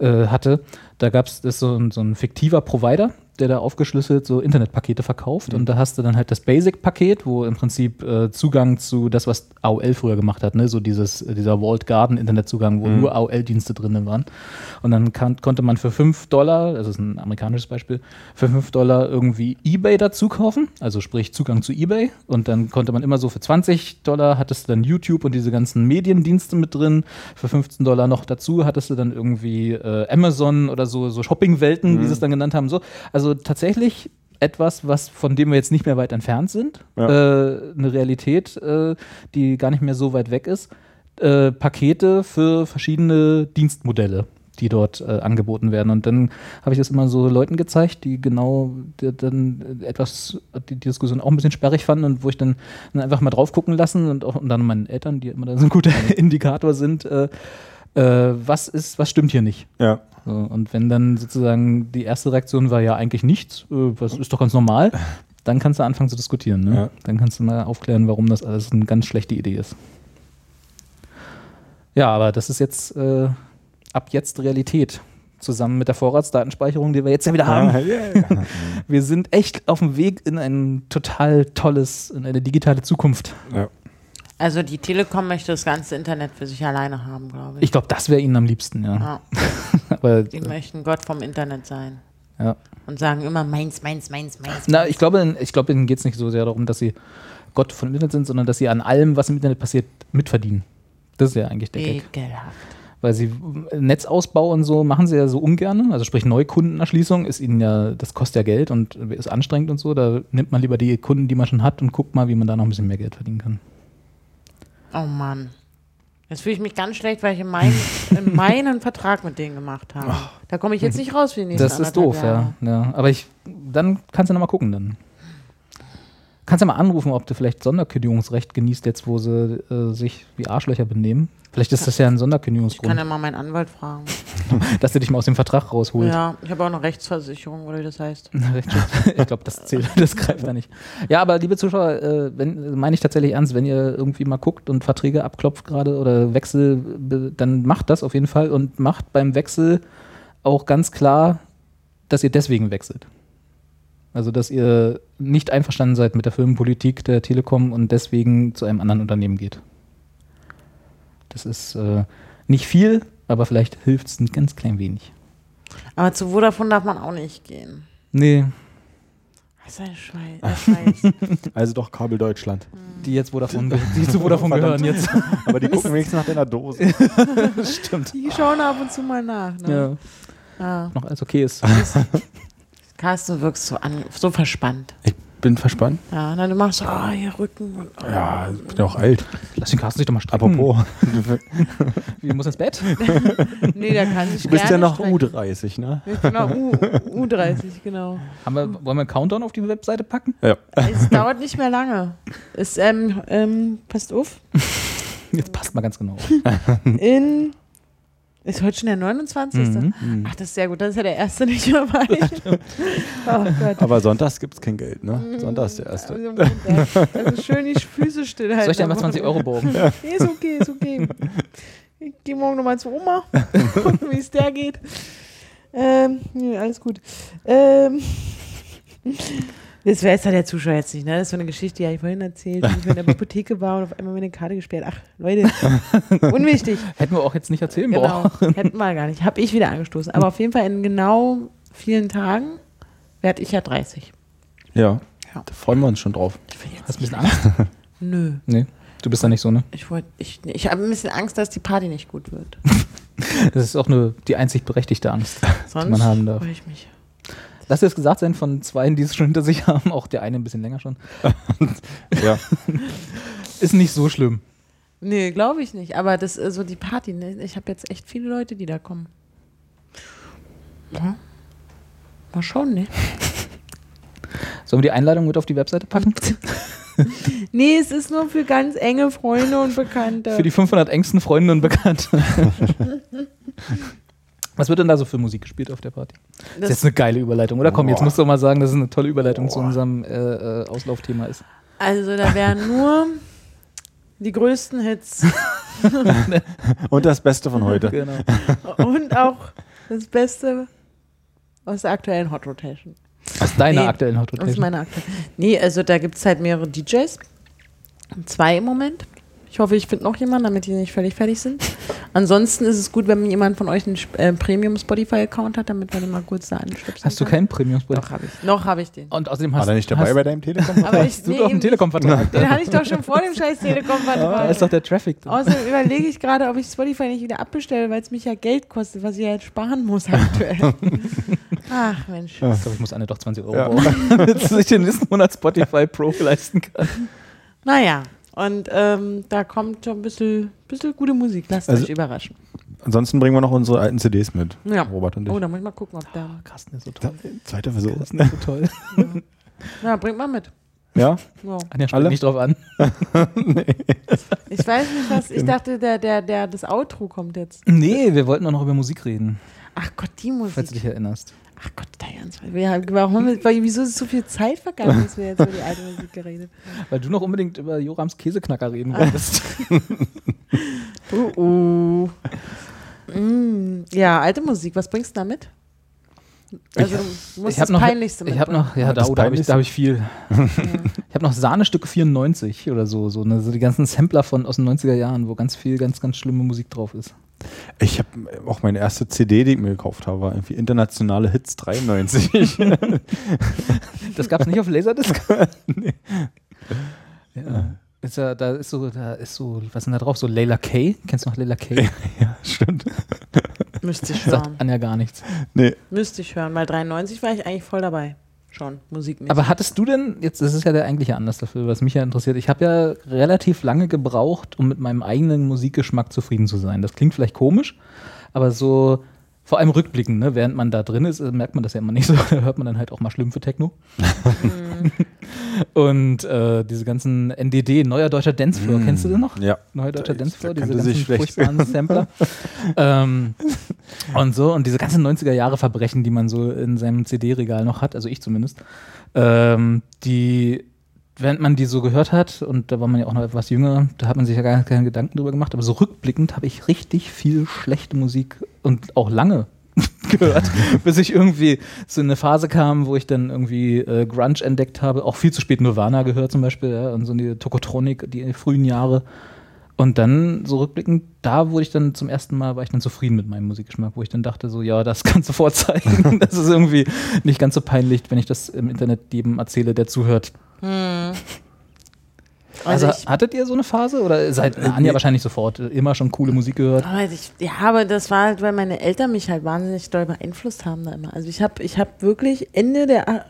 äh, hatte. Da gab es so, ein- so ein fiktiver Provider, der da aufgeschlüsselt so Internetpakete verkauft. Und da hast du dann halt das Basic-Paket, wo im Prinzip äh, Zugang zu das, was AOL früher gemacht hat, ne? so dieses, dieser Walled Garden Internetzugang, wo nur AOL-Dienste drin waren. Und dann kann, konnte man für 5 Dollar, das ist ein amerikanisches Beispiel, für 5 Dollar irgendwie Ebay dazu kaufen, also sprich Zugang zu Ebay. Und dann konnte man immer so für 20 Dollar hattest du dann YouTube und diese ganzen Mediendienste mit drin. Für 15 Dollar noch dazu hattest du dann irgendwie äh, Amazon oder so, so Shoppingwelten, wie sie es dann genannt haben. So. Also tatsächlich etwas, was von dem wir jetzt nicht mehr weit entfernt sind, äh, eine Realität, äh, die gar nicht mehr so weit weg ist, äh, Pakete für verschiedene Dienstmodelle, die dort äh, angeboten werden. Und dann habe ich das immer so Leuten gezeigt, die genau d- dann etwas die, die Diskussion auch ein bisschen sperrig fanden und wo ich dann, dann einfach mal drauf gucken lassen und auch und dann meinen Eltern, die immer dann so ein guter (laughs) Indikator sind, äh, äh, was ist, was stimmt hier nicht?
ja.
So, und wenn dann sozusagen die erste Reaktion war, ja, eigentlich nichts, äh, das ist doch ganz normal, dann kannst du anfangen zu diskutieren. Ne?
Ja.
Dann kannst du mal aufklären, warum das alles eine ganz schlechte Idee ist. Ja, aber das ist jetzt äh, ab jetzt Realität. Zusammen mit der Vorratsdatenspeicherung, die wir jetzt ja wieder haben.
Ah, ja, ja.
Wir sind echt auf dem Weg in ein total tolles, in eine digitale Zukunft.
(laughs) ja.
also die Telekom möchte das ganze Internet für sich alleine haben, glaube ich.
Ich glaube, das wäre Ihnen am liebsten, ja.
ja,
Aber,
die möchten Gott vom Internet sein.
ja.
Und sagen immer meins, meins, meins, meins.
Na, ich glaube, ich glaube ihnen geht es nicht so sehr darum, dass sie Gott von Internet sind, sondern dass sie an allem, was im Internet passiert, mitverdienen. Das ist ja eigentlich der Gag.
Ekelhaft.
Weil sie äh, Netzausbau und so machen sie ja so ungern. Also sprich Neukundenerschließung ist ihnen ja, das kostet ja Geld und ist anstrengend und so. Da nimmt man lieber die Kunden, die man schon hat und guckt mal, wie man da noch ein bisschen mehr Geld verdienen kann.
Oh Mann. Jetzt fühle ich mich ganz schlecht, weil ich in, mein, in meinen Vertrag mit denen gemacht habe. Da komme ich jetzt nicht raus für die nächsten
Das ist
anderthalb
doof,
Jahre.
ja. ja. Aber ich, dann kannst du nochmal gucken dann. Kannst ja mal anrufen, ob du vielleicht Sonderkündigungsrecht genießt, jetzt wo sie äh, sich wie Arschlöcher benehmen. Vielleicht ist das ja ein
Ich kann
Sonderkündigungsgrund,
ja mal meinen Anwalt fragen.
dass du dich mal aus dem Vertrag rausholst. (laughs)
Ja, ich habe auch eine Rechtsversicherung, oder wie das heißt.
Hm. Rechtsschutz. ich glaube, das zählt, (laughs) das greift da nicht. Ja, aber liebe Zuschauer, äh, wenn, meine ich tatsächlich ernst, wenn ihr irgendwie mal guckt und Verträge abklopft gerade oder Wechsel, be- dann macht das auf jeden Fall und macht beim Wechsel auch ganz klar, dass ihr deswegen wechselt. Also, dass ihr nicht einverstanden seid mit der Firmenpolitik der Telekom und deswegen zu einem anderen Unternehmen geht. Das ist äh, nicht viel, aber vielleicht hilft es ein ganz klein wenig.
Aber zu Vodafone darf man auch nicht gehen.
Nee,
Das ist ein Scheiß. ein Scheiß.
Also doch Kabel Deutschland.
die jetzt Vodafone, ge- die zu Vodafone
Verdammt.
gehören jetzt.
Aber die gucken wenigstens nach deiner Dose.
Stimmt.
Die schauen ab und zu mal nach. Ne?
Ja,
Ja.
noch alles okay ist.
Carsten, du wirkst so, an, so verspannt.
Ich bin verspannt.
Ja, na, du machst so, ah, hier Rücken. Und, oh.
Ja, ich bin ja auch alt.
Lass den Carsten sich doch mal strecken.
Apropos,
Wir muss ins Bett.
Nee, der kann sich
du bist ja
gerne
noch
strecken.
U30, ne?
Genau, U, U30, genau.
Haben wir, wollen wir einen Countdown auf die Webseite packen?
Ja.
Es dauert nicht mehr lange. Ist, ähm, ähm, passt auf.
Jetzt passt mal ganz genau. auf.
In. Ist heute schon der 29.
Mhm. Hm.
Hm.
Ach, das ist sehr gut. Das ist ja der erste nicht
(laughs)
dabei. oh Gott.
Aber sonntags gibt's kein Geld,
Mhm.
ne? Sonntags der erste.
Also, Montag. also schön die Füße stillhalten.
Soll ich dir
am
einfach 20 Euro borgen?
Nee, ist okay, ist okay. Ich gehe morgen nochmal zu
(laughs)
Oma, gucken, wie es der geht. Ähm, nee, alles gut. Ähm, das weiß ja der Zuschauer jetzt nicht, ne? Das ist so eine Geschichte, die habe ich vorhin erzählt, wie
(laughs)
ich in der Apotheke war und auf einmal meine Karte gesperrt. Ach, Leute, unwichtig.
Hätten wir auch jetzt nicht erzählen
Genau,
brauchen.
hätten wir gar nicht. Habe ich wieder angestoßen. Aber auf jeden Fall in genau vielen Tagen werde ich ja 30.
Ja.
Ja.
Da freuen wir uns schon drauf.
Hast du ein bisschen Angst?
Nö.
Nee. Du bist da nicht so, ne?
Ich, wollt- ich, ich habe ein bisschen Angst, dass die Party nicht gut
(laughs)
wird.
Das ist auch nur die einzig berechtigte Angst.
Sonst
man haben darf.
freue ich mich.
Lass dir das gesagt sein von zwei, die es schon hinter sich haben, auch der eine ein bisschen länger schon.
Ja.
Ist nicht so schlimm.
Nee, glaube ich nicht. Aber das äh, so die Party, ne? ich habe jetzt echt viele Leute, die da kommen. Ja. Mal schauen,
(laughs)
ne?
Sollen wir die Einladung mit auf die Webseite packen?
Nee, es ist nur für ganz enge Freunde und Bekannte.
Für die 500 engsten Freunde und Bekannte. Was wird denn da so für Musik gespielt auf der Party? Das ist jetzt eine geile Überleitung, oder? Komm, jetzt
Boah.
musst du doch mal sagen, dass es eine tolle Überleitung zu unserem äh, äh, Auslaufthema ist.
also da wären nur die größten
(laughs)
Hits
Und das Beste von heute.
Genau.
und auch das Beste aus der aktuellen Hot Rotation.
Aus deiner
Nee,
aktuellen Hot
Das ist
Rotation.
meine Akte. Nee, also da gibt es halt mehrere DJs. Zwei im Moment. Ich hoffe, ich finde noch jemanden, damit die nicht völlig fertig sind. Ansonsten ist es gut, wenn jemand von euch einen Sp- äh, Premium-Spotify-Account hat, damit wir den mal kurz da anstupsen.
Hast du
kann.
keinen premium
Doch, habe ich. Noch habe ich den.
Und außerdem hast
War
du
der nicht dabei bei deinem Telekom?
Aber ich,
Oh, hast du doch
eben
einen (laughs) Telekom-Vertrag.
nicht. Den hatte ich doch schon vor dem scheiß
Da ist
Telekom-Vertrag.
doch der Traffic drin.
Außerdem überlege ich gerade, ob ich Spotify nicht wieder abbestelle, weil es mich ja Geld kostet, was ich ja jetzt sparen muss
(laughs)
aktuell. Ach Mensch.
Ich glaube, ich muss eine doch 20 Euro (laughs) brauchen, damit sie sich den nächsten Monat Spotify Pro leisten kann.
Naja, und ähm, da kommt schon ein bisschen, bisschen gute Musik. Lasst
Also-
euch überraschen.
Ansonsten bringen wir noch unsere alten CDs mit.
Ja.
Robert und ich.
Oh, da muss ich mal gucken, ob da.
Carsten ist so toll.
Da- Zweiter Versuch.
Carsten ist so toll.
Na, bringt mal mit.
Ja?
Ja.
Anja spricht
Alle?
nicht drauf an.
Ich weiß nicht, was. Ich dachte, der, der, der, das Outro kommt jetzt.
Nee, wir wollten auch noch über Musik reden,
Ach Gott, die
falls du
Musik.
dich erinnerst.
Ach Gott, da ganz. wir- Warum, weil- wieso ist so viel Zeit vergangen, dass wir jetzt über die alte Musik geredet
Weil du noch unbedingt über Jorams Käseknacker reden (laughs)
(laughs)
wolltest.
haben? Oh, oh. Mm, ja, alte Musik. Was bringst du da mit? Also, du musst
ich hab
das
noch-
Peinlichste
Ich habe noch, ja, da,
Das
oh, da habe ich,
Peinlichste.
da hab ich viel.
(laughs)
Ich habe noch Sahnestücke 94 oder so, so, ne, so die ganzen Sampler von aus den 90er Jahren, wo ganz viel, ganz, ganz schlimme Musik drauf ist.
Ich habe auch meine erste CD, die ich mir gekauft habe, war irgendwie Internationale Hits (laughs) 93.
Das gab es nicht auf Laserdisc. ja. Ist ja, da ist so, da ist so, was ist denn da drauf? So Layla K. Kennst du noch Layla K?
ja, stimmt.
noch. Müsste ich
Sagt
hören.
Anja gar nichts.
Nee.
Müsste ich hören, weil 93 war ich eigentlich voll dabei. Schon, musikmäßig.
Aber hattest du denn, jetzt das ist ja der eigentliche Anlass dafür, was mich ja interessiert. Ich habe ja relativ lange gebraucht, um mit meinem eigenen Musikgeschmack zufrieden zu sein. Das klingt vielleicht komisch, aber so, vor allem rückblickend, ne? während man da drin ist, äh, merkt man das ja immer nicht so. (laughs) Da hört man dann halt auch mal schlimm für Techno. (laughs) Und äh, diese ganzen NDD, neuer deutscher Dancefloor, kennst du den noch?
Ja.
Neuer deutscher
Da-
Dancefloor,
da
diese
kannte
ganzen
sich schlecht. (laughs)
furchtbaren Sampler. ähm, und so, und diese ganzen 90er-Jahre-Verbrechen, die man so in seinem CD-Regal noch hat, also ich zumindest, ähm, die, während man die so gehört hat, und da war man ja auch noch etwas jünger, da hat man sich ja gar keine Gedanken drüber gemacht, aber so rückblickend habe ich richtig viel schlechte Musik und auch lange (laughs)
(laughs)
gehört, bis ich irgendwie so in eine Phase kam, wo ich dann irgendwie äh, Grunge entdeckt habe, auch viel zu spät Nirvana gehört zum Beispiel, ja, und so eine Tokotronik, die frühen Jahre. Und dann so rückblickend, da wurde ich dann zum ersten Mal, war ich dann zufrieden mit meinem Musikgeschmack, wo ich dann dachte, so, ja, das (laughs) kannst du (laughs) vorzeigen. Das ist irgendwie nicht ganz so peinlich, wenn ich das im Internet jedem erzähle, der zuhört. Also,
Hm. ich-
hattet ihr so eine Phase oder seid Anja wahrscheinlich sofort äh, immer schon coole Musik gehört?
Aber ich, ja, aber das war halt, weil meine Eltern mich halt wahnsinnig doll beeinflusst haben da immer. Also ich habe ich hab wirklich Ende der,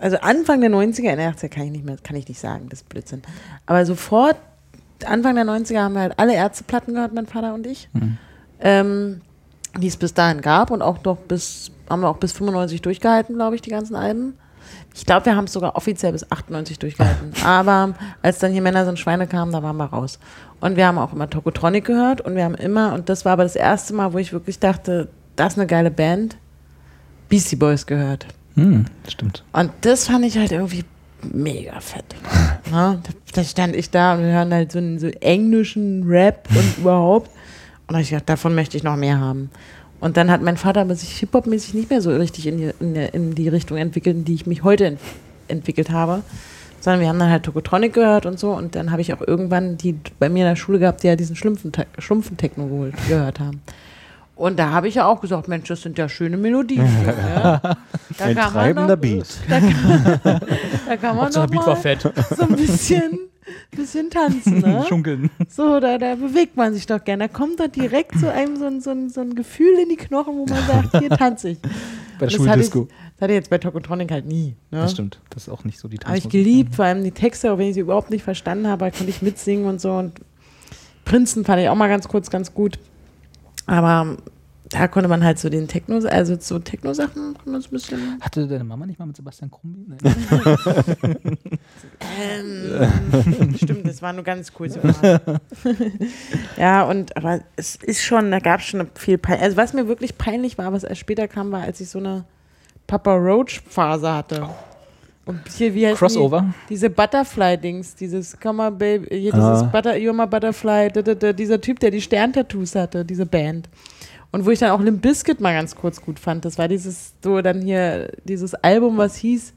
also Anfang der 90er, in der 80er kann ich nicht mehr, kann ich nicht sagen, das ist Blödsinn. Aber sofort, Anfang der 90er haben wir halt alle Ärzteplatten gehört, mein Vater und ich. Ähm, die es bis dahin gab und auch doch bis, haben wir auch bis 95 durchgehalten, glaube ich, die ganzen Alben. Ich glaube, wir haben es sogar offiziell bis 98 durchgehalten. Aber als dann hier Männer sind Schweine kamen, da waren wir raus. Und wir haben auch immer Tokotronic gehört und wir haben immer, und das war aber das erste Mal, wo ich wirklich dachte, das ist eine geile Band, Beastie Boys gehört.
Hm, stimmt.
Und das fand ich halt irgendwie mega fett. Ne? Da, da stand ich da und wir hören halt so einen so englischen Rap und überhaupt. Und da hab ich gedacht, davon möchte ich noch mehr haben. Und dann hat mein Vater aber sich Hip-Hop-mäßig nicht mehr so richtig in die, in, die, in die Richtung entwickelt, in die ich mich heute ent entwickelt habe. Sondern wir haben dann halt Tokotronic gehört und so. Und dann habe ich auch irgendwann die bei mir in der Schule gehabt, die ja diesen Schlumpfen- Schlumpfen-Techno geholt- gehört haben. Und da habe ich ja auch gesagt, Mensch, das sind ja schöne Melodien. hier, ne? Da kann
Ein
man
treibender
doch-
Beat.
(laughs) Da kann, da kann man
Hauptsache
doch
Beat war
mal
fett. (laughs)
so ein bisschen, bisschen tanzen. Ne?
Schunkeln.
So, da, da bewegt man sich doch gerne. Da kommt doch direkt zu einem so ein, so, ein, so ein Gefühl in die Knochen, wo
(laughs)
man sagt, hier tanze ich.
Bei der
Das hatte, ich, ne?
Schuldisco.
das hatte ich jetzt bei Tokotronic halt nie. Ne?
Das stimmt. Das ist auch nicht so die
Habe ich
Tanzmusik. ne?
geliebt, vor allem die Texte, auch wenn ich sie überhaupt nicht verstanden habe, konnte ich mitsingen und so. Und Prinzen fand ich auch mal ganz kurz ganz gut. Aber da konnte man halt so den Techno, also so Techno-Sachen konnte man so ein bisschen.
Hatte deine Mama nicht mal mit Sebastian Krumbi? Nee.
(laughs) Ähm, stimmt, das war nur ganz cool. So mal. ja, und aber es ist schon, da gab es schon viel Pein Also was mir wirklich peinlich war, was erst später kam, war, als ich so eine Papa Roach-Phase hatte. Und hier, wie heißt die?
Crossover.
Diese Butterfly-Dings, dieses Come on, Baby, hier
Ah.
dieses Butter, You're my Butterfly, da, da, da, dieser Typ, der die Sterntattoos hatte, diese Band. Und wo ich dann auch Limp Bizkit mal ganz kurz gut fand, das war dieses, so dann hier, dieses Album, was hieß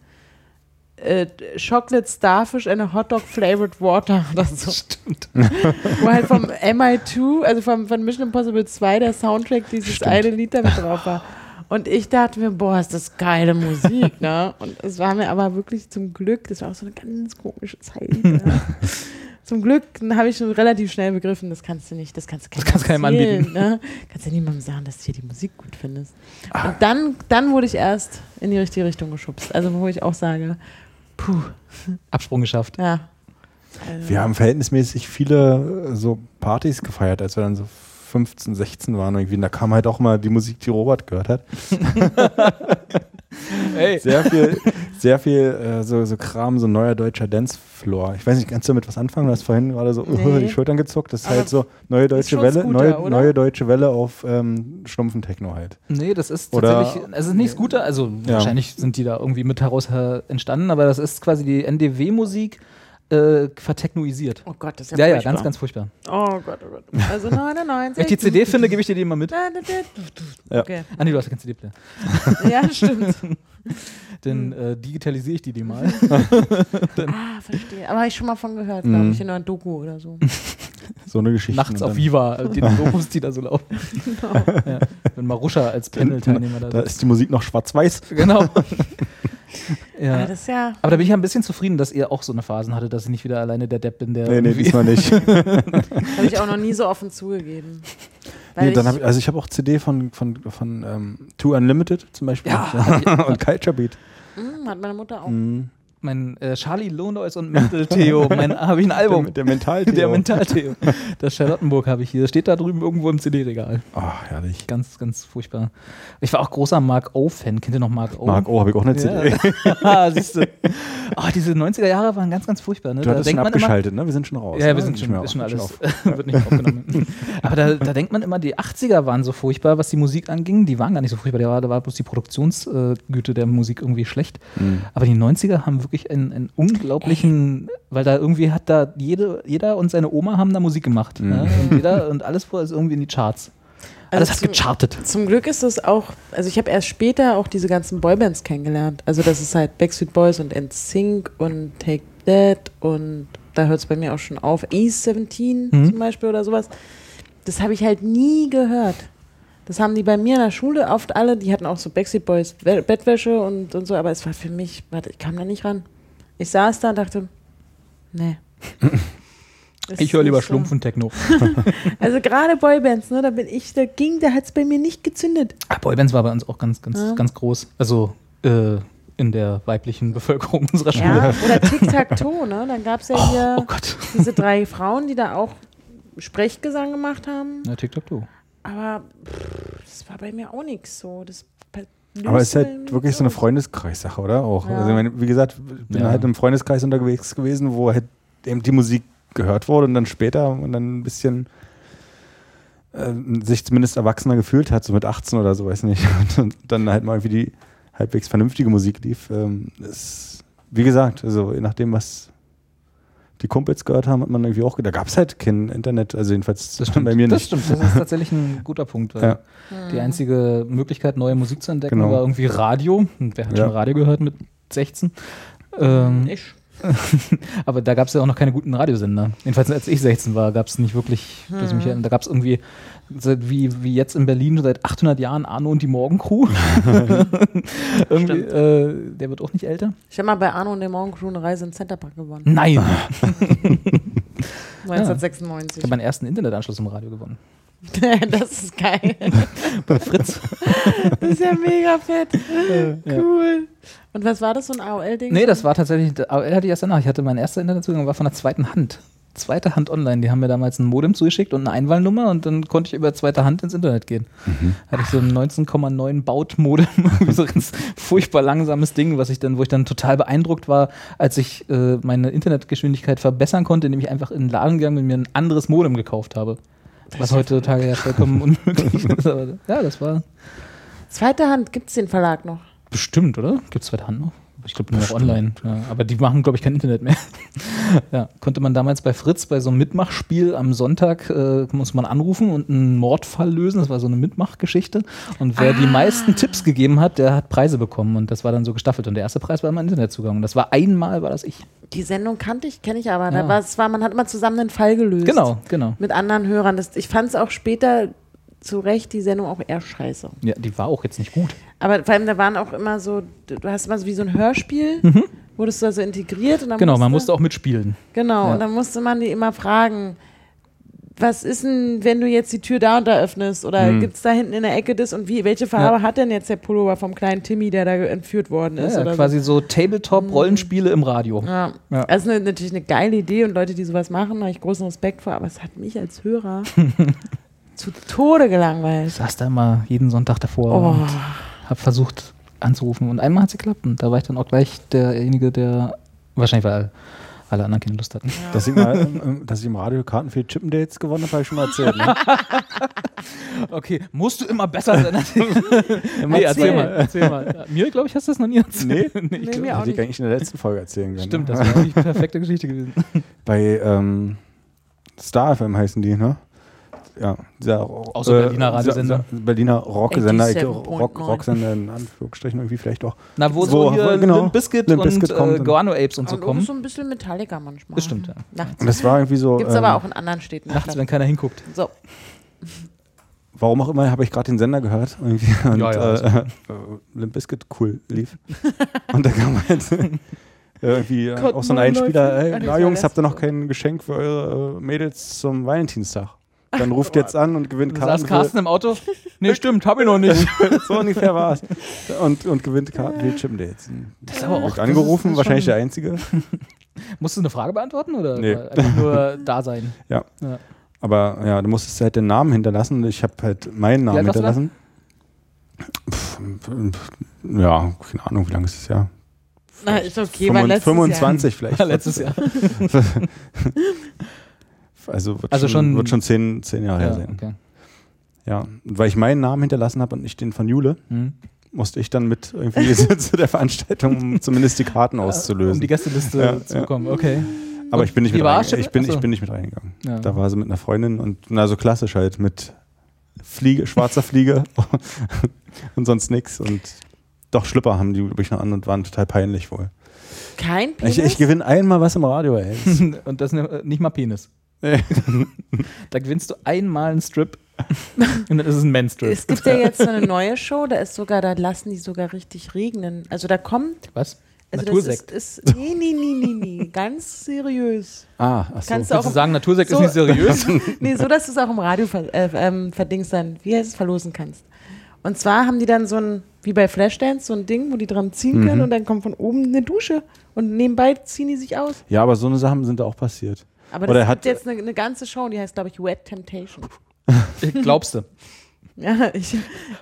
äh, Chocolate Starfish and a Hot Dog Flavored Water oder so. Stimmt. wo halt vom MI2, also vom, von Mission Impossible 2, der Soundtrack dieses eine Lied damit drauf war. Und ich dachte mir, boah, ist das geile Musik, ne? Und es war mir aber wirklich zum Glück, das war auch so eine ganz komische Zeit. Ne?
(laughs)
zum Glück habe ich schon relativ schnell begriffen, das kannst du nicht, das kannst du keinem,
Das kannst du keinem
erzählen,
anbieten.
Ne? Kannst ja niemandem sagen, dass du hier die Musik gut findest.
Ah.
Und dann, dann wurde ich erst in die richtige Richtung geschubst. Also wo ich auch sage, puh,
Absprung geschafft.
ja. Also,
Wir haben verhältnismäßig viele äh, so Partys gefeiert, als wir dann so 15, 16 waren irgendwie. Und da kam halt auch mal die Musik, die Robert gehört hat.
Ey.
Sehr viel, sehr viel äh, so, so Kram, so neuer deutscher Dancefloor. Ich weiß nicht, kannst du damit was anfangen? Du hast vorhin gerade so uh,
Nee.
die Schultern gezuckt. Das ist
Aber
halt so neue deutsche
schon
Welle,
Scooter,
neue,
oder?
neue deutsche Welle auf ähm, stumpfen Techno halt.
Nee, das ist
Oder-
tatsächlich, es ist nichts Gutes, also wahrscheinlich sind die da irgendwie mit heraus äh, entstanden, aber das ist quasi die NDW-Musik äh, vertechnoisiert.
Oh Gott, das ist ja,
Ja, ja,
furchtbar.
ganz, ganz furchtbar.
Oh Gott, oh Gott. Also 99.
Wenn ich die CD finde, gebe ich dir die mal mit.
Ja.
Okay.
Ah, nee, du hast ja kein CD-Player.
Ja,
(laughs)
stimmt. Hm.
Dann äh, digitalisiere ich die,
(laughs)
die mal.
Ah, verstehe. Aber habe ich schon mal von gehört, glaube
Mhm.
ich, in einer Doku oder so.
So eine Geschichte.
Nachts
Und
auf
dann-
Viva,
(laughs)
äh, die Logos, die da so laufen.
Genau.
Ja. Wenn Maruscha als Panel-Teilnehmer
(laughs)
da
Da
sitzt.
ist die Musik noch schwarz-weiß.
Genau.
Aber
(laughs) ja.
Ah, das ist ja.
Aber da bin ich ja ein bisschen zufrieden, dass ihr auch so eine Phasen hattet, dass ich nicht wieder alleine der Depp bin, der
Nee, nee,
irgendwie
diesmal nicht.
Habe ich auch noch nie so offen zugegeben. Weil
Nee, dann
ich,
hab ich, also ich habe auch CD von, von, von ähm, Two Unlimited zum Beispiel (laughs) und Culture Beat.
Hm, hat meine Mutter auch.
Mhm.
mein äh, Charlie Lohneus und Mental Theo,
(laughs)
mein habe ich ein Album.
Der, der Mental
Der Mental Theo. Das Charlottenburg habe ich hier. Das steht da drüben irgendwo im CD-Regal.
Ach, herrlich.
Ganz, ganz furchtbar. Ich war auch großer Mark O-Fan. Kennt ihr noch Mark O?
Mark
(laughs)
O habe oh, ich auch eine (laughs) CD.
Ja. Siehst du. Oh, diese 90er Jahre waren ganz, ganz furchtbar. Ne?
Du hattest schon
denkt man immer,
abgeschaltet, ne? Wir sind schon raus.
Ja,
ne?
wir sind
Nicht
schon,
mehr
ist
auf- nicht
schon alles. (laughs)
auf.
wird nicht aufgenommen. Aber da, da denkt man immer, die 80er waren so furchtbar, was die Musik anging. Die waren gar nicht so furchtbar. Da war, da war bloß die Produktionsgüte der Musik irgendwie schlecht.
Mhm.
Aber die 90er haben wirklich einen, einen unglaublichen, weil da irgendwie hat da jede, jeder und seine Oma haben da Musik gemacht. Ne? Und jeder und alles vor ist irgendwie in die Charts.
Also
Also
Alles hat
zum-
gechartet.
Zum Glück ist es auch, also ich habe erst später auch diese ganzen Boybands kennengelernt. Also das ist halt Backstreet Boys und NSYNC und Take That und da hört es bei mir auch schon auf. E17
Mhm.
zum Beispiel oder sowas. Das habe ich halt nie gehört. Das haben die bei mir in der Schule oft alle, die hatten auch so Backstreet Boys We- Bettwäsche und, und so, aber es war für mich, warte, ich kam da nicht ran. Ich saß da und dachte, nee. Das
(laughs) Ich
ist
höre lieber
nicht so.
Schlumpf und Techno.
Also gerade Boybands, ne, da bin ich, da ging, da hat es bei mir nicht gezündet.
Ah, Boybands war bei uns auch ganz, ganz,
Ja.
ganz groß. Also äh, in der weiblichen Bevölkerung unserer Schule.
Ja, oder Tic-Tac-Toe, ne? Dann gab es ja hier
Oh Gott.
diese drei Frauen, die da auch Sprechgesang gemacht haben.
Ja, TikTok,
Aber pff, das war bei mir auch nichts so. Das pa-
Aber es ist
löste bei
halt
mir
wirklich so eine
aus.
Freundeskreissache, oder? Auch.
Ja.
Also, ich meine, wie gesagt, bin
Ja.
halt im Freundeskreis unterwegs gewesen, wo halt eben die Musik gehört wurde und dann später und dann ein bisschen äh, sich zumindest erwachsener gefühlt hat, so mit 18 oder so, weiß nicht. (laughs) Und dann halt mal irgendwie die halbwegs vernünftige Musik lief. Ähm, ist, wie gesagt, also je nachdem, was die Kumpels gehört haben, hat man irgendwie auch gedacht. Da gab es halt kein Internet, also jedenfalls
Das stimmt.
bei mir
Das
nicht.
stimmt. Das ist tatsächlich ein guter Punkt. Weil
Ja.
Die einzige Möglichkeit, neue Musik zu entdecken,
Genau.
war irgendwie Radio. Und Wer hat
Ja.
schon Radio gehört mit 16? Ähm,
Ich.
(laughs) aber da gab es ja auch noch keine guten Radiosender. Jedenfalls als ich 16 war, gab es nicht wirklich, dass ich mich, erinnere. da gab es irgendwie seit wie, wie jetzt in Berlin seit 800 Jahren Arno und die Morgencrew. (laughs) Irgendwie, äh, der wird auch nicht älter.
Ich habe mal bei Arno und der Morgencrew eine Reise in Centerpark gewonnen.
(laughs)
Nein.
1996.
Hm. Ah.
(laughs)
Ich habe meinen ersten Internetanschluss im Radio gewonnen.
das ist geil.
(laughs) Bei Fritz.
Das ist ja mega
(laughs)
fett. Cool. Und was war das, so ein AOL-Ding?
nee, das war tatsächlich, da- aber er hatte ich erst danach. Ich hatte meinen ersten Internetzugang, war von der zweiten Hand. Zweite Hand online. Die haben mir damals ein Modem zugeschickt und eine Einwahlnummer und dann konnte ich über zweite Hand ins Internet gehen. Hatte ich so ein 19,9 Baut-Modem, (laughs) Irgendwie so ein ganz furchtbar langsames Ding, was ich dann, wo ich dann total beeindruckt war, als ich äh, meine Internetgeschwindigkeit verbessern konnte, indem ich einfach in den Laden gegangen bin und mir ein anderes Modem gekauft habe. Was heutzutage ja vollkommen unmöglich (laughs) ist. Aber, ja, das war
Zweite Hand gibt es den Verlag noch.
Bestimmt, oder? Gibt es zweite Hand noch? Ich glaube, nur noch online. Ja, aber die machen, glaube ich, kein Internet mehr. (laughs) ja, konnte man damals bei Fritz bei so einem Mitmachspiel am Sonntag, äh, muss man anrufen und einen Mordfall lösen. Das war so eine Mitmachgeschichte. Und wer die meisten Tipps gegeben hat, der hat Preise bekommen. Und das war dann so gestaffelt. Und der erste Preis war immer Internetzugang. Und das war einmal, war das ich.
Die Sendung kannte ich, kenne ich aber.
Ja.
Da war, es war, man hat immer zusammen einen Fall gelöst.
Ah. Genau, genau.
Mit anderen Hörern. Das, ich fand es auch später zu Recht die Sendung auch eher scheiße.
Ja, die war auch jetzt nicht gut.
Aber vor allem, da waren auch immer so, du hast immer so wie so ein Hörspiel, wurdest du da so integriert. Und dann
Mhm. Genau, man
musste-
musste auch mitspielen.
Genau,
Ja.
und dann musste man die immer fragen, was ist denn, wenn du jetzt die Tür da und da öffnest? Oder gibt's
Mhm.
gibt es da hinten in der Ecke das und wie, welche Farbe hat denn jetzt der Pullover vom kleinen Timmy, der da ge- entführt worden ist?
Ja,
oder
quasi so Tabletop-Rollenspiele im Radio.
So? Ja.
Ja.
Das ist eine, natürlich eine geile Idee und Leute, die sowas machen, habe ich großen Respekt vor, aber es hat mich als
(laughs)
Hörer zu Tode gelangweilt.
saß da immer jeden Sonntag davor
Oh.
und habe versucht anzurufen. Und einmal hat es geklappt. Und da war ich dann auch gleich derjenige, der wahrscheinlich weil alle anderen keine Lust hatten.
Dass ich, mal, ähm, dass ich im Radio Karten für die Chippendates gewonnen habe, habe ich schon mal erzählt. Ne?
Okay, musst du immer besser sein. (laughs)
erzähl.
nee, erzähl mal. Erzähl mal. Mir, glaube ich, hast du das noch nie erzählt. (laughs) Nee, genau. ich
Nee,
glaub, also
mir auch
Hätte ich
nicht.
eigentlich in der letzten Folge erzählen können.
Stimmt,
ne?
das wäre eigentlich eine perfekte Geschichte gewesen.
Bei ähm, Star FM heißen die, ne? Ja, dieser äh,
Auch so Berliner Radiosender.
dieser Berliner Rocksender, ich-
87.9.
Rock, Rocksender in Anführungsstrichen irgendwie vielleicht auch.
Na, wo,
Wo-
so hier
genau.
Limp Bizkit
Limp Bizkit
und
kommt
äh,
und-
Guano Apes und so
Und auch
kommen.
so ein bisschen Metallica manchmal.
Das stimmt, ja. ähm,
Nachts.
Und (laughs) das war irgendwie so. ähm,
Gibt es aber auch in anderen Städten.
Nachts, wenn keiner hinguckt.
so.
Warum auch immer habe ich gerade den Sender gehört. Irgendwie. Und
Ja, ja,
äh, äh, Limp Bizkit cool
(laughs)
lief. und da kam halt (laughs) äh, irgendwie äh,
Gott,
auch so ein
Mann,
Einspieler.
läuft-
Ey,
Ah, nee,
na
war
Jungs, habt ihr noch
letzte.
kein Geschenk für eure äh, Mädels zum Valentinstag?
(laughs)
Dann ruft jetzt an und gewinnt
Da saß
Karten.
Carsten im Auto. Nee, stimmt, hab ich noch nicht.
für, so ungefähr war es. Und, und gewinnt Karten für Chipdates.
Das ist aber auch. das
Angerufen,
ist
wahrscheinlich
schon-
der Einzige.
Musstest du eine Frage beantworten oder
Nee.
einfach nur da sein?
Aber ja, du musstest halt den Namen hinterlassen. Ich habe halt meinen Namen
alt warst du da?
hinterlassen. Pff, pff, ja, keine Ahnung, wie lange ist es ja?
Na, ist okay, weil letztes
(laughs)
25 vielleicht.
Letztes Jahr.
(laughs) Also wird
Also schon-
schon, wird schon zehn, zehn Jahre her
Ja,
sein.
okay.
Ja, und weil ich meinen Namen hinterlassen habe und nicht den von Jule,
Hm.
musste ich dann mit irgendwie (laughs) zu der Veranstaltung, um zumindest die
(laughs)
Karten
Um
auszulösen.
die um Gästeliste
Ja,
zu
ja.
bekommen, okay.
Aber ich bin nicht
Wie
mit
war
reingegangen. Ich bin,
Achso.
ich bin nicht mit reingegangen.
Ja. (laughs)
Da war sie mit einer Freundin und na so klassisch halt mit Fliege, schwarzer Fliege (laughs) und sonst nix. Und doch Schlüpper haben die übrig noch an und waren total peinlich wohl.
Jahr. Kein Penis?
Ich, ich gewinne einmal was im Radio, ey.
Und das ne- nicht mal Penis.
(laughs) Nee.
Da gewinnst du einmal einen Strip (laughs) und dann ist es ein Men-Strip.
Es gibt ja jetzt so eine neue Show, da ist sogar, da lassen die sogar richtig regnen. Also da kommt,
Was?
also
Natursekt.
das ist, ist nee, nee, nee, nee,
(laughs)
nee, ganz seriös.
ah, ach so.
Kannst
Willst du
auch-
sagen, Natursekt ist
so- (laughs)
nicht seriös?
Nee, so dass du es auch im Radio ver äh, ähm, verdingst dann, wie heißt es, verlosen kannst. Und zwar haben die dann so ein, wie bei Flashdance, so ein Ding, wo die dran ziehen
Mhm.
können und dann kommt von oben eine Dusche und nebenbei ziehen die sich aus.
Ja, aber so eine Sachen sind da auch passiert.
Aber
Oder
das
hat-
gibt jetzt eine, eine ganze Show, die heißt, glaube ich, Wet Temptation.
Glaubst du?
(laughs) Ja, ich,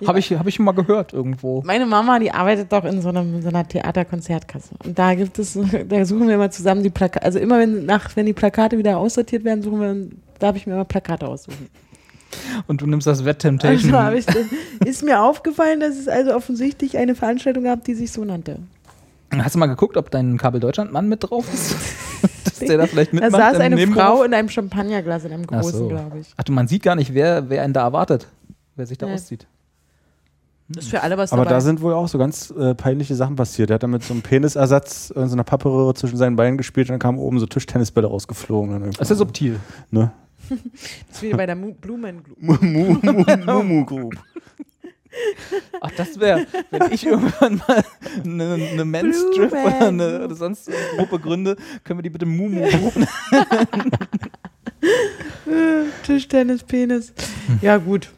Habe ich, hab ich schon mal gehört irgendwo.
Meine Mama, die arbeitet doch in so, einem, in so einer Theaterkonzertkasse. Und da gibt es, (laughs) da suchen wir immer zusammen die Plakate. Also immer wenn nach, wenn die Plakate wieder aussortiert werden, suchen wir, darf ich mir immer Plakate aussuchen.
Und du nimmst das Wet
Also hab
Temptation.
ich, ist mir aufgefallen, dass es also offensichtlich eine Veranstaltung gab, die sich so nannte.
Hast du mal geguckt, ob dein Kabel Deutschland-Mann mit drauf
(laughs)
ist? Dass der da vielleicht
Da
mitmacht?
saß
im
eine
Nebenberuf?
Frau in einem Champagnerglas, in einem
Ach
großen,
so.
glaube ich.
Ach du, man sieht gar nicht, wer, wer einen da erwartet. Wer sich da
Nee.
auszieht.
Das ist für alle was
Aber
dabei.
da sind wohl auch so ganz äh, peinliche Sachen passiert. Er hat dann mit so einem Penisersatz in so (laughs) einer Papperöhre zwischen seinen Beinen gespielt und dann kamen oben so Tischtennisbälle rausgeflogen. Dann
Das ist ja subtil.
ne?
Das ist wie bei der Mu- Blumen Group.
Mumu Group.
Ach, das wäre, wenn ich irgendwann mal eine ne Men's-Strip
Blue
oder
Man.
eine oder sonst eine Gruppe gründe, können wir die bitte Mumu rufen?
Äh, Tischtennis, Penis.
Hm.
Ja, gut.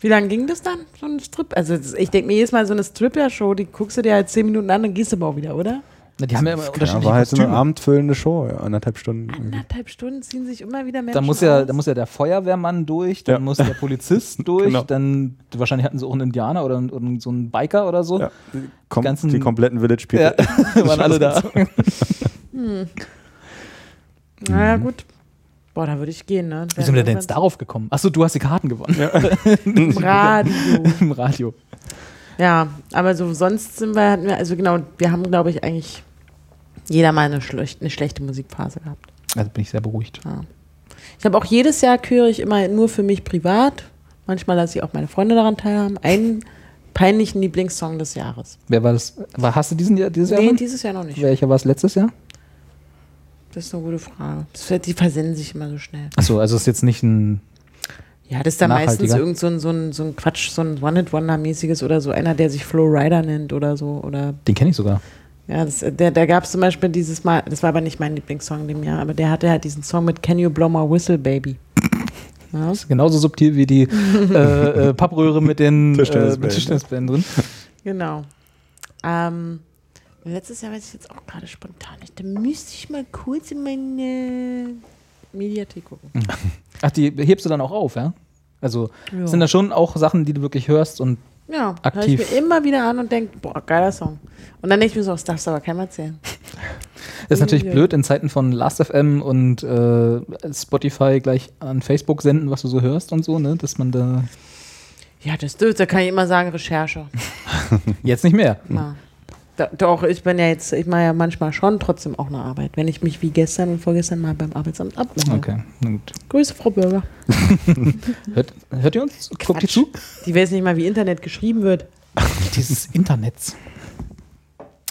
Wie lange ging das dann, so ein Strip? Also das- ich denke mir jedes Mal, so eine Stripper-Show, die guckst du dir halt zehn Minuten an, dann gehst du aber auch wieder, oder?
Na, die haben ja immer
Ja,
unterschiedliche
war halt so eine
Kostüme.
abendfüllende Show, ja, anderthalb Stunden. irgendwie.
Anderthalb Stunden ziehen sich immer wieder Menschen
Da muss, ja,
aus.
da muss ja der Feuerwehrmann durch, dann
Ja.
muss der (laughs) Polizist durch,
Genau.
dann wahrscheinlich hatten sie auch einen Indianer oder, einen- oder so einen Biker oder so.
Ja, die, kom
ganzen-
die kompletten Village
Ja,
People.
waren alle (laughs) da.
naja, gut. Boah, da würde ich gehen, ne?
Wie sind wir denn jetzt darauf gekommen? Achso, du hast die Karten gewonnen
Im Radio.
im Radio.
Ja, aber so sonst sind wir, hatten wir, also genau, wir haben, glaube ich, eigentlich jeder mal eine, schlech eine schlechte Musikphase gehabt.
Also bin ich sehr beruhigt.
Ich habe auch jedes Jahr höre ich immer nur für mich privat. Manchmal lasse ich auch meine Freunde daran teilhaben. Einen peinlichen Lieblingssong des Jahres.
Wer war das? War, hast du diesen Jahr, dieses Jahr?
Nee,
schon?
dieses Jahr noch nicht.
Welcher war es letztes Jahr?
Das ist eine gute Frage. Das wird, die versenden sich immer so schnell.
Achso, also ist jetzt nicht ein.
Ja, das ist dann meistens
Nachhaltiger.
irgend so ein, so, ein, so ein Quatsch, so ein One-Hit-Wonder-mäßiges oder so einer, der sich Flow Rider nennt oder so. Oder
Den kenne ich sogar.
Ja, das, der, da gab es zum Beispiel dieses Mal, das war aber nicht mein Lieblingssong in dem Jahr, aber der hatte halt diesen Song mit Can You Blow My Whistle, Baby. Ja,
Ist genauso subtil wie
(laughs)
die äh, äh, Pappröhre mit den äh,
Tischtennisbällen.
mit Tischtennisbällen drin.
genau. Ähm, letztes Jahr weiß ich jetzt auch gerade spontan nicht. Da müsste ich mal kurz in meine Mediathek gucken.
Ach, die hebst du dann auch auf, ja? Also
Ja,
sind da schon auch Sachen, die du wirklich hörst und
ja höre ich
aktiv.
mir immer wieder an und denke, boah, geiler Song. Und dann denke ich mir so, das darfst du aber keinem erzählen.
ist natürlich
Ja.
blöd in Zeiten von Last.fm und äh, Spotify gleich an Facebook senden, was du so hörst und so, ne? Dass man da
Ja, das dürfte, da kann ich immer sagen,
(laughs)
Recherche.
jetzt nicht mehr.
Na. Da, doch, ich bin ja jetzt, ich mache ja manchmal schon trotzdem auch eine Arbeit, wenn ich mich wie gestern und vorgestern mal beim Arbeitsamt abmelde.
Okay, na gut.
Grüße, Frau Bürger.
Hört, hört ihr uns? Guckt ihr
Quatsch.
zu?
Die weiß nicht mal, wie Internet geschrieben wird.
Dieses Internets.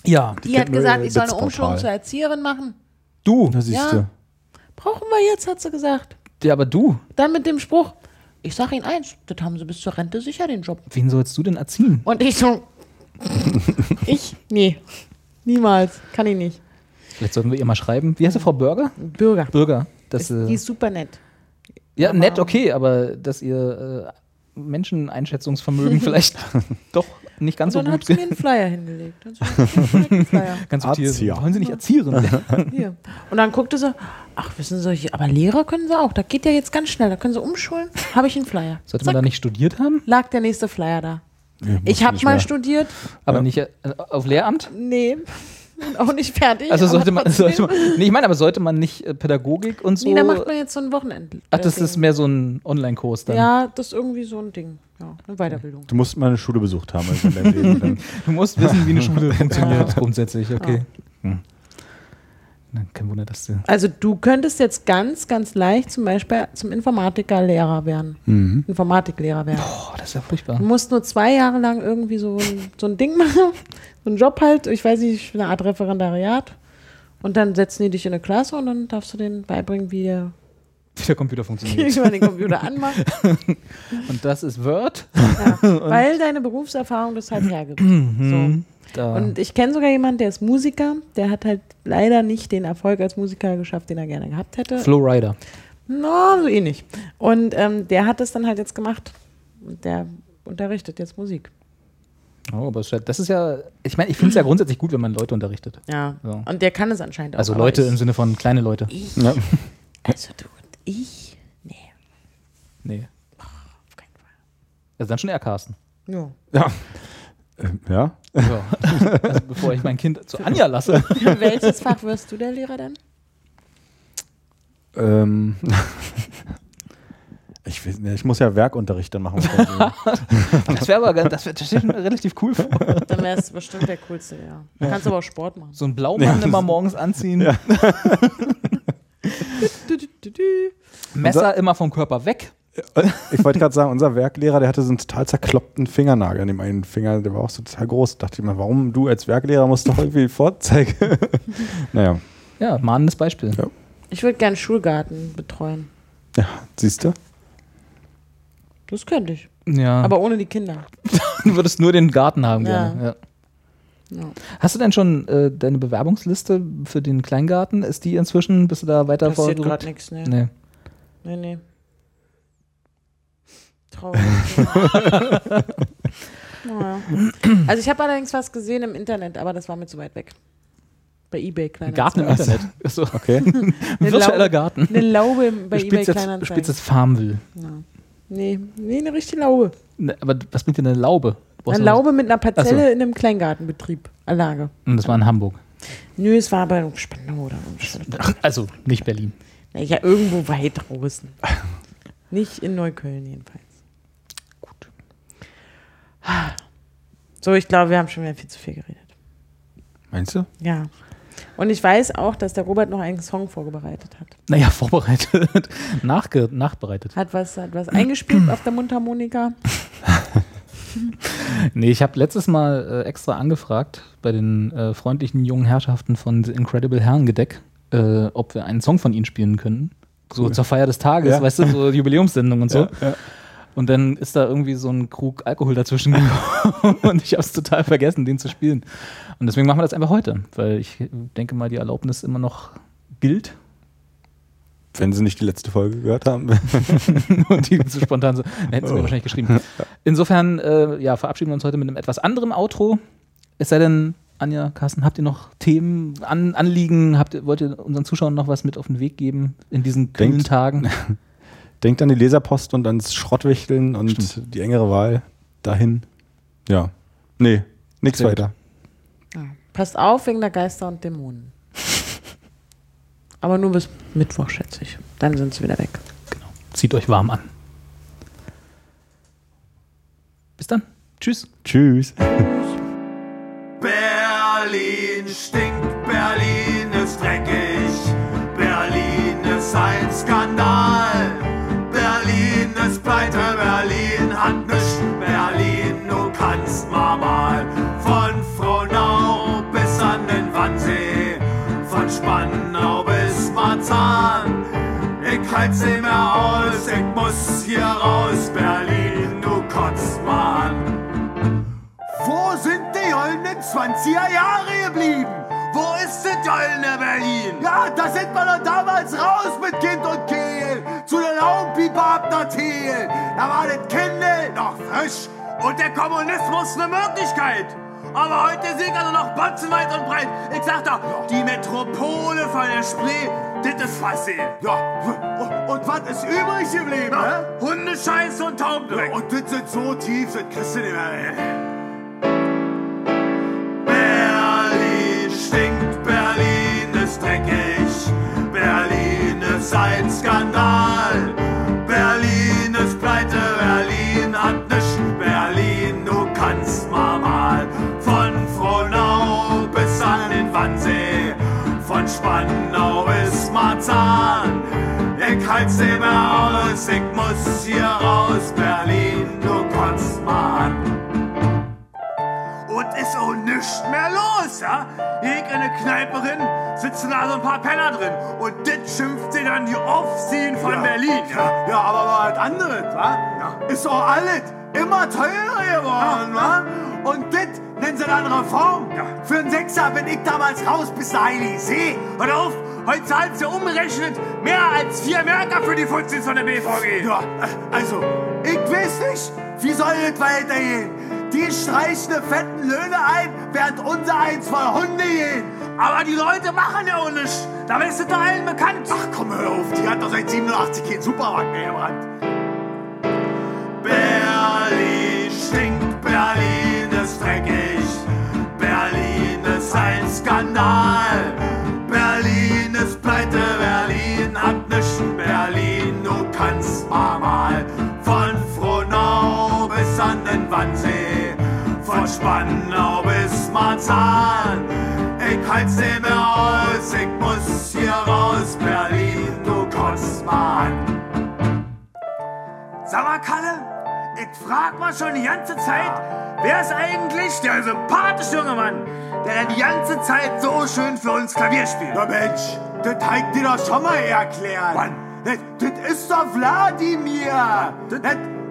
Ja,
Die,
Die
hat
kennt nur
gesagt,
ihr
ich soll eine
Witzportal.
Umschulung zur Erzieherin machen.
du.
(laughs) Da siehst du.
Ja. Brauchen wir jetzt, hat sie gesagt.
Ja, aber du.
Dann mit dem Spruch, ich sag Ihnen eins, das haben Sie bis zur Rente sicher den Job.
Wen sollst du denn erziehen?
Und ich
(laughs)
so, ich? Nee, niemals, kann ich nicht.
Vielleicht sollten wir ihr mal schreiben. Wie heißt du, Frau Bürger?
Bürger,
Bürger. Dass,
die
äh,
ist super nett.
ja, nett, okay, aber dass ihr
(laughs)
äh, Menscheneinschätzungsvermögen vielleicht doch nicht ganz so
Und dann hat
gut
sie mir einen Flyer hingelegt. Und so, einen
(laughs)
Flyer.
ganz subtil.
Erzieher.
Wollen Sie nicht erziehen?
Hier. Und dann guckte sie, ach, wissen Sie, hier, aber Lehrer können sie auch. Das geht ja jetzt ganz schnell. Da können sie umschulen. Habe ich einen Flyer.
(laughs) Sollte man da nicht studiert haben?
Lag der nächste Flyer da.
Ja,
Ich
muss
habe
nicht
mal
mehr.
studiert.
Aber nicht äh, auf Lehramt?
Nee. Und auch nicht fertig.
Also
aber
sollte man, (laughs)
trotzdem.
sollte man nee, ich meine, aber sollte man nicht äh, Pädagogik und so.
Nee, da macht man jetzt so ein äh, Wochenende.
ach, das ist mehr so ein Online-Kurs dann.
Ja, das ist irgendwie so ein Ding. Ja, eine Weiterbildung.
Du musst mal eine Schule besucht haben. Also in deinem Leben dann.
Du musst wissen, wie eine Schule funktioniert grundsätzlich, okay. Hm. Na, Kein Wunder, dass du.
Also du könntest jetzt ganz, ganz leicht zum Beispiel zum Informatikerlehrer werden. Informatiklehrer werden.
Boah, das ist ja furchtbar.
Du musst nur zwei Jahre lang irgendwie so ein, so ein Ding (laughs) machen, so einen Job halt, ich weiß nicht, eine Art Referendariat. Und dann setzen die dich in eine Klasse und dann darfst du denen beibringen, wie der-
Wie der Computer
(laughs) wie
funktioniert.
man den Computer anmacht. (laughs)
Und das ist Word.
Ja, weil deine Berufserfahrung das halt hergibt. So.
Mhm. Da.
Und äh, ich kenne sogar jemanden, der ist Musiker, der hat halt leider nicht den Erfolg als Musiker geschafft, den er gerne gehabt hätte.
Flowrider.
Na, so ähnlich. Und ähm, der hat das dann halt jetzt gemacht. Und Der unterrichtet jetzt Musik.
Oh, aber es ist ja- das ist ja, ich meine, ich finde es ja grundsätzlich gut, wenn man Leute unterrichtet.
Ja.
So.
Und der kann es anscheinend auch.
Also
aber
Leute
ich-
im Sinne von kleine Leute.
Ich?
Ja.
Also du und ich? Nee,
Nee.
auf keinen Fall.
Also dann schon eher Carsten.
Ja.
Ähm, ja.
(laughs) Ja. also bevor ich mein Kind zu Anja lasse.
Für (laughs) welches Fach wirst du der Lehrer dann?
Ähm. (laughs) Ich, weiß nicht, ich muss ja Werkunterricht dann machen.
Das wäre aber ganz- das wär, das wär schon relativ cool.
Dann wäre es bestimmt der coolste, ja. Dann kannst du aber auch Sport machen.
So ein Blaumann immer morgens anziehen. Messer immer vom Körper weg.
ich wollte gerade sagen, unser Werklehrer, der hatte so einen total zerkloppten Fingernagel an dem einen Finger. Der war auch so total groß. Da dachte ich mir, warum du als Werklehrer musst doch irgendwie vorzeigen? (laughs) naja,
Ja, mahnendes Beispiel.
Ja.
Ich würde gerne Schulgarten betreuen.
Ja, siehst du?
Das könnte ich.
Ja.
Aber ohne die Kinder.
du würdest nur den Garten haben
Ja.
gerne. Ja.
Ja.
Hast du denn schon äh, deine Bewerbungsliste für den Kleingarten? Ist die inzwischen, bist du da weiter
Passiert
vorgerückt?
gerade nichts, ne?
Nee.
Nee, nee.
(laughs)
Traurig. naja. Also ich habe allerdings was gesehen im Internet, aber das war mir zu weit weg. Bei eBay
Ein
kleiner.
Garten im
Achso.
Internet. Achso.
Okay.
Ein
Eine
virtueller
Laube-
Garten.
Eine Laube im- bei
Du
eBay
spielst jetzt, du spielst
Kleinanzeigen.
jetzt Farmville.
Ja. Nee, nee, eine richtige Laube.
Ne, aber was bringt dir eine Laube? Du brauchst
Eine
noch-
Laube mit einer Parzelle
Ach
in einem Kleingartenbetrieb. Anlage.
Und Das war in Hamburg.
Nö, es war aber in Spandau oder so.
Also nicht Berlin.
Na Ja, irgendwo weit draußen. Nicht in Neukölln jedenfalls. Gut. So, ich glaube, wir haben schon wieder viel zu viel geredet.
Meinst du?
Ja. Und ich weiß auch, dass der Robert noch einen Song vorbereitet hat.
Naja, (laughs) vorbereitet. Nachge nachbereitet.
Hat was, hat was eingespielt auf der Mundharmonika.
Nee, ich habe letztes Mal äh, extra angefragt bei den äh, freundlichen jungen Herrschaften von The Incredible Herrengedeck, äh, ob wir einen Song von ihnen spielen können. So zur Feier des Tages,
Ja.
weißt
(laughs)
du, so Jubiläumssendung und so.
ja.
Und dann ist da irgendwie so ein Krug Alkohol dazwischen (laughs) gekommen und ich habe es total vergessen, den zu spielen. Und deswegen machen wir das einfach heute, weil ich denke mal, die Erlaubnis immer noch gilt. (laughs)
Wenn sie nicht die letzte Folge gehört haben.
Und die so spontan so, dann hätten sie mir
Oh.
wahrscheinlich geschrieben. Insofern, äh, ja, verabschieden wir uns heute mit einem etwas anderem Outro. Es sei denn, Anja, Carsten, habt ihr noch Themen, An Anliegen? Habt ihr, wollt ihr unseren Zuschauern noch was mit auf den Weg geben in diesen
Denkt-
kühlen Tagen?
Denkt an die Leserpost und ans Schrottwichteln und die engere Wahl dahin. Ja. Nee, nichts
Sehr gut.
weiter.
Passt auf wegen der Geister und Dämonen. Aber nur bis Mittwoch, schätze ich. Dann sind sie wieder weg.
(laughs) Zieht euch warm an. Bis dann. Tschüss.
Tschüss.
Berlin stinkt, Berlin ist dreckig, Berlin ist ein Skandal. Berlin ist pleite, Berlin hat nichts, Berlin, du kannst mal mal. Von Frohnau bis an den Wannsee, von Spandau bis Marzahn. Ich halt's nicht mehr aus, ich muss hier raus, Berlin, du kotzt mal an. Wo sind die goldenen 20er Jahre geblieben? Wo ist das goldene Berlin? Ja, da sind wir doch damals raus mit Kind und Kehl. Zu den Augenpieper ab der Theel. Da war das Kindle noch frisch und der Kommunismus eine Möglichkeit. Aber heute sind also noch Batzen weit und breit. Ich sag doch, die Metropole von der Spree, das ist passé. Ja, und was ist übrig geblieben? Ja, Hundescheiß und Taubdreck. Und das sind so tief, das kriegst du nicht mehr. Ey. Berlin stinkt, Berlin ist dreckig, Berlin ist ein Skandal. Berlin ist pleite, Berlin hat nichts, Berlin, du kannst mal mal. Von Frohnau bis an den Wannsee, von Spandau bis Marzahn. Ich halt's nicht mehr aus, ich muss hier raus, Berlin, du kannst mal an und ist auch nichts mehr los, ja? Hier in eine Kneipe rein, sitzen da so ein paar Penner drin und das schimpft sie dann die Aufziehen von Berlin, ja? Ja, aber was anderes, wa? Ist auch alles immer teurer geworden, wa? Und das nennen sie dann Reform. Für einen Sechser bin ich damals raus bis zur Heiligen See. Hört auf, heute zahlt sie umgerechnet mehr als vier Märker für die Futzis von der BVG. Ja, also, ich weiß nicht, wie soll das weitergehen? Die streichen die fetten Löhne ein, während unser eins voll Hunde gehen. Aber die Leute machen ja auch nichts. Da bist du doch allen bekannt. Ach komm, hör auf. Die hat doch seit 87 keinen Supermarkt mehr gebrannt. Berlin stinkt, Berlin ist dreckig, Berlin ist ein Skandal. Berlin ist pleite, Berlin hat nichts, Berlin, du kannst mal mal. Von Frohnau bis an den Wannsee, von Spandau bis Marzahn. Ich halt's nicht mehr aus, ich muss hier raus, Berlin, du kotzt mal an. Sag mal, Kalle, ich frag mal schon die ganze Zeit, wer ist eigentlich der sympathische junge Mann, der denn die ganze Zeit so schön für uns Klavier spielt? Na Mensch, das hat dir doch schon mal erklärt. Wann? Das, das ist doch Wladimir. Das,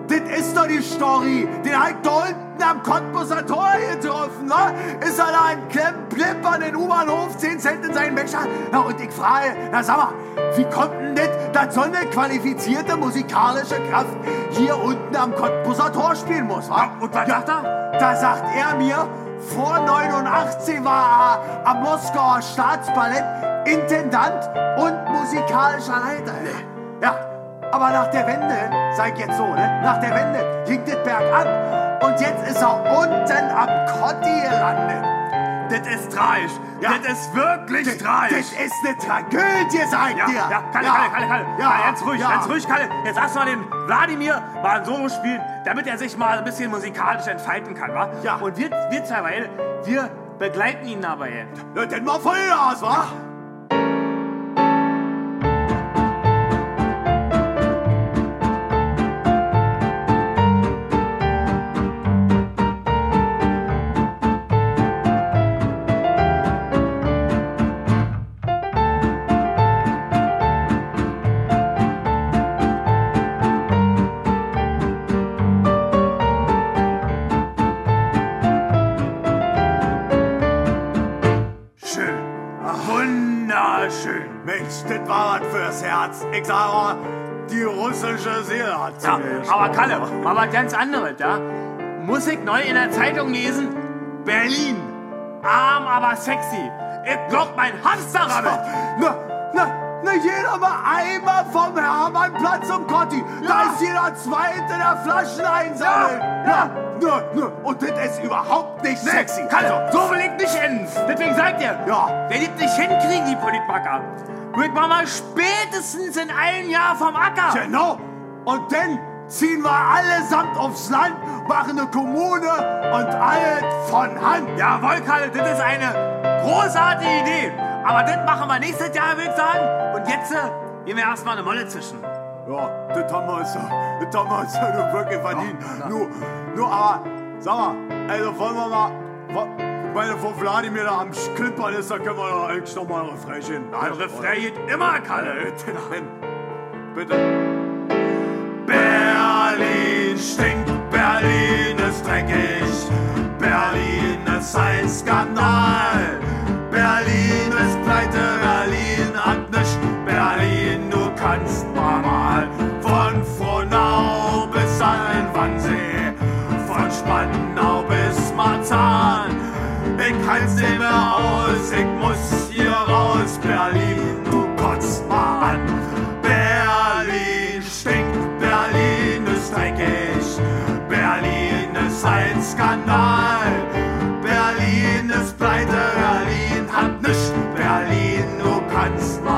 das ist doch die Story. Den hab ich da unten am Cottbuser Tor getroffen. Ne? Ist er da ein Klemplip an den U-Bahnhof, 10 Cent in seinen Wegschlag. Na und ich frage, na sag mal, wie kommt denn das, dass so eine qualifizierte musikalische Kraft hier unten am Cottbuser Tor spielen muss? Wa? und was sagt er? Da sagt er mir, vor 89 war er am Moskauer Staatsballett Intendant und musikalischer Leiter. Ja, aber nach der Wende, sag ich jetzt so, ne? nach der Wende ging das bergan. Und jetzt ist er unten am Kotti gelandet. Das ist tragisch. Das ist wirklich tragisch. Das ist eine Tragödie, sagt
Ja,
ihr.
ja, Kalle, Kalle, Kalle, Kalle. Ja, jetzt ruhig, jetzt ruhig, Kalle. Jetzt lass mal den Wladimir mal ein Solo spielen, damit er sich mal ein bisschen musikalisch entfalten kann, wa?
Ja.
Und wir, wir zwei, weil wir begleiten ihn dabei.
Na, denn mal Vollgas, wa? Schön.
Wunderschön.
Mensch, das war was fürs Herz. Ich sag mal, die russische Seele hat zu
Ja,
mir
aber
gesprochen.
Kalle, mal was ganz anderes, ja? Muss ich neu in der Zeitung lesen? Berlin. Arm, aber sexy. Ich glaub, mein Hamster rammelt.
Na, na, na, jeder mal einmal vom Hermannplatz zum Kotti. um Da
Ja.
ist jeder Zweite der Flaschen einsammeln.
Ja.
Na, na, na. Und das ist überhaupt nicht
Nee,
sexy. Also,
Kalle, also, so will ich nicht enden. Deswegen sagt ihr,
Ja.
der liebt nicht hinkriegen, die Politmacker. Wird man mal spätestens in einem Jahr vom Acker.
Genau. Und dann ziehen wir allesamt aufs Land, machen eine Kommune und alles von Hand.
Jawohl, Kalle, das ist eine großartige Idee. Aber das machen wir nächstes Jahr, würde ich sagen. Und jetzt äh, gehen wir erstmal eine Molle zwischen.
Ja, das haben wir uns, ja- das haben wir uns ja nun wirklich verdient. Nur, nur, aber, sag mal, also wollen wir mal, wa- meine von Vladimir da am Klippern ist, da können wir doch eigentlich noch mal ein Refrain. Nein,
Refrain geht immer, Kalle.
Bitte. Berlin stinkt, Berlin ist dreckig, Berlin ist ein Skandal. Berlin ist pleite, Berlin hat nichts, Berlin, du kannst mal mal. Von Frohnau bis an den Wannsee, von Spandau bis Marzahn. Ich kann's nicht mehr aus, ich muss hier raus, Berlin, du kotzt mal an. Berlin stinkt, Berlin ist dreckig, Berlin ist ein Skandal. Berlin ist pleite, Berlin hat nichts, Berlin, du kannst mal